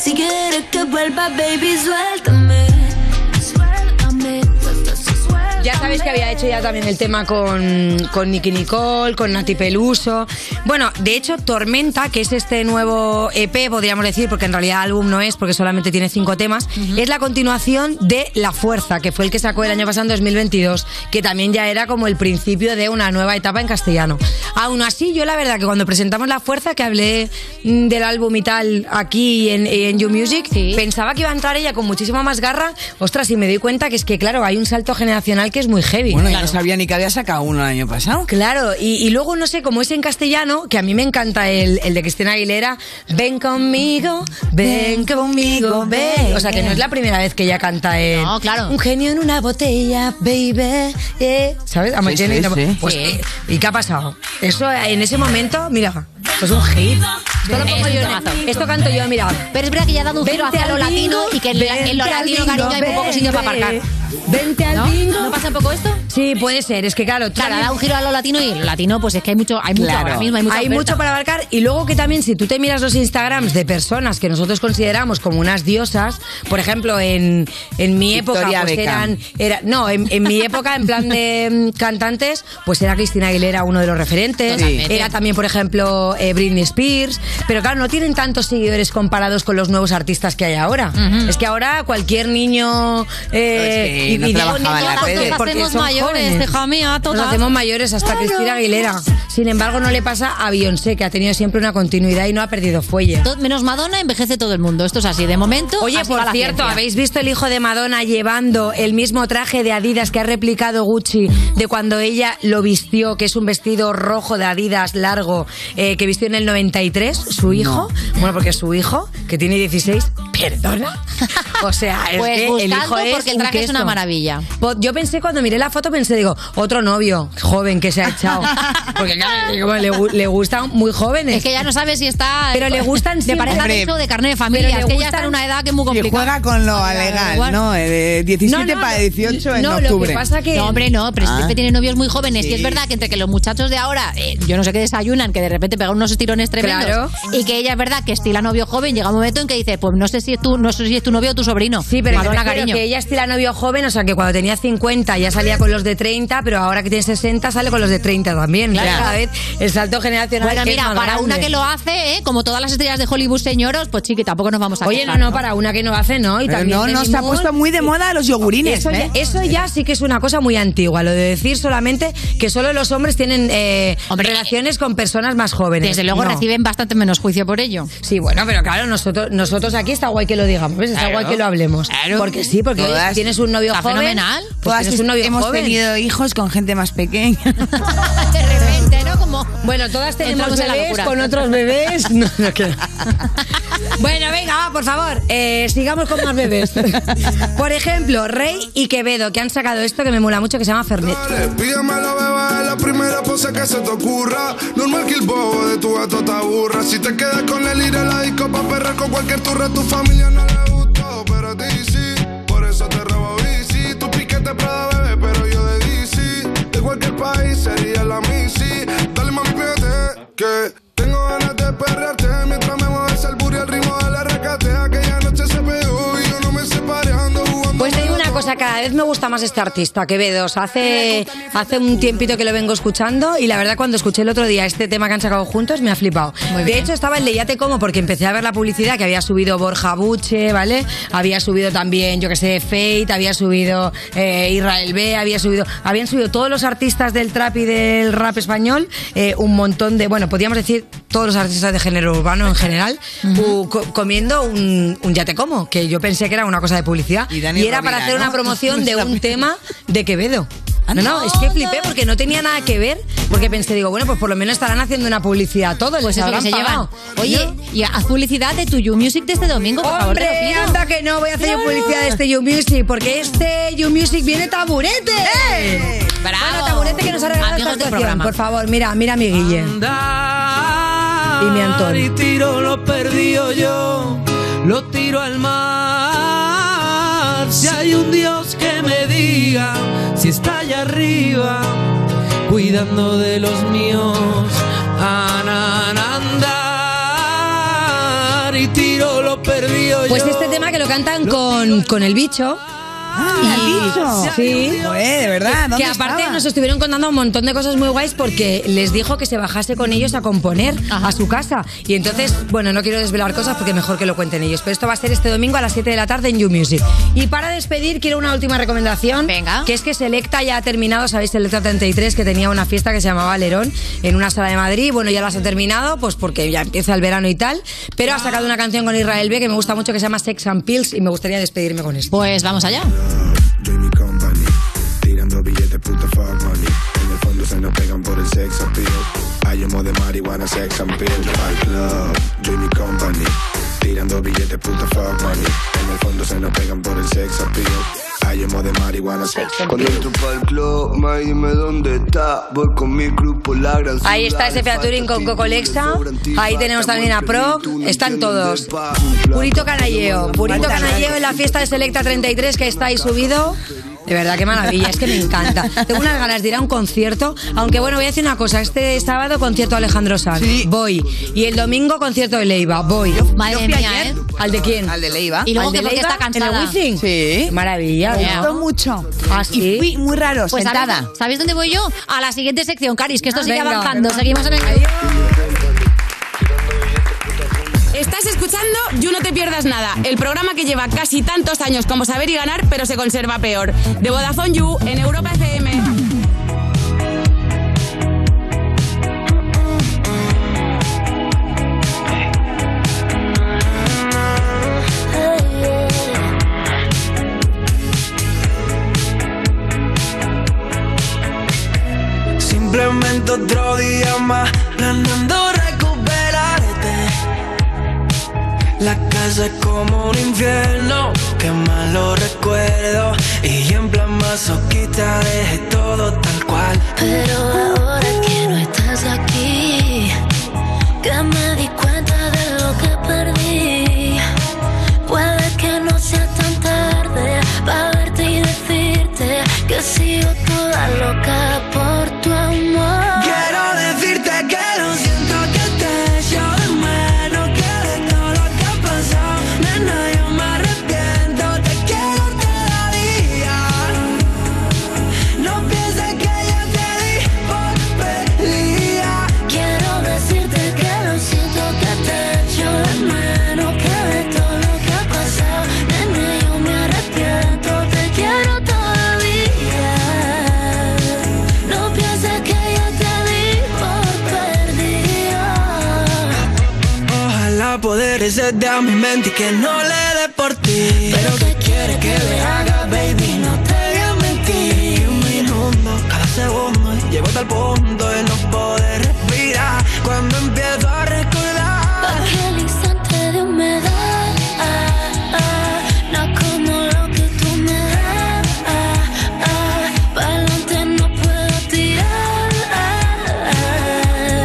Speaker 22: Si quieres que vuelva, baby, suéltame. Suéltame, suéltame.
Speaker 16: Ya sabéis que había hecho ya también el tema con, con Nicky Nicole, con Nati Peluso. Bueno, de hecho, Tormenta, que es este nuevo EP, podríamos decir, porque en realidad álbum no es, porque solamente tiene cinco temas, es la continuación de La Fuerza, que fue el que sacó el año pasado en 2022, que también ya era como el principio de una nueva etapa en castellano. Aún así, yo la verdad que cuando presentamos La Fuerza, que hablé mm, del álbum y tal aquí en, en You Music, pensaba que iba a entrar ella con muchísima más garra. Ostras, y me doy cuenta que es que, claro, hay un salto generacional que es muy heavy.
Speaker 15: Bueno, yo
Speaker 16: Claro.
Speaker 15: no sabía ni que había sacado uno el año pasado.
Speaker 16: Claro, y, y luego no sé, como es en castellano, que a mí me encanta el, el de Cristina Aguilera, ven conmigo, ven conmigo, ven. O sea, que no es la primera vez que ella canta el... No, claro. Un genio en una botella, baby. yeah". ¿Sabes? A
Speaker 15: Sí,
Speaker 16: Martina
Speaker 15: sí,
Speaker 16: y la-
Speaker 15: sí.
Speaker 16: pues,
Speaker 15: Sí.
Speaker 16: eh, ¿Y qué ha pasado? Eso eh, en ese momento, mira, pues un hit. Esto lo pongo
Speaker 4: Es
Speaker 16: yo
Speaker 4: un
Speaker 16: en-
Speaker 4: temazo.
Speaker 16: esto canto yo, mira.
Speaker 4: Pero es verdad que ya ha dado un giro
Speaker 16: Vente
Speaker 4: hacia lo
Speaker 16: al bingo,
Speaker 4: latino y que en, la- en lo
Speaker 16: vente al
Speaker 4: latino,
Speaker 16: bingo,
Speaker 4: cariño, hay muy pocos
Speaker 16: vente.
Speaker 4: sitios para aparcar.
Speaker 16: Vente al
Speaker 4: ¿No?
Speaker 16: bingo.
Speaker 4: ¿No pasa un poco esto?
Speaker 16: Sí, puede ser. Es que claro,
Speaker 4: Claro, ha dado un giro a lo latino y lo latino, pues es que hay mucho, hay mucho ahora mismo, hay mucha oferta.
Speaker 16: mucho para abarcar. Y luego que también, si tú te miras los Instagrams de personas que nosotros consideramos como unas diosas, por ejemplo, en, en mi época,
Speaker 15: Victoria
Speaker 16: pues
Speaker 15: Beckham.
Speaker 16: eran. era- no, en, en mi época, en plan de mm, cantantes, pues era Cristina Aguilera uno de los referentes.
Speaker 15: Totalmente.
Speaker 16: Era también, por ejemplo, eh, Britney Spears. Pero claro, no tienen tantos seguidores comparados con los nuevos artistas que hay ahora. Es que ahora cualquier niño. eh,
Speaker 15: No, es que no trabajaba en las
Speaker 16: pues, porque-
Speaker 15: redes.
Speaker 16: porque
Speaker 4: hacemos
Speaker 16: son
Speaker 4: mayores,
Speaker 16: jóvenes.
Speaker 4: hija mía, todas.
Speaker 16: Nos hacemos mayores hasta
Speaker 4: Claro.
Speaker 16: Cristina Aguilera. Sin embargo, no le pasa a Beyoncé, que ha tenido siempre una continuidad y no ha perdido fuelle.
Speaker 4: To- Menos Madonna envejece todo el mundo. Esto es así. De momento.
Speaker 16: Oye,
Speaker 4: así
Speaker 16: por
Speaker 4: va la
Speaker 16: cierto,
Speaker 4: ciencia.
Speaker 16: ¿habéis visto el hijo de Madonna llevando el mismo traje de Adidas que ha replicado Gucci de cuando ella lo vistió, que es un vestido rojo de Adidas largo eh, que vistió en el 93? ¿Su hijo? Bueno, porque su hijo, que tiene 16, perdona. O sea, es
Speaker 4: Pues
Speaker 16: que el
Speaker 4: buscadlo
Speaker 16: hijo es
Speaker 4: porque el
Speaker 16: un
Speaker 4: traje es una
Speaker 16: queso.
Speaker 4: maravilla.
Speaker 16: Po- Yo pensé cuando miré la foto, pensé, digo, otro novio joven que se ha echado. Porque claro, digo, le, gu- le gustan muy jóvenes.
Speaker 4: Es que ya no sabe si está.
Speaker 16: Pero le gustan
Speaker 4: De
Speaker 16: siempre.
Speaker 4: pareja de hecho o de carne de familia.
Speaker 16: Pero le
Speaker 4: Es que ya
Speaker 16: gustan-
Speaker 4: está en una edad que es muy complicada.
Speaker 6: Juega con lo alegal, ¿no? Eh, De 17
Speaker 4: No, no,
Speaker 6: para
Speaker 4: no.
Speaker 6: 18 en
Speaker 4: No, lo que
Speaker 6: octubre.
Speaker 4: pasa que- No, hombre, no, pero
Speaker 6: Ah.
Speaker 4: siempre tiene novios muy jóvenes. Y es
Speaker 6: Sí.
Speaker 4: verdad que entre que los muchachos de ahora, eh, yo no sé qué desayunan, que de repente pegan unos estirones tremendos.
Speaker 16: Claro.
Speaker 4: Y que ella es verdad que estila novio joven, llega un momento en que dice, pues no sé si es tu, no sé si es tu novio o tu sobrino. Sí,
Speaker 16: pero que me
Speaker 4: Madonna,
Speaker 16: refiero
Speaker 4: cariño.
Speaker 16: que ella estila novio joven, o sea, que cuando tenía 50 ya salía con los de 30, pero ahora que tiene 60 sale con los de 30 también.
Speaker 4: Claro.
Speaker 16: Cada vez el salto generacional
Speaker 4: Bueno,
Speaker 16: que es
Speaker 4: mira,
Speaker 16: más
Speaker 4: para
Speaker 16: grande.
Speaker 4: una que lo hace, ¿eh? como todas las estrellas de Hollywood, señoros, pues chiqui, tampoco nos vamos a
Speaker 16: Oye, no,
Speaker 4: quejar,
Speaker 16: no, para una que no hace, no. Y
Speaker 6: Pero
Speaker 16: también
Speaker 6: no, no,
Speaker 16: Demi
Speaker 6: se ha
Speaker 16: Moore.
Speaker 6: puesto muy de moda los yogurines,
Speaker 16: Eso,
Speaker 6: ¿eh?
Speaker 16: ya, eso ya sí que es una cosa muy antigua, lo de decir solamente que solo los hombres tienen eh, relaciones con personas más jóvenes.
Speaker 4: Desde luego
Speaker 16: No.
Speaker 4: reciben bastante menos juicio por ello.
Speaker 16: Sí, bueno, pero claro, nosotros, nosotros aquí está guay que lo digamos, ¿ves? Está
Speaker 4: Claro.
Speaker 16: guay que lo hablemos. Porque sí, porque oye,
Speaker 6: Todas-
Speaker 16: si tienes un novio
Speaker 4: Está
Speaker 16: joven.
Speaker 4: fenomenal.
Speaker 16: pues
Speaker 6: Todas
Speaker 16: tienes un novio
Speaker 6: hemos
Speaker 16: joven.
Speaker 6: tenido hijos con gente más pequeña.
Speaker 4: De repente, ¿no? Como.
Speaker 16: Bueno, todas tenemos
Speaker 4: Entramos en la
Speaker 16: bebés
Speaker 4: locura.
Speaker 16: con otros bebés. No, no queda. Bueno, venga, va, por favor, eh, sigamos con más bebés. Por ejemplo, Rey y Quevedo, que han sacado esto que me mola mucho, que se llama Fernet.
Speaker 31: Pídeme la beba es la primera pose que se te ocurra. Normal que el bobo de tu gato te aburra. Si te quedas con el ir a la disco pa' perrar con cualquier turra, tu familia no le gustó, pero a ti sí. Por eso te robo bici. Tu piquete Prada, bebé, pero yo de DC. De cualquier país sería la misi. Dale mami, pégate, que tengo ganas de perrearte mientras me mueves el burro al ritmo de la recatea. Aquella noche se pegó y yo no me separé, ando jugando.
Speaker 16: Pues te digo una cosa, que cada vez me gusta más este artista, Quevedo. O sea, hace, hace un tiempito que lo vengo escuchando y la verdad cuando escuché el otro día este tema que han sacado juntos me ha flipado. de hecho estaba el de Ya te como porque empecé a ver la publicidad que había subido Borja Buche, ¿vale? Había subido también, yo que sé, Fate, había subido eh, Israel B, había subido, habían subido todos los artistas del trap y del rap español, eh, un montón de, bueno, podríamos decir todos los artistas de género urbano en general, u- co- comiendo un, un Ya te como, que yo pensé que era una cosa de publicidad y,
Speaker 15: Dani
Speaker 16: era
Speaker 15: Rovira,
Speaker 16: para hacer
Speaker 15: ¿no?
Speaker 16: una promoción de un tema de Quevedo. No, Ah, no, es que flipé porque no tenía nada que ver, porque pensé, digo, bueno, pues por lo menos estarán haciendo una publicidad todo,
Speaker 4: Pues eso
Speaker 16: les
Speaker 4: que
Speaker 16: habrán
Speaker 4: se llevan.
Speaker 16: pagado.
Speaker 4: Oye, y haz publicidad de tu You Music de este domingo, por favor, te lo
Speaker 16: Hombre,
Speaker 4: pido.
Speaker 16: anda que no voy a hacer yo publicidad de este You Music, porque este You Music viene taburete. ¡Eh!
Speaker 4: Bravo.
Speaker 16: Bueno, taburete que nos ha regalado
Speaker 4: Amigos
Speaker 16: esta
Speaker 4: del
Speaker 16: estación,
Speaker 4: programa.
Speaker 16: por favor, mira, mira a mi Guille.
Speaker 11: Y
Speaker 16: mi Antón.
Speaker 11: Y tiro lo perdido yo, lo tiro al mar. Si hay un Dios que me diga si está allá arriba, cuidando de los míos, an, andar. Y tiro lo perdido yo.
Speaker 16: Pues este tema que lo cantan con, con el bicho.
Speaker 11: ¿el bicho?
Speaker 16: Sí.
Speaker 11: Joder, de verdad,
Speaker 16: Que-
Speaker 11: ¿dónde
Speaker 16: Que aparte
Speaker 11: estaba?
Speaker 16: nos estuvieron contando un montón de cosas muy guays porque les dijo que se bajase con ellos a componer a su casa. Y entonces, bueno, no quiero desvelar cosas porque mejor que lo cuenten ellos. Pero esto va a ser este domingo a las 7 de la tarde en You Music. Y para despedir, quiero una última recomendación. Venga. Que es que Selecta ya ha terminado, sabéis, Selecta 33, que tenía una fiesta que se llamaba Lerón en una sala de Madrid. Bueno, ya las ha terminado, pues porque ya empieza el verano y tal. Pero ha sacado una canción con Israel B que me gusta mucho que se llama Sex and Pills y me gustaría despedirme con esto.
Speaker 4: Pues vamos allá.
Speaker 7: Tirando billetes, puta fuck money. En el fondo se nos pegan por el sex appeal. Hay humo de marihuana, sex appeal. Al club, join me company. Tirando billetes, puta fuck money. En el fondo se nos pegan por el sex appeal. Hay humo de marihuana, sex
Speaker 8: Con
Speaker 7: appeal.
Speaker 8: otro pa'l club, ma, dime dónde está. Voy con mi grupo, la gran
Speaker 16: Ahí está ese
Speaker 8: ciudad,
Speaker 16: Featuring con Coco Lexa. Ahí tenemos también a Pro. Están todos. Purito Canalleo. Purito Canalleo en la fiesta de Selecta 33 que está ahí subido. De verdad, qué maravilla, es que me encanta. Tengo unas ganas de ir a un concierto, aunque bueno, voy a decir una cosa, este sábado concierto Alejandro Sanz, voy, y el domingo concierto de Leiva, voy.
Speaker 4: Madre fui mía, ayer. ¿eh?
Speaker 16: ¿Al de quién?
Speaker 15: Al de Leiva.
Speaker 4: Y luego
Speaker 16: ¿Al de
Speaker 4: que porque
Speaker 16: Leiva?
Speaker 4: está cansada.
Speaker 16: ¿En el Wizzing?
Speaker 15: Sí.
Speaker 16: Maravilla.
Speaker 4: Me
Speaker 16: ¿no?
Speaker 4: gustó
Speaker 15: mucho.
Speaker 16: ¿Ah, sí?
Speaker 6: muy raro,
Speaker 4: Pues ¿sabes-
Speaker 15: sentada.
Speaker 4: ¿sabes, dónde voy yo? A la siguiente sección, Caris, que esto sigue
Speaker 19: Ah,
Speaker 16: Venga.
Speaker 4: avanzando. Seguimos en el...
Speaker 17: Estás escuchando You No Te Pierdas Nada, el programa que lleva casi tantos años como saber y ganar, pero se conserva peor. De Vodafone You en Europa FM.
Speaker 11: Simplemente otro día más planeando recuperarte. La casa es como un infierno, que mal lo recuerdo. Y en plan masoquista dejé todo tal cual.
Speaker 22: Pero ahora que no estás aquí, que me di cuenta de lo que perdí. Puede que no sea tan tarde para verte y decirte que sigo toda loca por tu amor.
Speaker 11: Quiero decirte que lo siento que te echo de menos, que de todo lo que ha pasado, nena, yo me arrepiento, te quiero todavía. No pienses que yo te di por perdida.
Speaker 22: Quiero decirte que lo siento que te echo de menos Que de todo lo que ha pasado Nena, yo me arrepiento Te quiero todavía No pienses que yo te di por perdida
Speaker 11: Ojalá poder resetear mi mente y que no le dé por ti. Pero que quieres que le haga, baby, no te voy a mentir. Y un minuto, cada segundo, llego hasta el punto de no poder respirar. Cuando empiezo a recordar,
Speaker 22: Aquel instante de humedad ah, ah, No como lo que tú me das Pa'lante no puedo tirar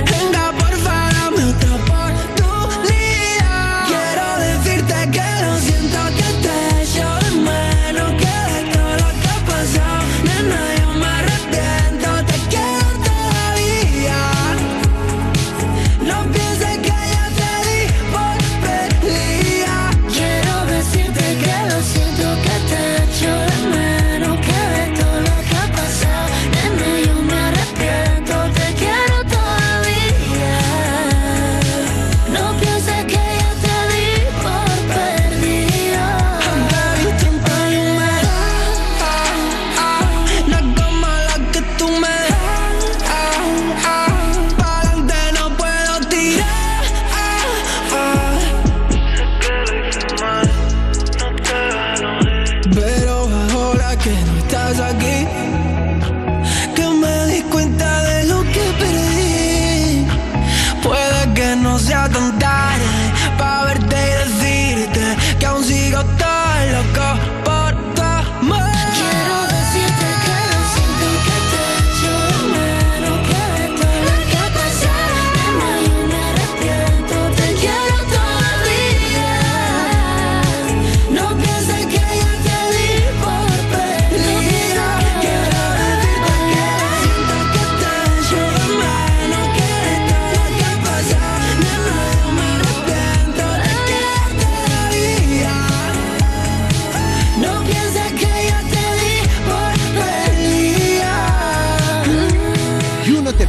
Speaker 11: venga, porfa, dame otra oportunidad. Quiero decirte que lo siento, que te echo de menos, que de todo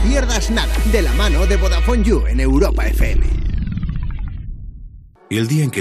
Speaker 5: pierdas nada. De la mano de Vodafone You en Europa FM.
Speaker 2: Y el día en que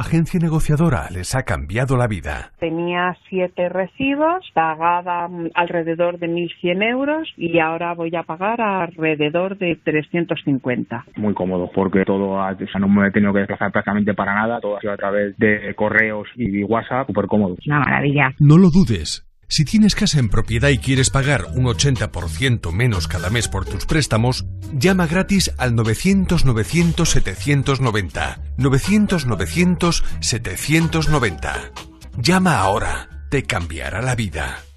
Speaker 6: Agencia negociadora les ha cambiado la vida.
Speaker 11: Tenía siete recibos, pagaba mm, alrededor de 1.100 euros y ahora voy a pagar alrededor de 350.
Speaker 32: Muy cómodo, porque todo, ha- o sea, no me he tenido que desplazar prácticamente para nada, todo ha sido a través de correos y WhatsApp, súper cómodo.
Speaker 11: Una maravilla.
Speaker 6: No lo dudes. Si tienes casa en propiedad y quieres pagar un 80% menos cada mes por tus préstamos, llama gratis al 900-900-790. 900-900-790. Llama ahora. Te cambiará la vida.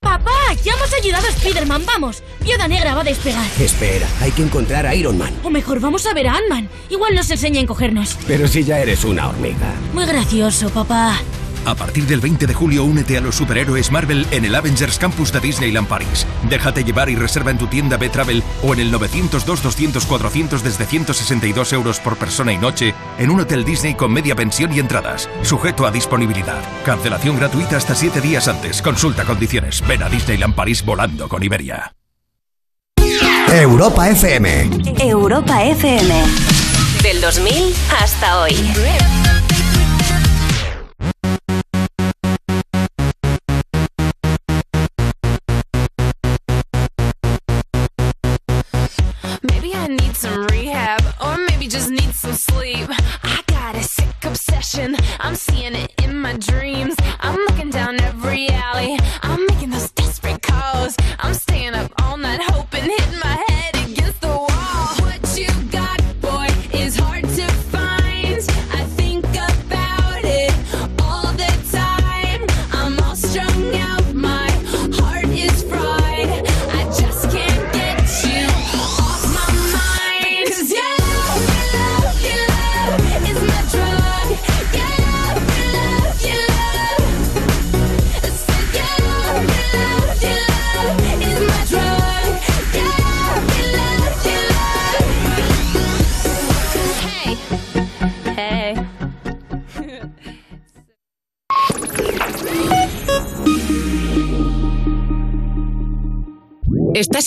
Speaker 33: ¡Papá! ¡Ya hemos ayudado a Spider-Man! ¡Vamos! Viuda Negra va a despegar.
Speaker 19: Espera, hay que encontrar a Iron Man.
Speaker 33: O mejor, vamos a ver a Ant-Man. Igual nos enseña a encogernos.
Speaker 19: Pero si ya eres una hormiga.
Speaker 33: Muy gracioso, papá.
Speaker 2: A partir del 20 de julio únete a los superhéroes Marvel en el Avengers Campus de Disneyland París. Déjate llevar y reserva en tu tienda B-Travel o en el 902-200-400 desde 162 euros por persona y noche en un hotel Disney con media pensión y entradas, sujeto a disponibilidad. Cancelación gratuita hasta 7 días antes. Consulta condiciones. Ven a Disneyland París volando con Iberia.
Speaker 5: Europa FM.
Speaker 29: Europa FM. Del 2000 hasta hoy.
Speaker 33: Maybe I need some rehab, or maybe just need some sleep. I got a sick obsession, I'm seeing it in my dreams. I'm looking down every alley, I'm making those desperate calls. I'm staying up all night hoping, hitting my head against the wall. What you got, boy, is hard to find. I think about it all the time. I'm all strung out, my heart is fried. I just can't get you off my mind. 'Cause your love, your love, your love is my drug. Your love, your love, your love. It's like your love, your love, your love is my drug. Your love, your love, your love. Hey, hey.
Speaker 1: Estás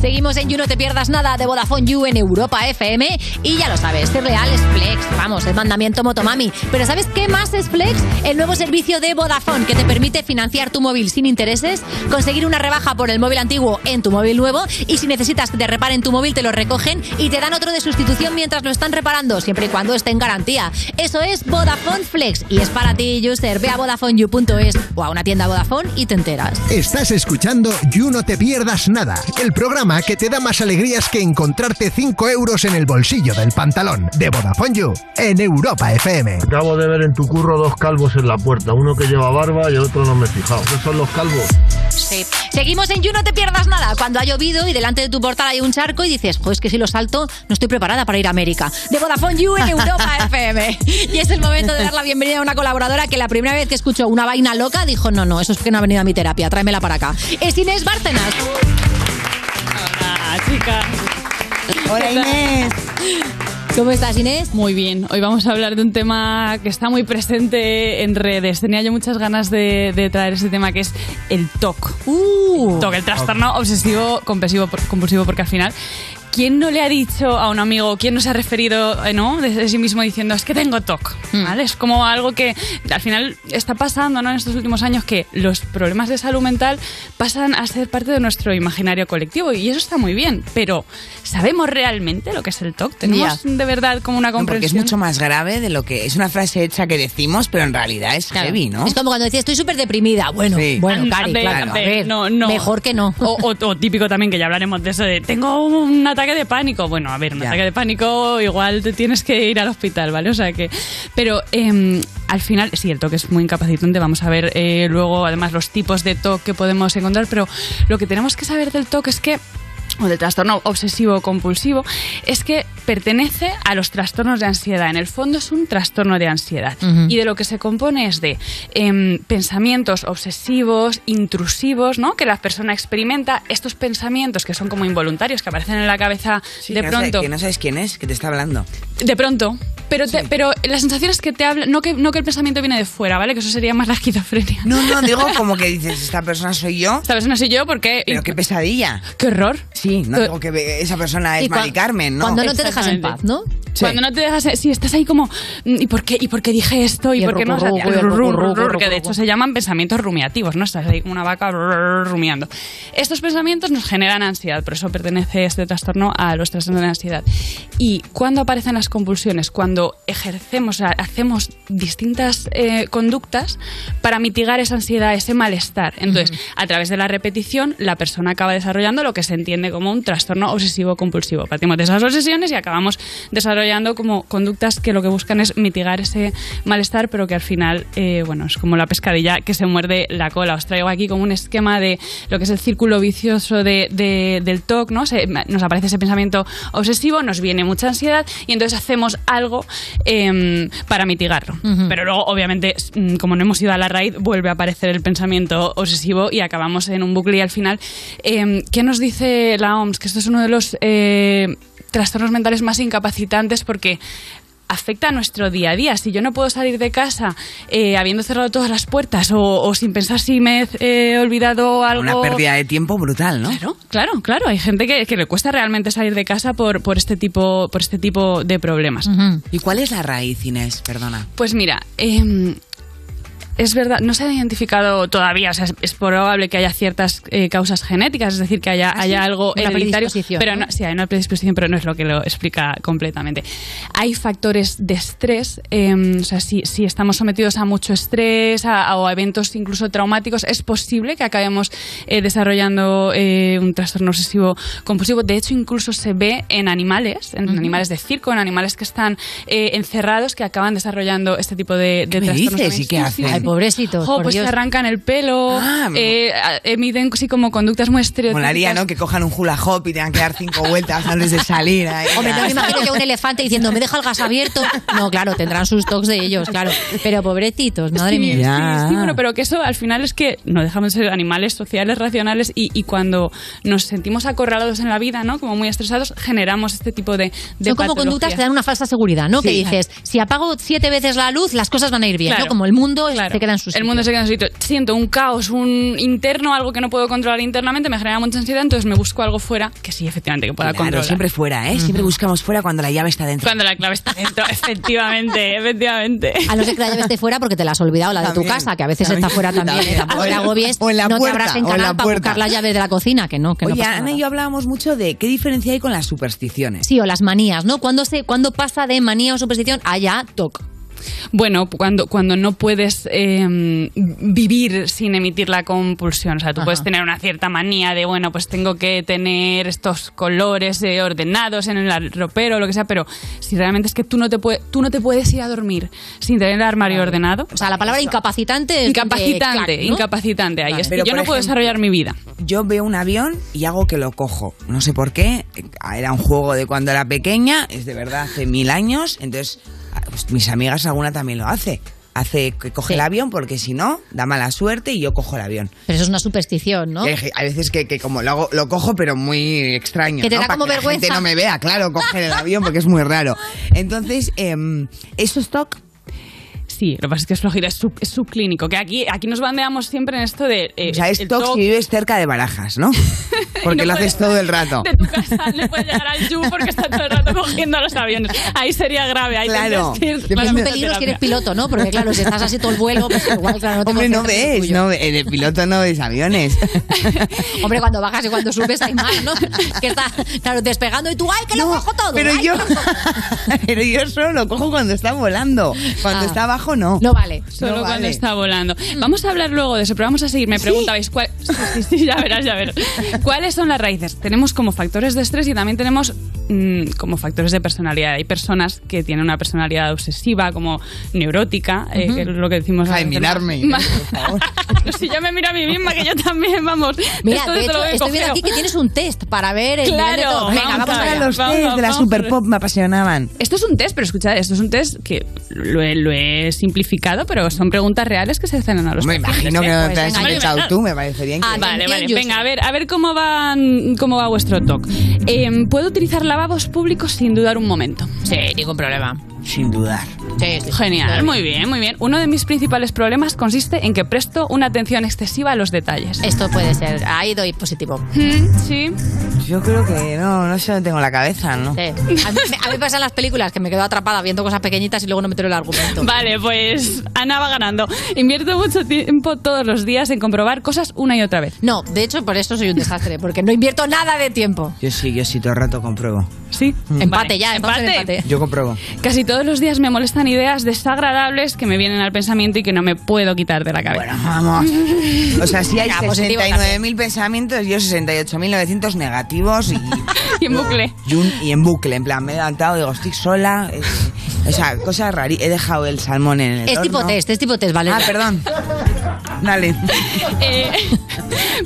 Speaker 4: Seguimos en You No Te Pierdas Nada de Vodafone You en Europa FM. Y ya lo sabes, es real, es Flex. Vamos, es mandamiento Motomami. Pero ¿sabes qué más es Flex? El nuevo servicio de Vodafone que te permite financiar tu móvil sin intereses, conseguir una rebaja por el móvil antiguo en tu móvil nuevo. Y si necesitas que te reparen tu móvil, te lo recogen y te dan otro de sustitución mientras lo están reparando, siempre y cuando esté en garantía. Eso es Vodafone Flex. Y es para ti, user. Ve a VodafoneYou.es o a una tienda Vodafone y te enteras.
Speaker 5: Estás escuchando You No Te Pierdas Nada, el programa que te da más alegrías que encontrarte 5 euros en el bolsillo del pantalón de Vodafone You en Europa FM.
Speaker 7: Acabo de ver en tu curro dos calvos en la puerta, uno que lleva barba y el otro no me he fijado. ¿Qué son los calvos?
Speaker 4: Sí. Seguimos en You, no te pierdas nada. Cuando ha llovido y delante de tu portal hay un charco y dices, jo, es que si lo salto, no estoy preparada para ir a América. De Vodafone You en Europa FM. Y es el momento de dar la bienvenida a una colaboradora que la primera vez que escuchó una vaina loca dijo, no, no, eso es que no ha venido a mi terapia, tráemela para acá. Es Inés Bárcenas.
Speaker 34: Hola, chicas.
Speaker 35: Hola, Inés.
Speaker 4: ¿Cómo estás, Inés?
Speaker 34: Muy bien. Hoy vamos a hablar de un tema que está muy presente en redes. Tenía yo muchas ganas de, de traer este tema que es el TOC.
Speaker 4: Uh,
Speaker 34: TOC, el trastorno obsesivo compulsivo, por- compulsivo porque al final ¿quién no le ha dicho a un amigo, quién no se ha referido eh, ¿no? de de sí mismo diciendo, es que tengo TOC? ¿vale? Es como algo que al final está pasando ¿no? en estos últimos años que los problemas de salud mental pasan a ser parte de nuestro imaginario colectivo y eso está muy bien, pero ¿sabemos realmente lo que es el TOC? ¿Tenemos de verdad como una
Speaker 6: No, porque es
Speaker 34: comprensión?
Speaker 6: mucho más grave de lo que. Es una frase hecha que decimos, pero en realidad es heavy, ¿no?
Speaker 4: Es como cuando decía, estoy súper deprimida. Bueno,
Speaker 6: Sí. Ah,
Speaker 4: bueno,
Speaker 6: Ande-
Speaker 4: Cari,
Speaker 6: ande-
Speaker 4: claro.
Speaker 6: ande-
Speaker 4: a ver,
Speaker 34: no, no.
Speaker 4: Mejor que no.
Speaker 34: O, o- o típico también que ya hablaremos de eso de tengo un ataque de pánico. Bueno, a ver, un ataque de pánico igual te tienes que ir al hospital, ¿vale? O sea que. Pero em, al final, sí, el toque es muy incapacitante. Vamos a ver eh, luego además los tipos de toque que podemos encontrar, pero lo que tenemos que saber del toque es que o del trastorno obsesivo compulsivo, es que pertenece a los trastornos de ansiedad. En el fondo es un trastorno de ansiedad.
Speaker 2: Ujú.
Speaker 34: Y de lo que se compone es de em, pensamientos obsesivos, intrusivos, ¿no? Que la persona experimenta estos pensamientos que son como involuntarios, que aparecen en la cabeza de
Speaker 6: Que no sé-
Speaker 34: pronto
Speaker 6: que no sabes quién es, que te está hablando.
Speaker 34: de pronto. Pero, te- pero la sensación es que te habla, no que, no que el pensamiento viene de fuera, ¿vale? Que eso sería más la esquizofrenia.
Speaker 6: No, no, digo como que dices, esta persona soy yo. Esta
Speaker 34: persona soy yo porque...
Speaker 6: Pero qué pesadilla.
Speaker 34: Qué horror.
Speaker 6: Sí, no digo que ve- esa persona es
Speaker 34: Y cua-
Speaker 6: Mari Carmen, ¿no?
Speaker 34: cuando no te dejas en paz,
Speaker 4: ¿no?
Speaker 34: Cuando no te dejas, eh, si estás ahí como, mm, ¿y por qué, y por qué dije esto? ¿Y,
Speaker 4: Y el
Speaker 34: por qué no? O sea,
Speaker 4: rucurrucu,
Speaker 34: el
Speaker 4: el
Speaker 34: rurru,
Speaker 4: rucurrucu,
Speaker 34: rurru, que de
Speaker 4: rucurrucu.
Speaker 34: hecho se llaman pensamientos rumiativos, ¿no? Estás ahí como una vaca rurru, rumiando. Estos pensamientos nos generan ansiedad, por eso pertenece este trastorno a los trastornos de la ansiedad. ¿Y cuándo aparecen las compulsiones? Cuando ejercemos, o sea, hacemos distintas eh, conductas para mitigar esa ansiedad, ese malestar. Entonces, a través de la repetición, la persona acaba desarrollando lo que se entiende como un trastorno obsesivo-compulsivo. Partimos de esas obsesiones y acabamos desarrollando como conductas que lo que buscan es mitigar ese malestar, pero que al final, eh, bueno, es como la pescadilla que se muerde la cola. Os traigo aquí como un esquema de lo que es el círculo vicioso de- de- del TOC, ¿no? Se- nos aparece ese pensamiento obsesivo, nos viene mucha ansiedad y entonces hacemos algo em, para mitigarlo.
Speaker 2: Ujú.
Speaker 34: Pero luego, obviamente, s- mm, como no hemos ido a la raíz, vuelve a aparecer el pensamiento obsesivo y acabamos en un bucle y al final, em, ¿qué nos dice la OMS? Que esto es uno de los eh, trastornos mentales más incapacitantes porque afecta a nuestro día a día. Si yo no puedo salir de casa eh, habiendo cerrado todas las puertas o, o sin pensar si me he eh, olvidado algo...
Speaker 6: Una pérdida de tiempo brutal, ¿no?
Speaker 34: Claro, claro, claro. Hay gente que, que le cuesta realmente salir de casa por, por, este, tipo, por este tipo de problemas.
Speaker 6: ¿Y cuál es la raíz, Inés? Perdona.
Speaker 34: Pues mira, em, es verdad, no se ha identificado todavía, o sea, es, es probable que haya ciertas eh, causas genéticas, es decir, que
Speaker 6: Ah,
Speaker 34: haya, haya algo
Speaker 4: Una
Speaker 34: hereditario,
Speaker 4: predisposición,
Speaker 34: pero
Speaker 4: ¿no?
Speaker 34: no, sí, hay una predisposición, pero no es lo que lo explica completamente. Hay factores de estrés, em, o sea, si, si estamos sometidos a mucho estrés a- a- o a eventos incluso traumáticos, es posible que acabemos eh, desarrollando eh, un trastorno obsesivo compulsivo. De hecho, incluso se ve en animales, en
Speaker 2: Ujú.
Speaker 34: animales de circo, en animales que están eh, encerrados, que acaban desarrollando este tipo de, de
Speaker 6: me
Speaker 34: trastornos
Speaker 6: dices?
Speaker 34: también.
Speaker 6: ¿Y qué
Speaker 34: Sí,
Speaker 6: hacen?
Speaker 34: sí, sí.
Speaker 6: Ay, pobrecitos,
Speaker 34: Jo,
Speaker 6: por
Speaker 34: pues se
Speaker 6: Dios.
Speaker 34: arrancan el pelo, eh, a- emiten sí, como conductas muy estereotípicas.
Speaker 6: Ah, Molaría, ¿no? Que cojan un hula hop y tengan que dar cinco vueltas antes de salir. ahí.
Speaker 4: Hombre, no me imagino que un elefante diciendo, me deja el gas abierto. No, claro, tendrán sus tocs de ellos, claro. Pero pobrecitos, madre
Speaker 34: Sí,
Speaker 4: mía.
Speaker 34: sí, sí, bueno, pero que eso al final es que no dejamos de ser animales sociales, racionales y, y cuando nos sentimos acorralados en la vida, ¿no? Como muy estresados, generamos este tipo de, de
Speaker 4: Son como conductas
Speaker 34: patologías.
Speaker 4: que dan una falsa seguridad, ¿no?
Speaker 34: Sí.
Speaker 4: Que dices, si apago siete veces la luz, las cosas van a ir bien,
Speaker 34: Claro.
Speaker 4: ¿no? Como el mundo
Speaker 34: Claro.
Speaker 4: se queda en su sitio.
Speaker 34: El mundo se queda en su sitio. Siento un caos, un interno, algo que no puedo controlar internamente, me genera mucha ansiedad, entonces me busco algo fuera que sí, efectivamente, que pueda
Speaker 6: Claro,
Speaker 34: controlar.
Speaker 6: siempre fuera, ¿eh? Siempre buscamos fuera cuando la llave está dentro.
Speaker 34: Cuando la clave está dentro, efectivamente, efectivamente.
Speaker 4: A no ser que la llave esté fuera porque te la has olvidado, la de tu casa, que a veces está fuera también.
Speaker 6: también.
Speaker 4: ¿eh? Tampoco
Speaker 6: O
Speaker 4: te
Speaker 6: en-
Speaker 4: agobies,
Speaker 6: o en la
Speaker 4: no
Speaker 6: puerta,
Speaker 4: te habrás
Speaker 6: o en la
Speaker 4: encanado para
Speaker 6: puerta.
Speaker 4: buscar la llave de la cocina, que no, que no
Speaker 6: Oye,
Speaker 4: pasa
Speaker 6: Ana
Speaker 4: nada.
Speaker 6: y yo hablábamos mucho de qué diferencia hay con las supersticiones.
Speaker 4: Sí, o las manías, ¿no? ¿Cuándo, se, cuándo pasa de manía o superstición a ya toc?
Speaker 34: Bueno, cuando, cuando no puedes eh, vivir sin emitir la compulsión. O sea, tú
Speaker 2: Ajá.
Speaker 34: puedes tener una cierta manía de, bueno, pues tengo que tener estos colores eh, ordenados en el ropero o lo que sea, pero si realmente es que tú no te, puede- tú no te puedes ir a dormir sin tener el armario ordenado. O
Speaker 4: sea, la palabra incapacitante es
Speaker 34: Incapacitante,
Speaker 6: de clac, ¿no?
Speaker 34: incapacitante. Ahí
Speaker 6: Vale.
Speaker 34: es que
Speaker 6: Pero,
Speaker 34: yo
Speaker 6: por
Speaker 34: no puedo
Speaker 6: ejemplo,
Speaker 34: desarrollar mi vida.
Speaker 6: Yo veo un avión y hago que lo cojo. No sé por qué. Era un juego de cuando era pequeña, es de verdad hace mil años. Entonces, pues, mis amigas alguna también lo hace. Hace que coge el avión porque si no, da mala suerte y yo coge el avión.
Speaker 4: Pero eso es una superstición, ¿no?
Speaker 6: Y Hay, hay veces que, que como lo, hago- lo cojo, pero muy extraño.
Speaker 4: Que te
Speaker 6: ¿no?
Speaker 4: da
Speaker 6: Para
Speaker 4: como
Speaker 6: que
Speaker 4: vergüenza.
Speaker 6: La gente no me vea, em, claro, coger el avión porque es muy raro. Entonces, eh, eso es TOC.
Speaker 34: sí, lo que pasa es que es flojera, es, sub- es subclínico, que aquí, aquí nos bandeamos siempre en esto de... eh,
Speaker 6: O sea, es
Speaker 34: el
Speaker 6: tox
Speaker 34: toc-
Speaker 6: si vives cerca de barajas, ¿no? Porque lo haces todo el rato.
Speaker 34: de tu casa no puedes llegar al Yu porque está todo el rato cogiendo los aviones. Ahí sería grave. Ahí
Speaker 6: Claro.
Speaker 34: tendrías que ir
Speaker 6: Depende-
Speaker 34: para
Speaker 4: Es muy
Speaker 34: la
Speaker 4: peligroso si eres
Speaker 34: terapia.
Speaker 4: piloto, ¿no? Porque claro, si estás así todo el vuelo, pues igual, claro, no te
Speaker 6: Hombre, no
Speaker 4: concentras en lo
Speaker 6: ves,
Speaker 4: tuyo.
Speaker 6: no, ve- de piloto no ves aviones.
Speaker 4: Hombre, cuando bajas y cuando subes hay más, ¿no? Que está, claro, despegando y tú, ¡ay, que lo cojo todo!
Speaker 6: Pero
Speaker 4: ¡Ay,
Speaker 6: yo,
Speaker 4: que lo cojo!
Speaker 6: pero yo solo lo cojo cuando está volando. Cuando
Speaker 34: Ah.
Speaker 6: está abajo, no.
Speaker 4: No vale.
Speaker 34: Solo cuando está volando. Vamos a hablar luego de eso, pero vamos a seguir. Me preguntabais cuál- sí, sí, sí, ya verás, ya verás. ¿Cuáles son las raíces? Tenemos como factores de estrés y también tenemos mm, como factores de personalidad. Hay personas que tienen una personalidad obsesiva, como neurótica, eh,
Speaker 6: Ujú.
Speaker 34: que es lo que decimos.
Speaker 6: Ay, mirarme, Irene,
Speaker 34: No, si yo me miro a mí misma, que yo también, vamos.
Speaker 4: Mira,
Speaker 34: esto
Speaker 4: de
Speaker 34: te lo
Speaker 4: hecho,
Speaker 34: veo
Speaker 4: estoy viendo
Speaker 34: cogeo.
Speaker 4: aquí que tienes un test para ver el nivel de
Speaker 34: Claro,
Speaker 4: todo. Venga,
Speaker 34: vamos
Speaker 4: vamos
Speaker 34: a
Speaker 4: allá.
Speaker 6: Los
Speaker 34: Vamos,
Speaker 6: test de la
Speaker 34: vamos,
Speaker 6: Super Pop me apasionaban.
Speaker 34: Esto es un test, pero escuchad, esto es un test que lo he, lo he simplificado, pero son preguntas reales que se hacen a los ¿eh?
Speaker 6: Me imagino que no te has inventado tú, me parecería
Speaker 34: Ah,
Speaker 6: increíble.
Speaker 34: vale, vale. Venga, a ver, a ver cómo, van, cómo va vuestro TOC. Eh, ¿Puedo utilizar lavabos públicos sin dudar un momento? Sí, ningún problema.
Speaker 6: Sin dudar.
Speaker 34: Genial, muy bien, muy bien. Uno de mis principales problemas consiste en que presto una atención excesiva a los detalles. Mm,
Speaker 4: Esto puede ser. Ahí doy positivo.
Speaker 34: Sí.
Speaker 6: Yo creo que no, no sé dónde tengo la cabeza, ¿no?
Speaker 4: Sí. Eh, A mí, a mí me pasan las películas que me quedo atrapada viendo cosas pequeñitas y luego no me entero el argumento.
Speaker 34: Vale, pues Ana va ganando. Invierto mucho tiempo todos los días en comprobar cosas una y otra vez.
Speaker 4: No, de hecho, por eso soy un desastre, porque no invierto nada de tiempo.
Speaker 6: Yo sí, yo sí, todo el rato compruebo.
Speaker 34: Sí,
Speaker 4: Empate ya, empate. empate.
Speaker 6: Yo compruebo.
Speaker 34: Casi todos los días me molestan ideas desagradables que me vienen al pensamiento y que no me puedo quitar de la cabeza.
Speaker 6: Vamos. O sea, si hay
Speaker 34: Venga, Ah, positivo
Speaker 6: 69.000 pensamientos, yo 68.900 negativos y,
Speaker 34: y en bucle.
Speaker 6: Y, un- y en bucle, en plan, me he levantado, digo, estoy sola. eh, o sea, cosas raras. He dejado el salmón en el
Speaker 4: Es tipo
Speaker 6: horno.
Speaker 4: test, es tipo test, vale.
Speaker 6: Ah, perdón. Dale.
Speaker 34: Eh,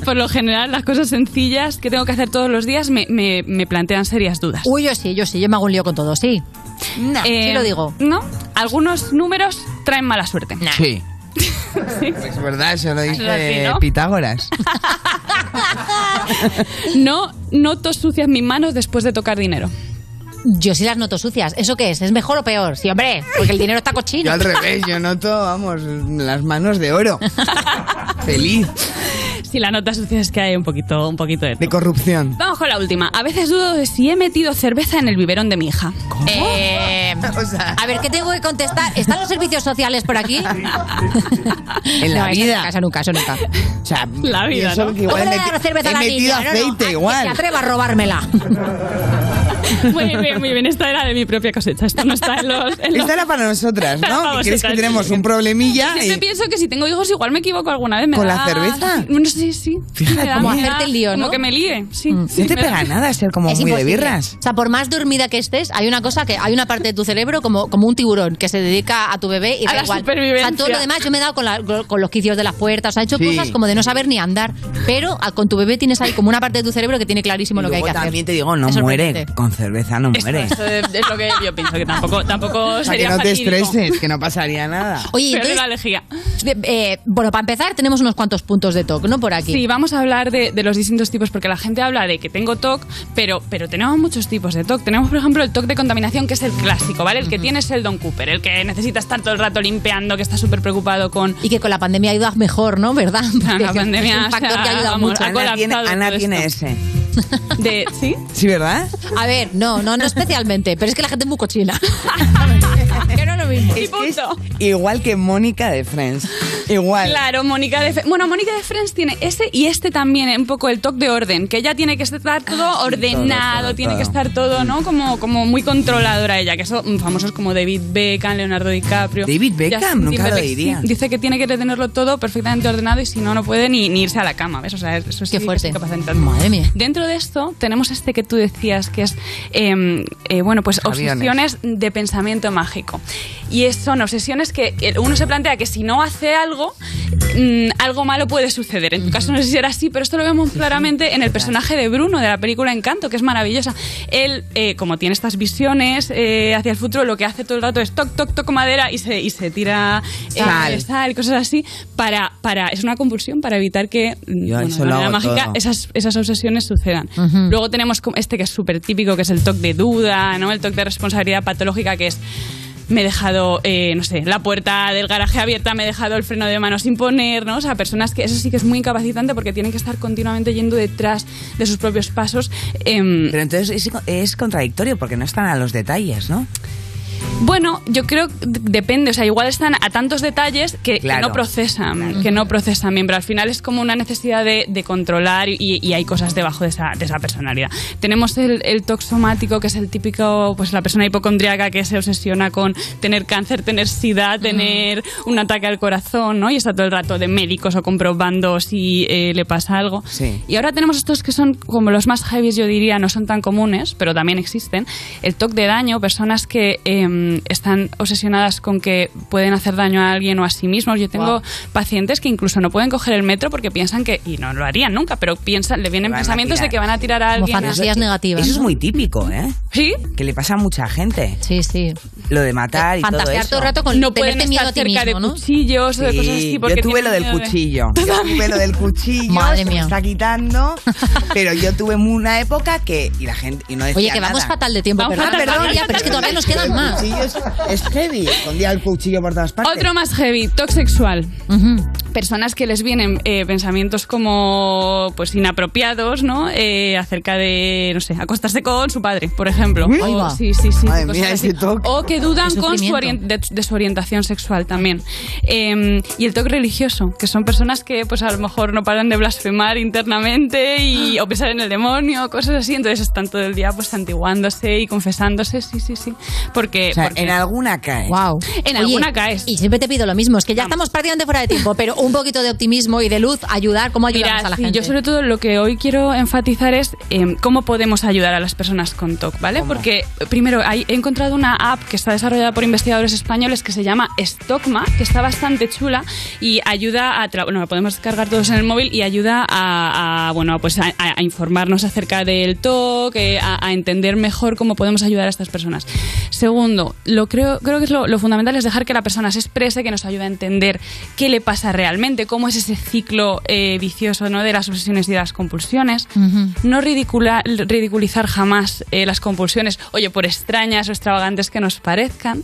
Speaker 34: por lo general, las cosas sencillas que tengo que hacer todos los días me, me- me plantean serias dudas.
Speaker 4: Uy, yo sí, yo sí, yo me hago un lío con todo, sí. Eh,
Speaker 34: No,
Speaker 4: sí lo digo.
Speaker 34: Em, No, algunos números traen mala suerte.
Speaker 6: Sí. Es verdad, eso lo dice
Speaker 34: así, ¿no?
Speaker 6: Pitágoras.
Speaker 34: No noto sucias mis manos después de tocar dinero.
Speaker 4: Yo sí las noto sucias. ¿Eso qué es? ¿Es mejor o peor? Sí, hombre, porque el dinero está cochino.
Speaker 6: Yo al revés, yo noto, vamos, las manos de oro. Feliz.
Speaker 34: Si la nota sucia es que hay un poquito, un poquito de...
Speaker 6: De corrupción.
Speaker 34: Vamos con la última. A veces dudo de si he metido cerveza en el biberón de mi hija.
Speaker 4: Eh, a ver, ¿qué tengo que contestar? ¿Están los servicios sociales por aquí?
Speaker 6: En la
Speaker 4: No, eso
Speaker 6: vida.
Speaker 4: nunca, eso nunca, eso nunca.
Speaker 6: O sea,
Speaker 34: La vida,
Speaker 6: pienso
Speaker 34: ¿no?
Speaker 6: que igual he
Speaker 4: Hombre,
Speaker 6: meti-
Speaker 4: la cerveza
Speaker 6: he
Speaker 4: a la
Speaker 6: metido
Speaker 4: niña, no, no,
Speaker 6: aceite
Speaker 4: a que
Speaker 6: igual.
Speaker 4: se atreva a robármela.
Speaker 34: Muy bien, muy bien. Esta era de mi propia cosecha. Esta no está en los... en los-
Speaker 6: Esta era para nosotras,
Speaker 34: Para
Speaker 6: ¿no? Que crees que
Speaker 34: vosotras.
Speaker 6: tenemos un problemilla
Speaker 34: Siempre
Speaker 6: y
Speaker 34: pienso que si tengo hijos igual me equivoco alguna vez. me
Speaker 6: ¿Con la
Speaker 34: da-
Speaker 6: cerveza?
Speaker 34: No sé, sí.
Speaker 6: Fíjate, Mm.
Speaker 34: Me da-
Speaker 6: como
Speaker 34: me da-
Speaker 4: hacerte el lío,
Speaker 34: como
Speaker 4: ¿no?
Speaker 34: que me líe, sí. sí,
Speaker 6: no te
Speaker 34: me da-
Speaker 6: pega nada ser como
Speaker 4: Es
Speaker 6: muy de
Speaker 4: imposible.
Speaker 6: birras.
Speaker 4: O sea, por más dormida que estés, hay una cosa que hay una parte de tu cerebro como, como un tiburón que se dedica a tu bebé y
Speaker 34: A
Speaker 4: da
Speaker 34: la
Speaker 4: igual.
Speaker 34: supervivencia.
Speaker 4: O sea, todo lo demás yo me he dado con, la- con los quicios de las puertas, o sea, he hecho
Speaker 6: Sí.
Speaker 4: cosas como de no saber ni andar, pero a- con tu bebé tienes ahí como una parte de tu cerebro que tiene clarísimo lo que hay
Speaker 6: Luego
Speaker 4: que hacer.
Speaker 6: también te digo, no
Speaker 4: Es
Speaker 6: muere.
Speaker 4: sorprendente.
Speaker 6: Con cerveza no muere.
Speaker 34: Eso es, es lo que yo pienso, que tampoco, tampoco
Speaker 6: O sea, que
Speaker 34: sería
Speaker 6: no te
Speaker 34: fatídico.
Speaker 6: estreses, que no pasaría nada.
Speaker 4: Oye,
Speaker 34: Pero de
Speaker 4: entonces,
Speaker 34: la lejía.
Speaker 4: de- eh, bueno, para empezar tenemos unos cuantos puntos de toque, ¿no? Por aquí.
Speaker 34: Sí, vamos a hablar de, de los distintos tipos, porque la gente habla de que tengo TOC, pero, pero tenemos muchos tipos de TOC. Tenemos, por ejemplo, el TOC de contaminación, que es el clásico, ¿vale? El que tiene Sheldon Cooper, el que necesita estar todo el rato limpiando, que está súper preocupado con...
Speaker 4: Y que con la pandemia ayudas mejor, ¿no? ¿Verdad? Porque
Speaker 34: la pandemia,
Speaker 4: es un factor
Speaker 34: o sea,
Speaker 4: que ha ayudado
Speaker 34: vamos,
Speaker 4: mucho.
Speaker 34: ha
Speaker 6: Ana tiene,
Speaker 34: colapsado
Speaker 6: Ana
Speaker 34: todo
Speaker 6: tiene
Speaker 34: esto.
Speaker 6: ese.
Speaker 34: De, ¿Sí?
Speaker 6: ¿Sí, verdad?
Speaker 4: A ver, no, no, no especialmente, pero es que la gente es muy cochina. que no es lo mismo.
Speaker 34: Y punto.
Speaker 6: Igual que Mónica de Friends. Igual.
Speaker 34: Claro, Mónica de Fe- Bueno, Mónica de Friends tiene ese y este también, eh, un poco el toque de orden, que ella tiene que estar Ah, todo ordenado,
Speaker 6: todo, todo,
Speaker 34: tiene
Speaker 6: todo.
Speaker 34: que estar todo, ¿no? Como, como muy controladora ella, que eso, mm, famosos como David Beckham, Leonardo DiCaprio.
Speaker 6: David Beckham,
Speaker 34: Justin
Speaker 6: nunca lo
Speaker 34: Timberlake,
Speaker 6: diría.
Speaker 34: sí, Dice que tiene que tenerlo todo perfectamente ordenado y si no, no puede ni, ni irse a la cama, ¿ves? O sea, eso sí
Speaker 4: Qué
Speaker 34: que
Speaker 4: fuerte.
Speaker 34: es capaz de entrar.
Speaker 4: Madre mía.
Speaker 34: Dentro de esto tenemos este que tú decías, que es, eh, eh, bueno, pues
Speaker 6: Aviones.
Speaker 34: obsesiones de pensamiento mágico. Y es- son obsesiones que que uno se plantea que si no hace algo, mm, algo malo puede suceder. En tu caso no sé si era así, pero esto lo vemos claramente en el personaje de Bruno de la película Encanto, que es maravillosa. Él, eh, como tiene estas visiones eh, hacia el futuro, lo que hace todo el rato es toc, toc, toc madera y se, y se tira eh,
Speaker 6: Sal.
Speaker 34: sal, cosas así, para, para, es una compulsión para evitar que mm,
Speaker 6: Yo
Speaker 34: bueno,
Speaker 6: eso
Speaker 34: de
Speaker 6: lo
Speaker 34: manera
Speaker 6: hago
Speaker 34: mágica
Speaker 6: todo.
Speaker 34: esas, esas obsesiones sucedan. Luego tenemos como este que es súper típico, que es el toque de duda, ¿no? El toque de responsabilidad patológica, que es me he dejado, eh, no sé, la puerta del garaje abierta, me he dejado el freno de mano sin poner, ¿no? O sea, personas que eso sí que es muy incapacitante porque tienen que estar continuamente yendo detrás de sus propios pasos. em,
Speaker 15: Pero entonces es, es contradictorio porque no están a los detalles, ¿no?
Speaker 34: Bueno, yo creo que d- depende, o sea, igual están a tantos detalles que, que
Speaker 15: Claro.
Speaker 34: no procesan, que no procesan bien, pero al final es como una necesidad de, de controlar y, y hay cosas debajo de esa, de esa personalidad. Tenemos el, el toxomático, que es el típico, pues la persona hipocondríaca que se obsesiona con tener cáncer, tener sida, tener un ataque al corazón, ¿no? Y está todo el rato de médicos o comprobando si eh, le pasa algo.
Speaker 15: Sí.
Speaker 34: Y ahora tenemos estos que son como los más heavy, yo diría, no son tan comunes, pero también existen. El TOC de daño, personas que eh, están obsesionadas con que pueden hacer daño a alguien o a sí mismos. Yo tengo
Speaker 2: Guau.
Speaker 34: pacientes que incluso no pueden coger el metro porque piensan que, y no lo harían nunca, pero piensan, le vienen
Speaker 15: Van a
Speaker 34: pensamientos de
Speaker 15: tirar.
Speaker 34: que van a tirar a alguien.
Speaker 15: Eso es muy típico, ¿eh?
Speaker 34: Sí.
Speaker 15: Que le pasa a mucha gente.
Speaker 4: Sí, sí.
Speaker 15: Lo de matar y todo
Speaker 4: Fantasear
Speaker 15: eso.
Speaker 4: todo el rato con
Speaker 34: No
Speaker 4: tenerte
Speaker 34: pueden
Speaker 4: miedo
Speaker 34: estar
Speaker 4: a ti
Speaker 34: cerca de
Speaker 4: mismo, ¿no?
Speaker 34: cuchillos o de cosas así.
Speaker 15: Sí,
Speaker 34: porque
Speaker 15: yo tuve
Speaker 34: tienen
Speaker 15: lo del
Speaker 34: miedo de-
Speaker 15: cuchillo. Yo tuve lo del cuchillo.
Speaker 4: Madre
Speaker 15: se me
Speaker 4: mía.
Speaker 15: está quitando. Pero yo tuve una época que. Y la gente. Y no decía
Speaker 4: Oye, que vamos
Speaker 15: nada.
Speaker 4: fatal de tiempo,
Speaker 15: Vamos
Speaker 4: perdón,
Speaker 15: fatal,
Speaker 4: María,
Speaker 15: fatal,
Speaker 4: pero es que
Speaker 15: fatal.
Speaker 4: todavía nos quedan
Speaker 15: Pero el
Speaker 4: más.
Speaker 15: cuchillo Es, es heavy. Escondía el cuchillo por todas partes.
Speaker 34: Otro más heavy, tox sexual. Personas que les vienen eh, pensamientos como pues inapropiados, ¿no? Eh, acerca de, no sé, acostarse con su padre, por ejemplo.
Speaker 15: ¿Eh? Ahí
Speaker 34: O,
Speaker 15: va.
Speaker 34: sí, sí, sí.
Speaker 15: Madre
Speaker 34: cosas
Speaker 15: mía,
Speaker 34: así.
Speaker 15: ese toc.
Speaker 34: o que dudan
Speaker 15: Qué
Speaker 34: con su
Speaker 15: sufrimiento.
Speaker 34: orien- de, de su orientación sexual también. Eh, y el toc religioso, que son personas que pues a lo mejor no paran de blasfemar internamente y, o pensar en el demonio, cosas así. Entonces están todo el día pues santiguándose y confesándose, sí, sí, sí. Porque,
Speaker 15: O sea,
Speaker 34: porque-
Speaker 15: en alguna cae.
Speaker 4: Wow.
Speaker 34: En alguna caes.
Speaker 4: Y siempre te pido lo mismo, es que ya estamos prácticamente fuera de tiempo, pero un poquito de optimismo y de luz, ayudar, cómo ayudamos
Speaker 34: Mira,
Speaker 4: a la
Speaker 34: sí,
Speaker 4: gente.
Speaker 34: Yo sobre todo lo que hoy quiero enfatizar es em, cómo podemos ayudar a las personas con TOC, ¿vale? Porque eh, primero hay- he encontrado una app que está desarrollada por investigadores españoles que se llama Stocma, que está bastante chula y ayuda a tra- bueno, la podemos descargar todos en el móvil y ayuda a, a, bueno pues a, a- a informarnos acerca del TOC, eh, a, a entender mejor cómo podemos ayudar a estas personas. Segundo, lo creo, creo que es lo, lo fundamental es dejar que la persona se exprese, que nos ayude a entender qué le pasa realmente, cómo es ese ciclo eh, vicioso ¿no? de las obsesiones y de las compulsiones. No ridicula- ridiculizar jamás eh, las compulsiones, oye, por extrañas o extravagantes que nos parezcan.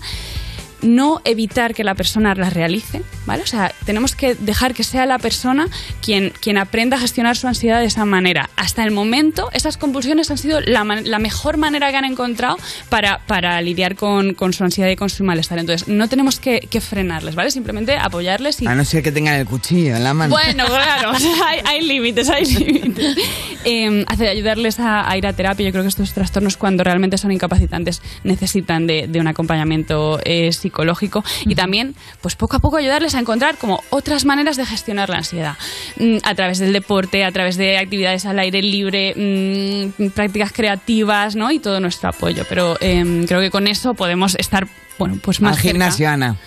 Speaker 34: No evitar que la persona las realice, ¿vale? O sea, tenemos que dejar que sea la persona quien, quien aprenda a gestionar su ansiedad de esa manera. Hasta el momento, esas compulsiones han sido la, man- la mejor manera que han encontrado para, para lidiar con, con su ansiedad y con su malestar. Entonces, no tenemos que, que frenarles, ¿vale? Simplemente apoyarles y
Speaker 6: Ah,
Speaker 15: A no ser que tengan el cuchillo en la mano.
Speaker 34: bueno, claro, o sea, hay, hay límites, hay límites. Eh, hace ayudarles a, a ir a terapia. Yo creo que estos trastornos, cuando realmente son incapacitantes, necesitan de, de un acompañamiento eh, psicológico. Y también, pues poco a poco ayudarles a encontrar como otras maneras de gestionar la ansiedad. Mm, a través del deporte, a través de actividades al aire libre, mm, prácticas creativas, ¿no? Y todo nuestro apoyo. Pero eh, creo que con eso podemos estar, bueno, pues más
Speaker 15: Al gimnasio,
Speaker 34: cerca.
Speaker 15: Ana.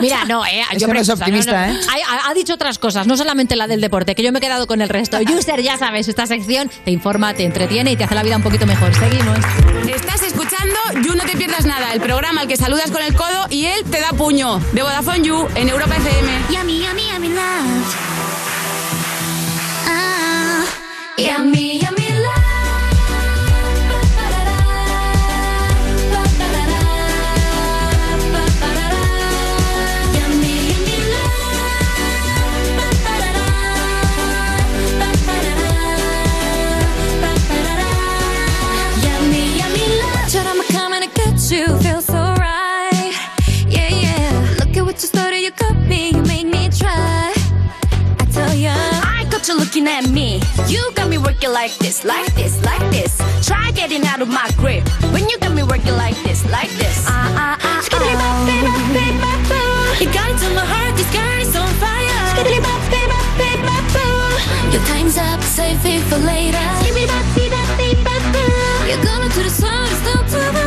Speaker 4: Mira, no, eh,
Speaker 15: Eso no es
Speaker 4: preciosa,
Speaker 15: optimista, ¿eh?
Speaker 4: Ha, ha- ha dicho otras cosas, no solamente la del deporte, que yo me he quedado con el resto. User, ya sabes, esta sección te informa, te entretiene y te hace la vida un poquito mejor. Seguimos.
Speaker 17: Estás escuchando You No Te Pierdas Nada, el programa al que saludas con el codo y él te da puño. De Vodafone You en Europa FM.
Speaker 22: Yummy, yummy, yummy love. Ah, yummy, yummy love. Yummy, yummy love. Yummy, yummy love. Shut up, I'm coming to get you. Feels so right. Yeah, yeah. Look at what you started. You got me. You made me try. I tell ya. I got you looking at me. You got me working like this, like this, like this. Try getting out of my grip. When you got me working like this, like this. Ah, ah, ah, ah. You got into my heart. This girl is on fire. Your time's up. Save it for later. You're gonna do the song. It's not to the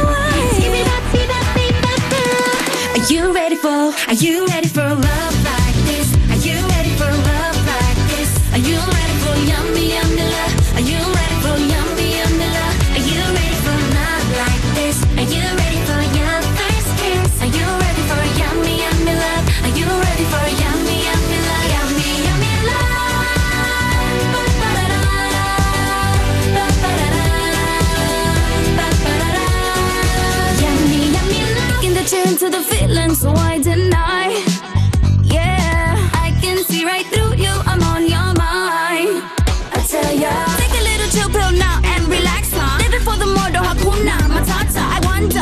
Speaker 22: Are you ready for? Are you ready for love like this? Are you ready for love like this? Are you ready for yummy yummy love? Are you ready for yummy yummy love? Are you ready for love like this? Are you ready for your first kiss? Are you ready for yummy yummy love? Are you ready for yummy yummy love? Yummy yummy love. Ba-ba-da-da, ba-ba-da-da, ba-ba-da-da. Yummy, yummy love. Taking the chain to the feet.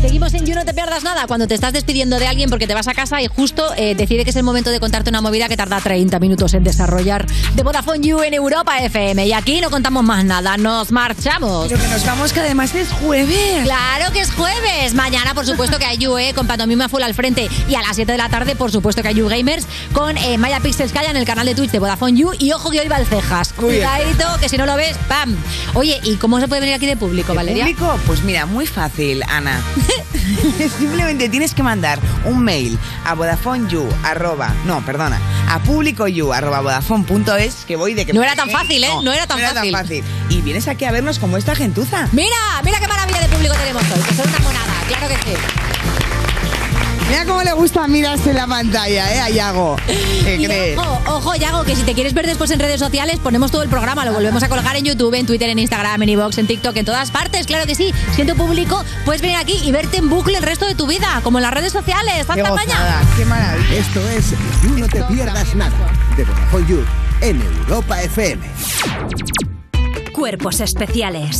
Speaker 4: Seguimos en You No Te Pierdas Nada. Cuando te estás despidiendo de alguien porque te vas a casa y justo eh, decide que es el momento de contarte una movida que tarda 30 minutos en desarrollar de Vodafone You en Europa FM. Y aquí no contamos más nada, nos marchamos.
Speaker 6: Pero que nos vamos, que además es jueves.
Speaker 4: Claro que es jueves. Mañana, por supuesto, que hay You, eh, con Pantomima Full al frente. Y a las 7 de la tarde, por supuesto, que hay You Gamers con eh, Maya Pixelskaya en el canal de Twitch de Vodafone You. Y ojo que hoy va el cejas.
Speaker 6: Muy bien.
Speaker 4: Cuidadito, que si no lo ves, ¡pam! Oye, ¿y cómo se puede venir aquí de público, Valeria?
Speaker 6: ¿Público? Pues mira, muy fácil, Ana. Simplemente tienes que mandar un mail a VodafoneYou, arroba, no, perdona, a publicoyou, arroba vodafone.es, que voy de que...
Speaker 4: No era tan fácil, ¿eh? No era tan fácil.
Speaker 6: Y vienes aquí a vernos como esta gentuza.
Speaker 4: Mira, mira qué maravilla de público tenemos hoy, que son una monada, claro que sí.
Speaker 6: Mira cómo le gusta mirarse la pantalla, ¿eh? A Yago. ¿Qué
Speaker 4: Y
Speaker 6: crees?
Speaker 4: Ojo, ojo, Yago, que si te quieres ver después en redes sociales, ponemos todo el programa, lo volvemos a colgar en YouTube, en Twitter, en Instagram, en iVoox, en TikTok, en todas partes, claro que sí. Siendo público, puedes venir aquí y verte en bucle el resto de tu vida, como en las redes sociales. ¡Haz campaña!
Speaker 6: ¡Qué maravilla!
Speaker 21: Esto es You No Te Pierdas Nada, de Vodafone You, en Europa FM.
Speaker 29: Cuerpos especiales.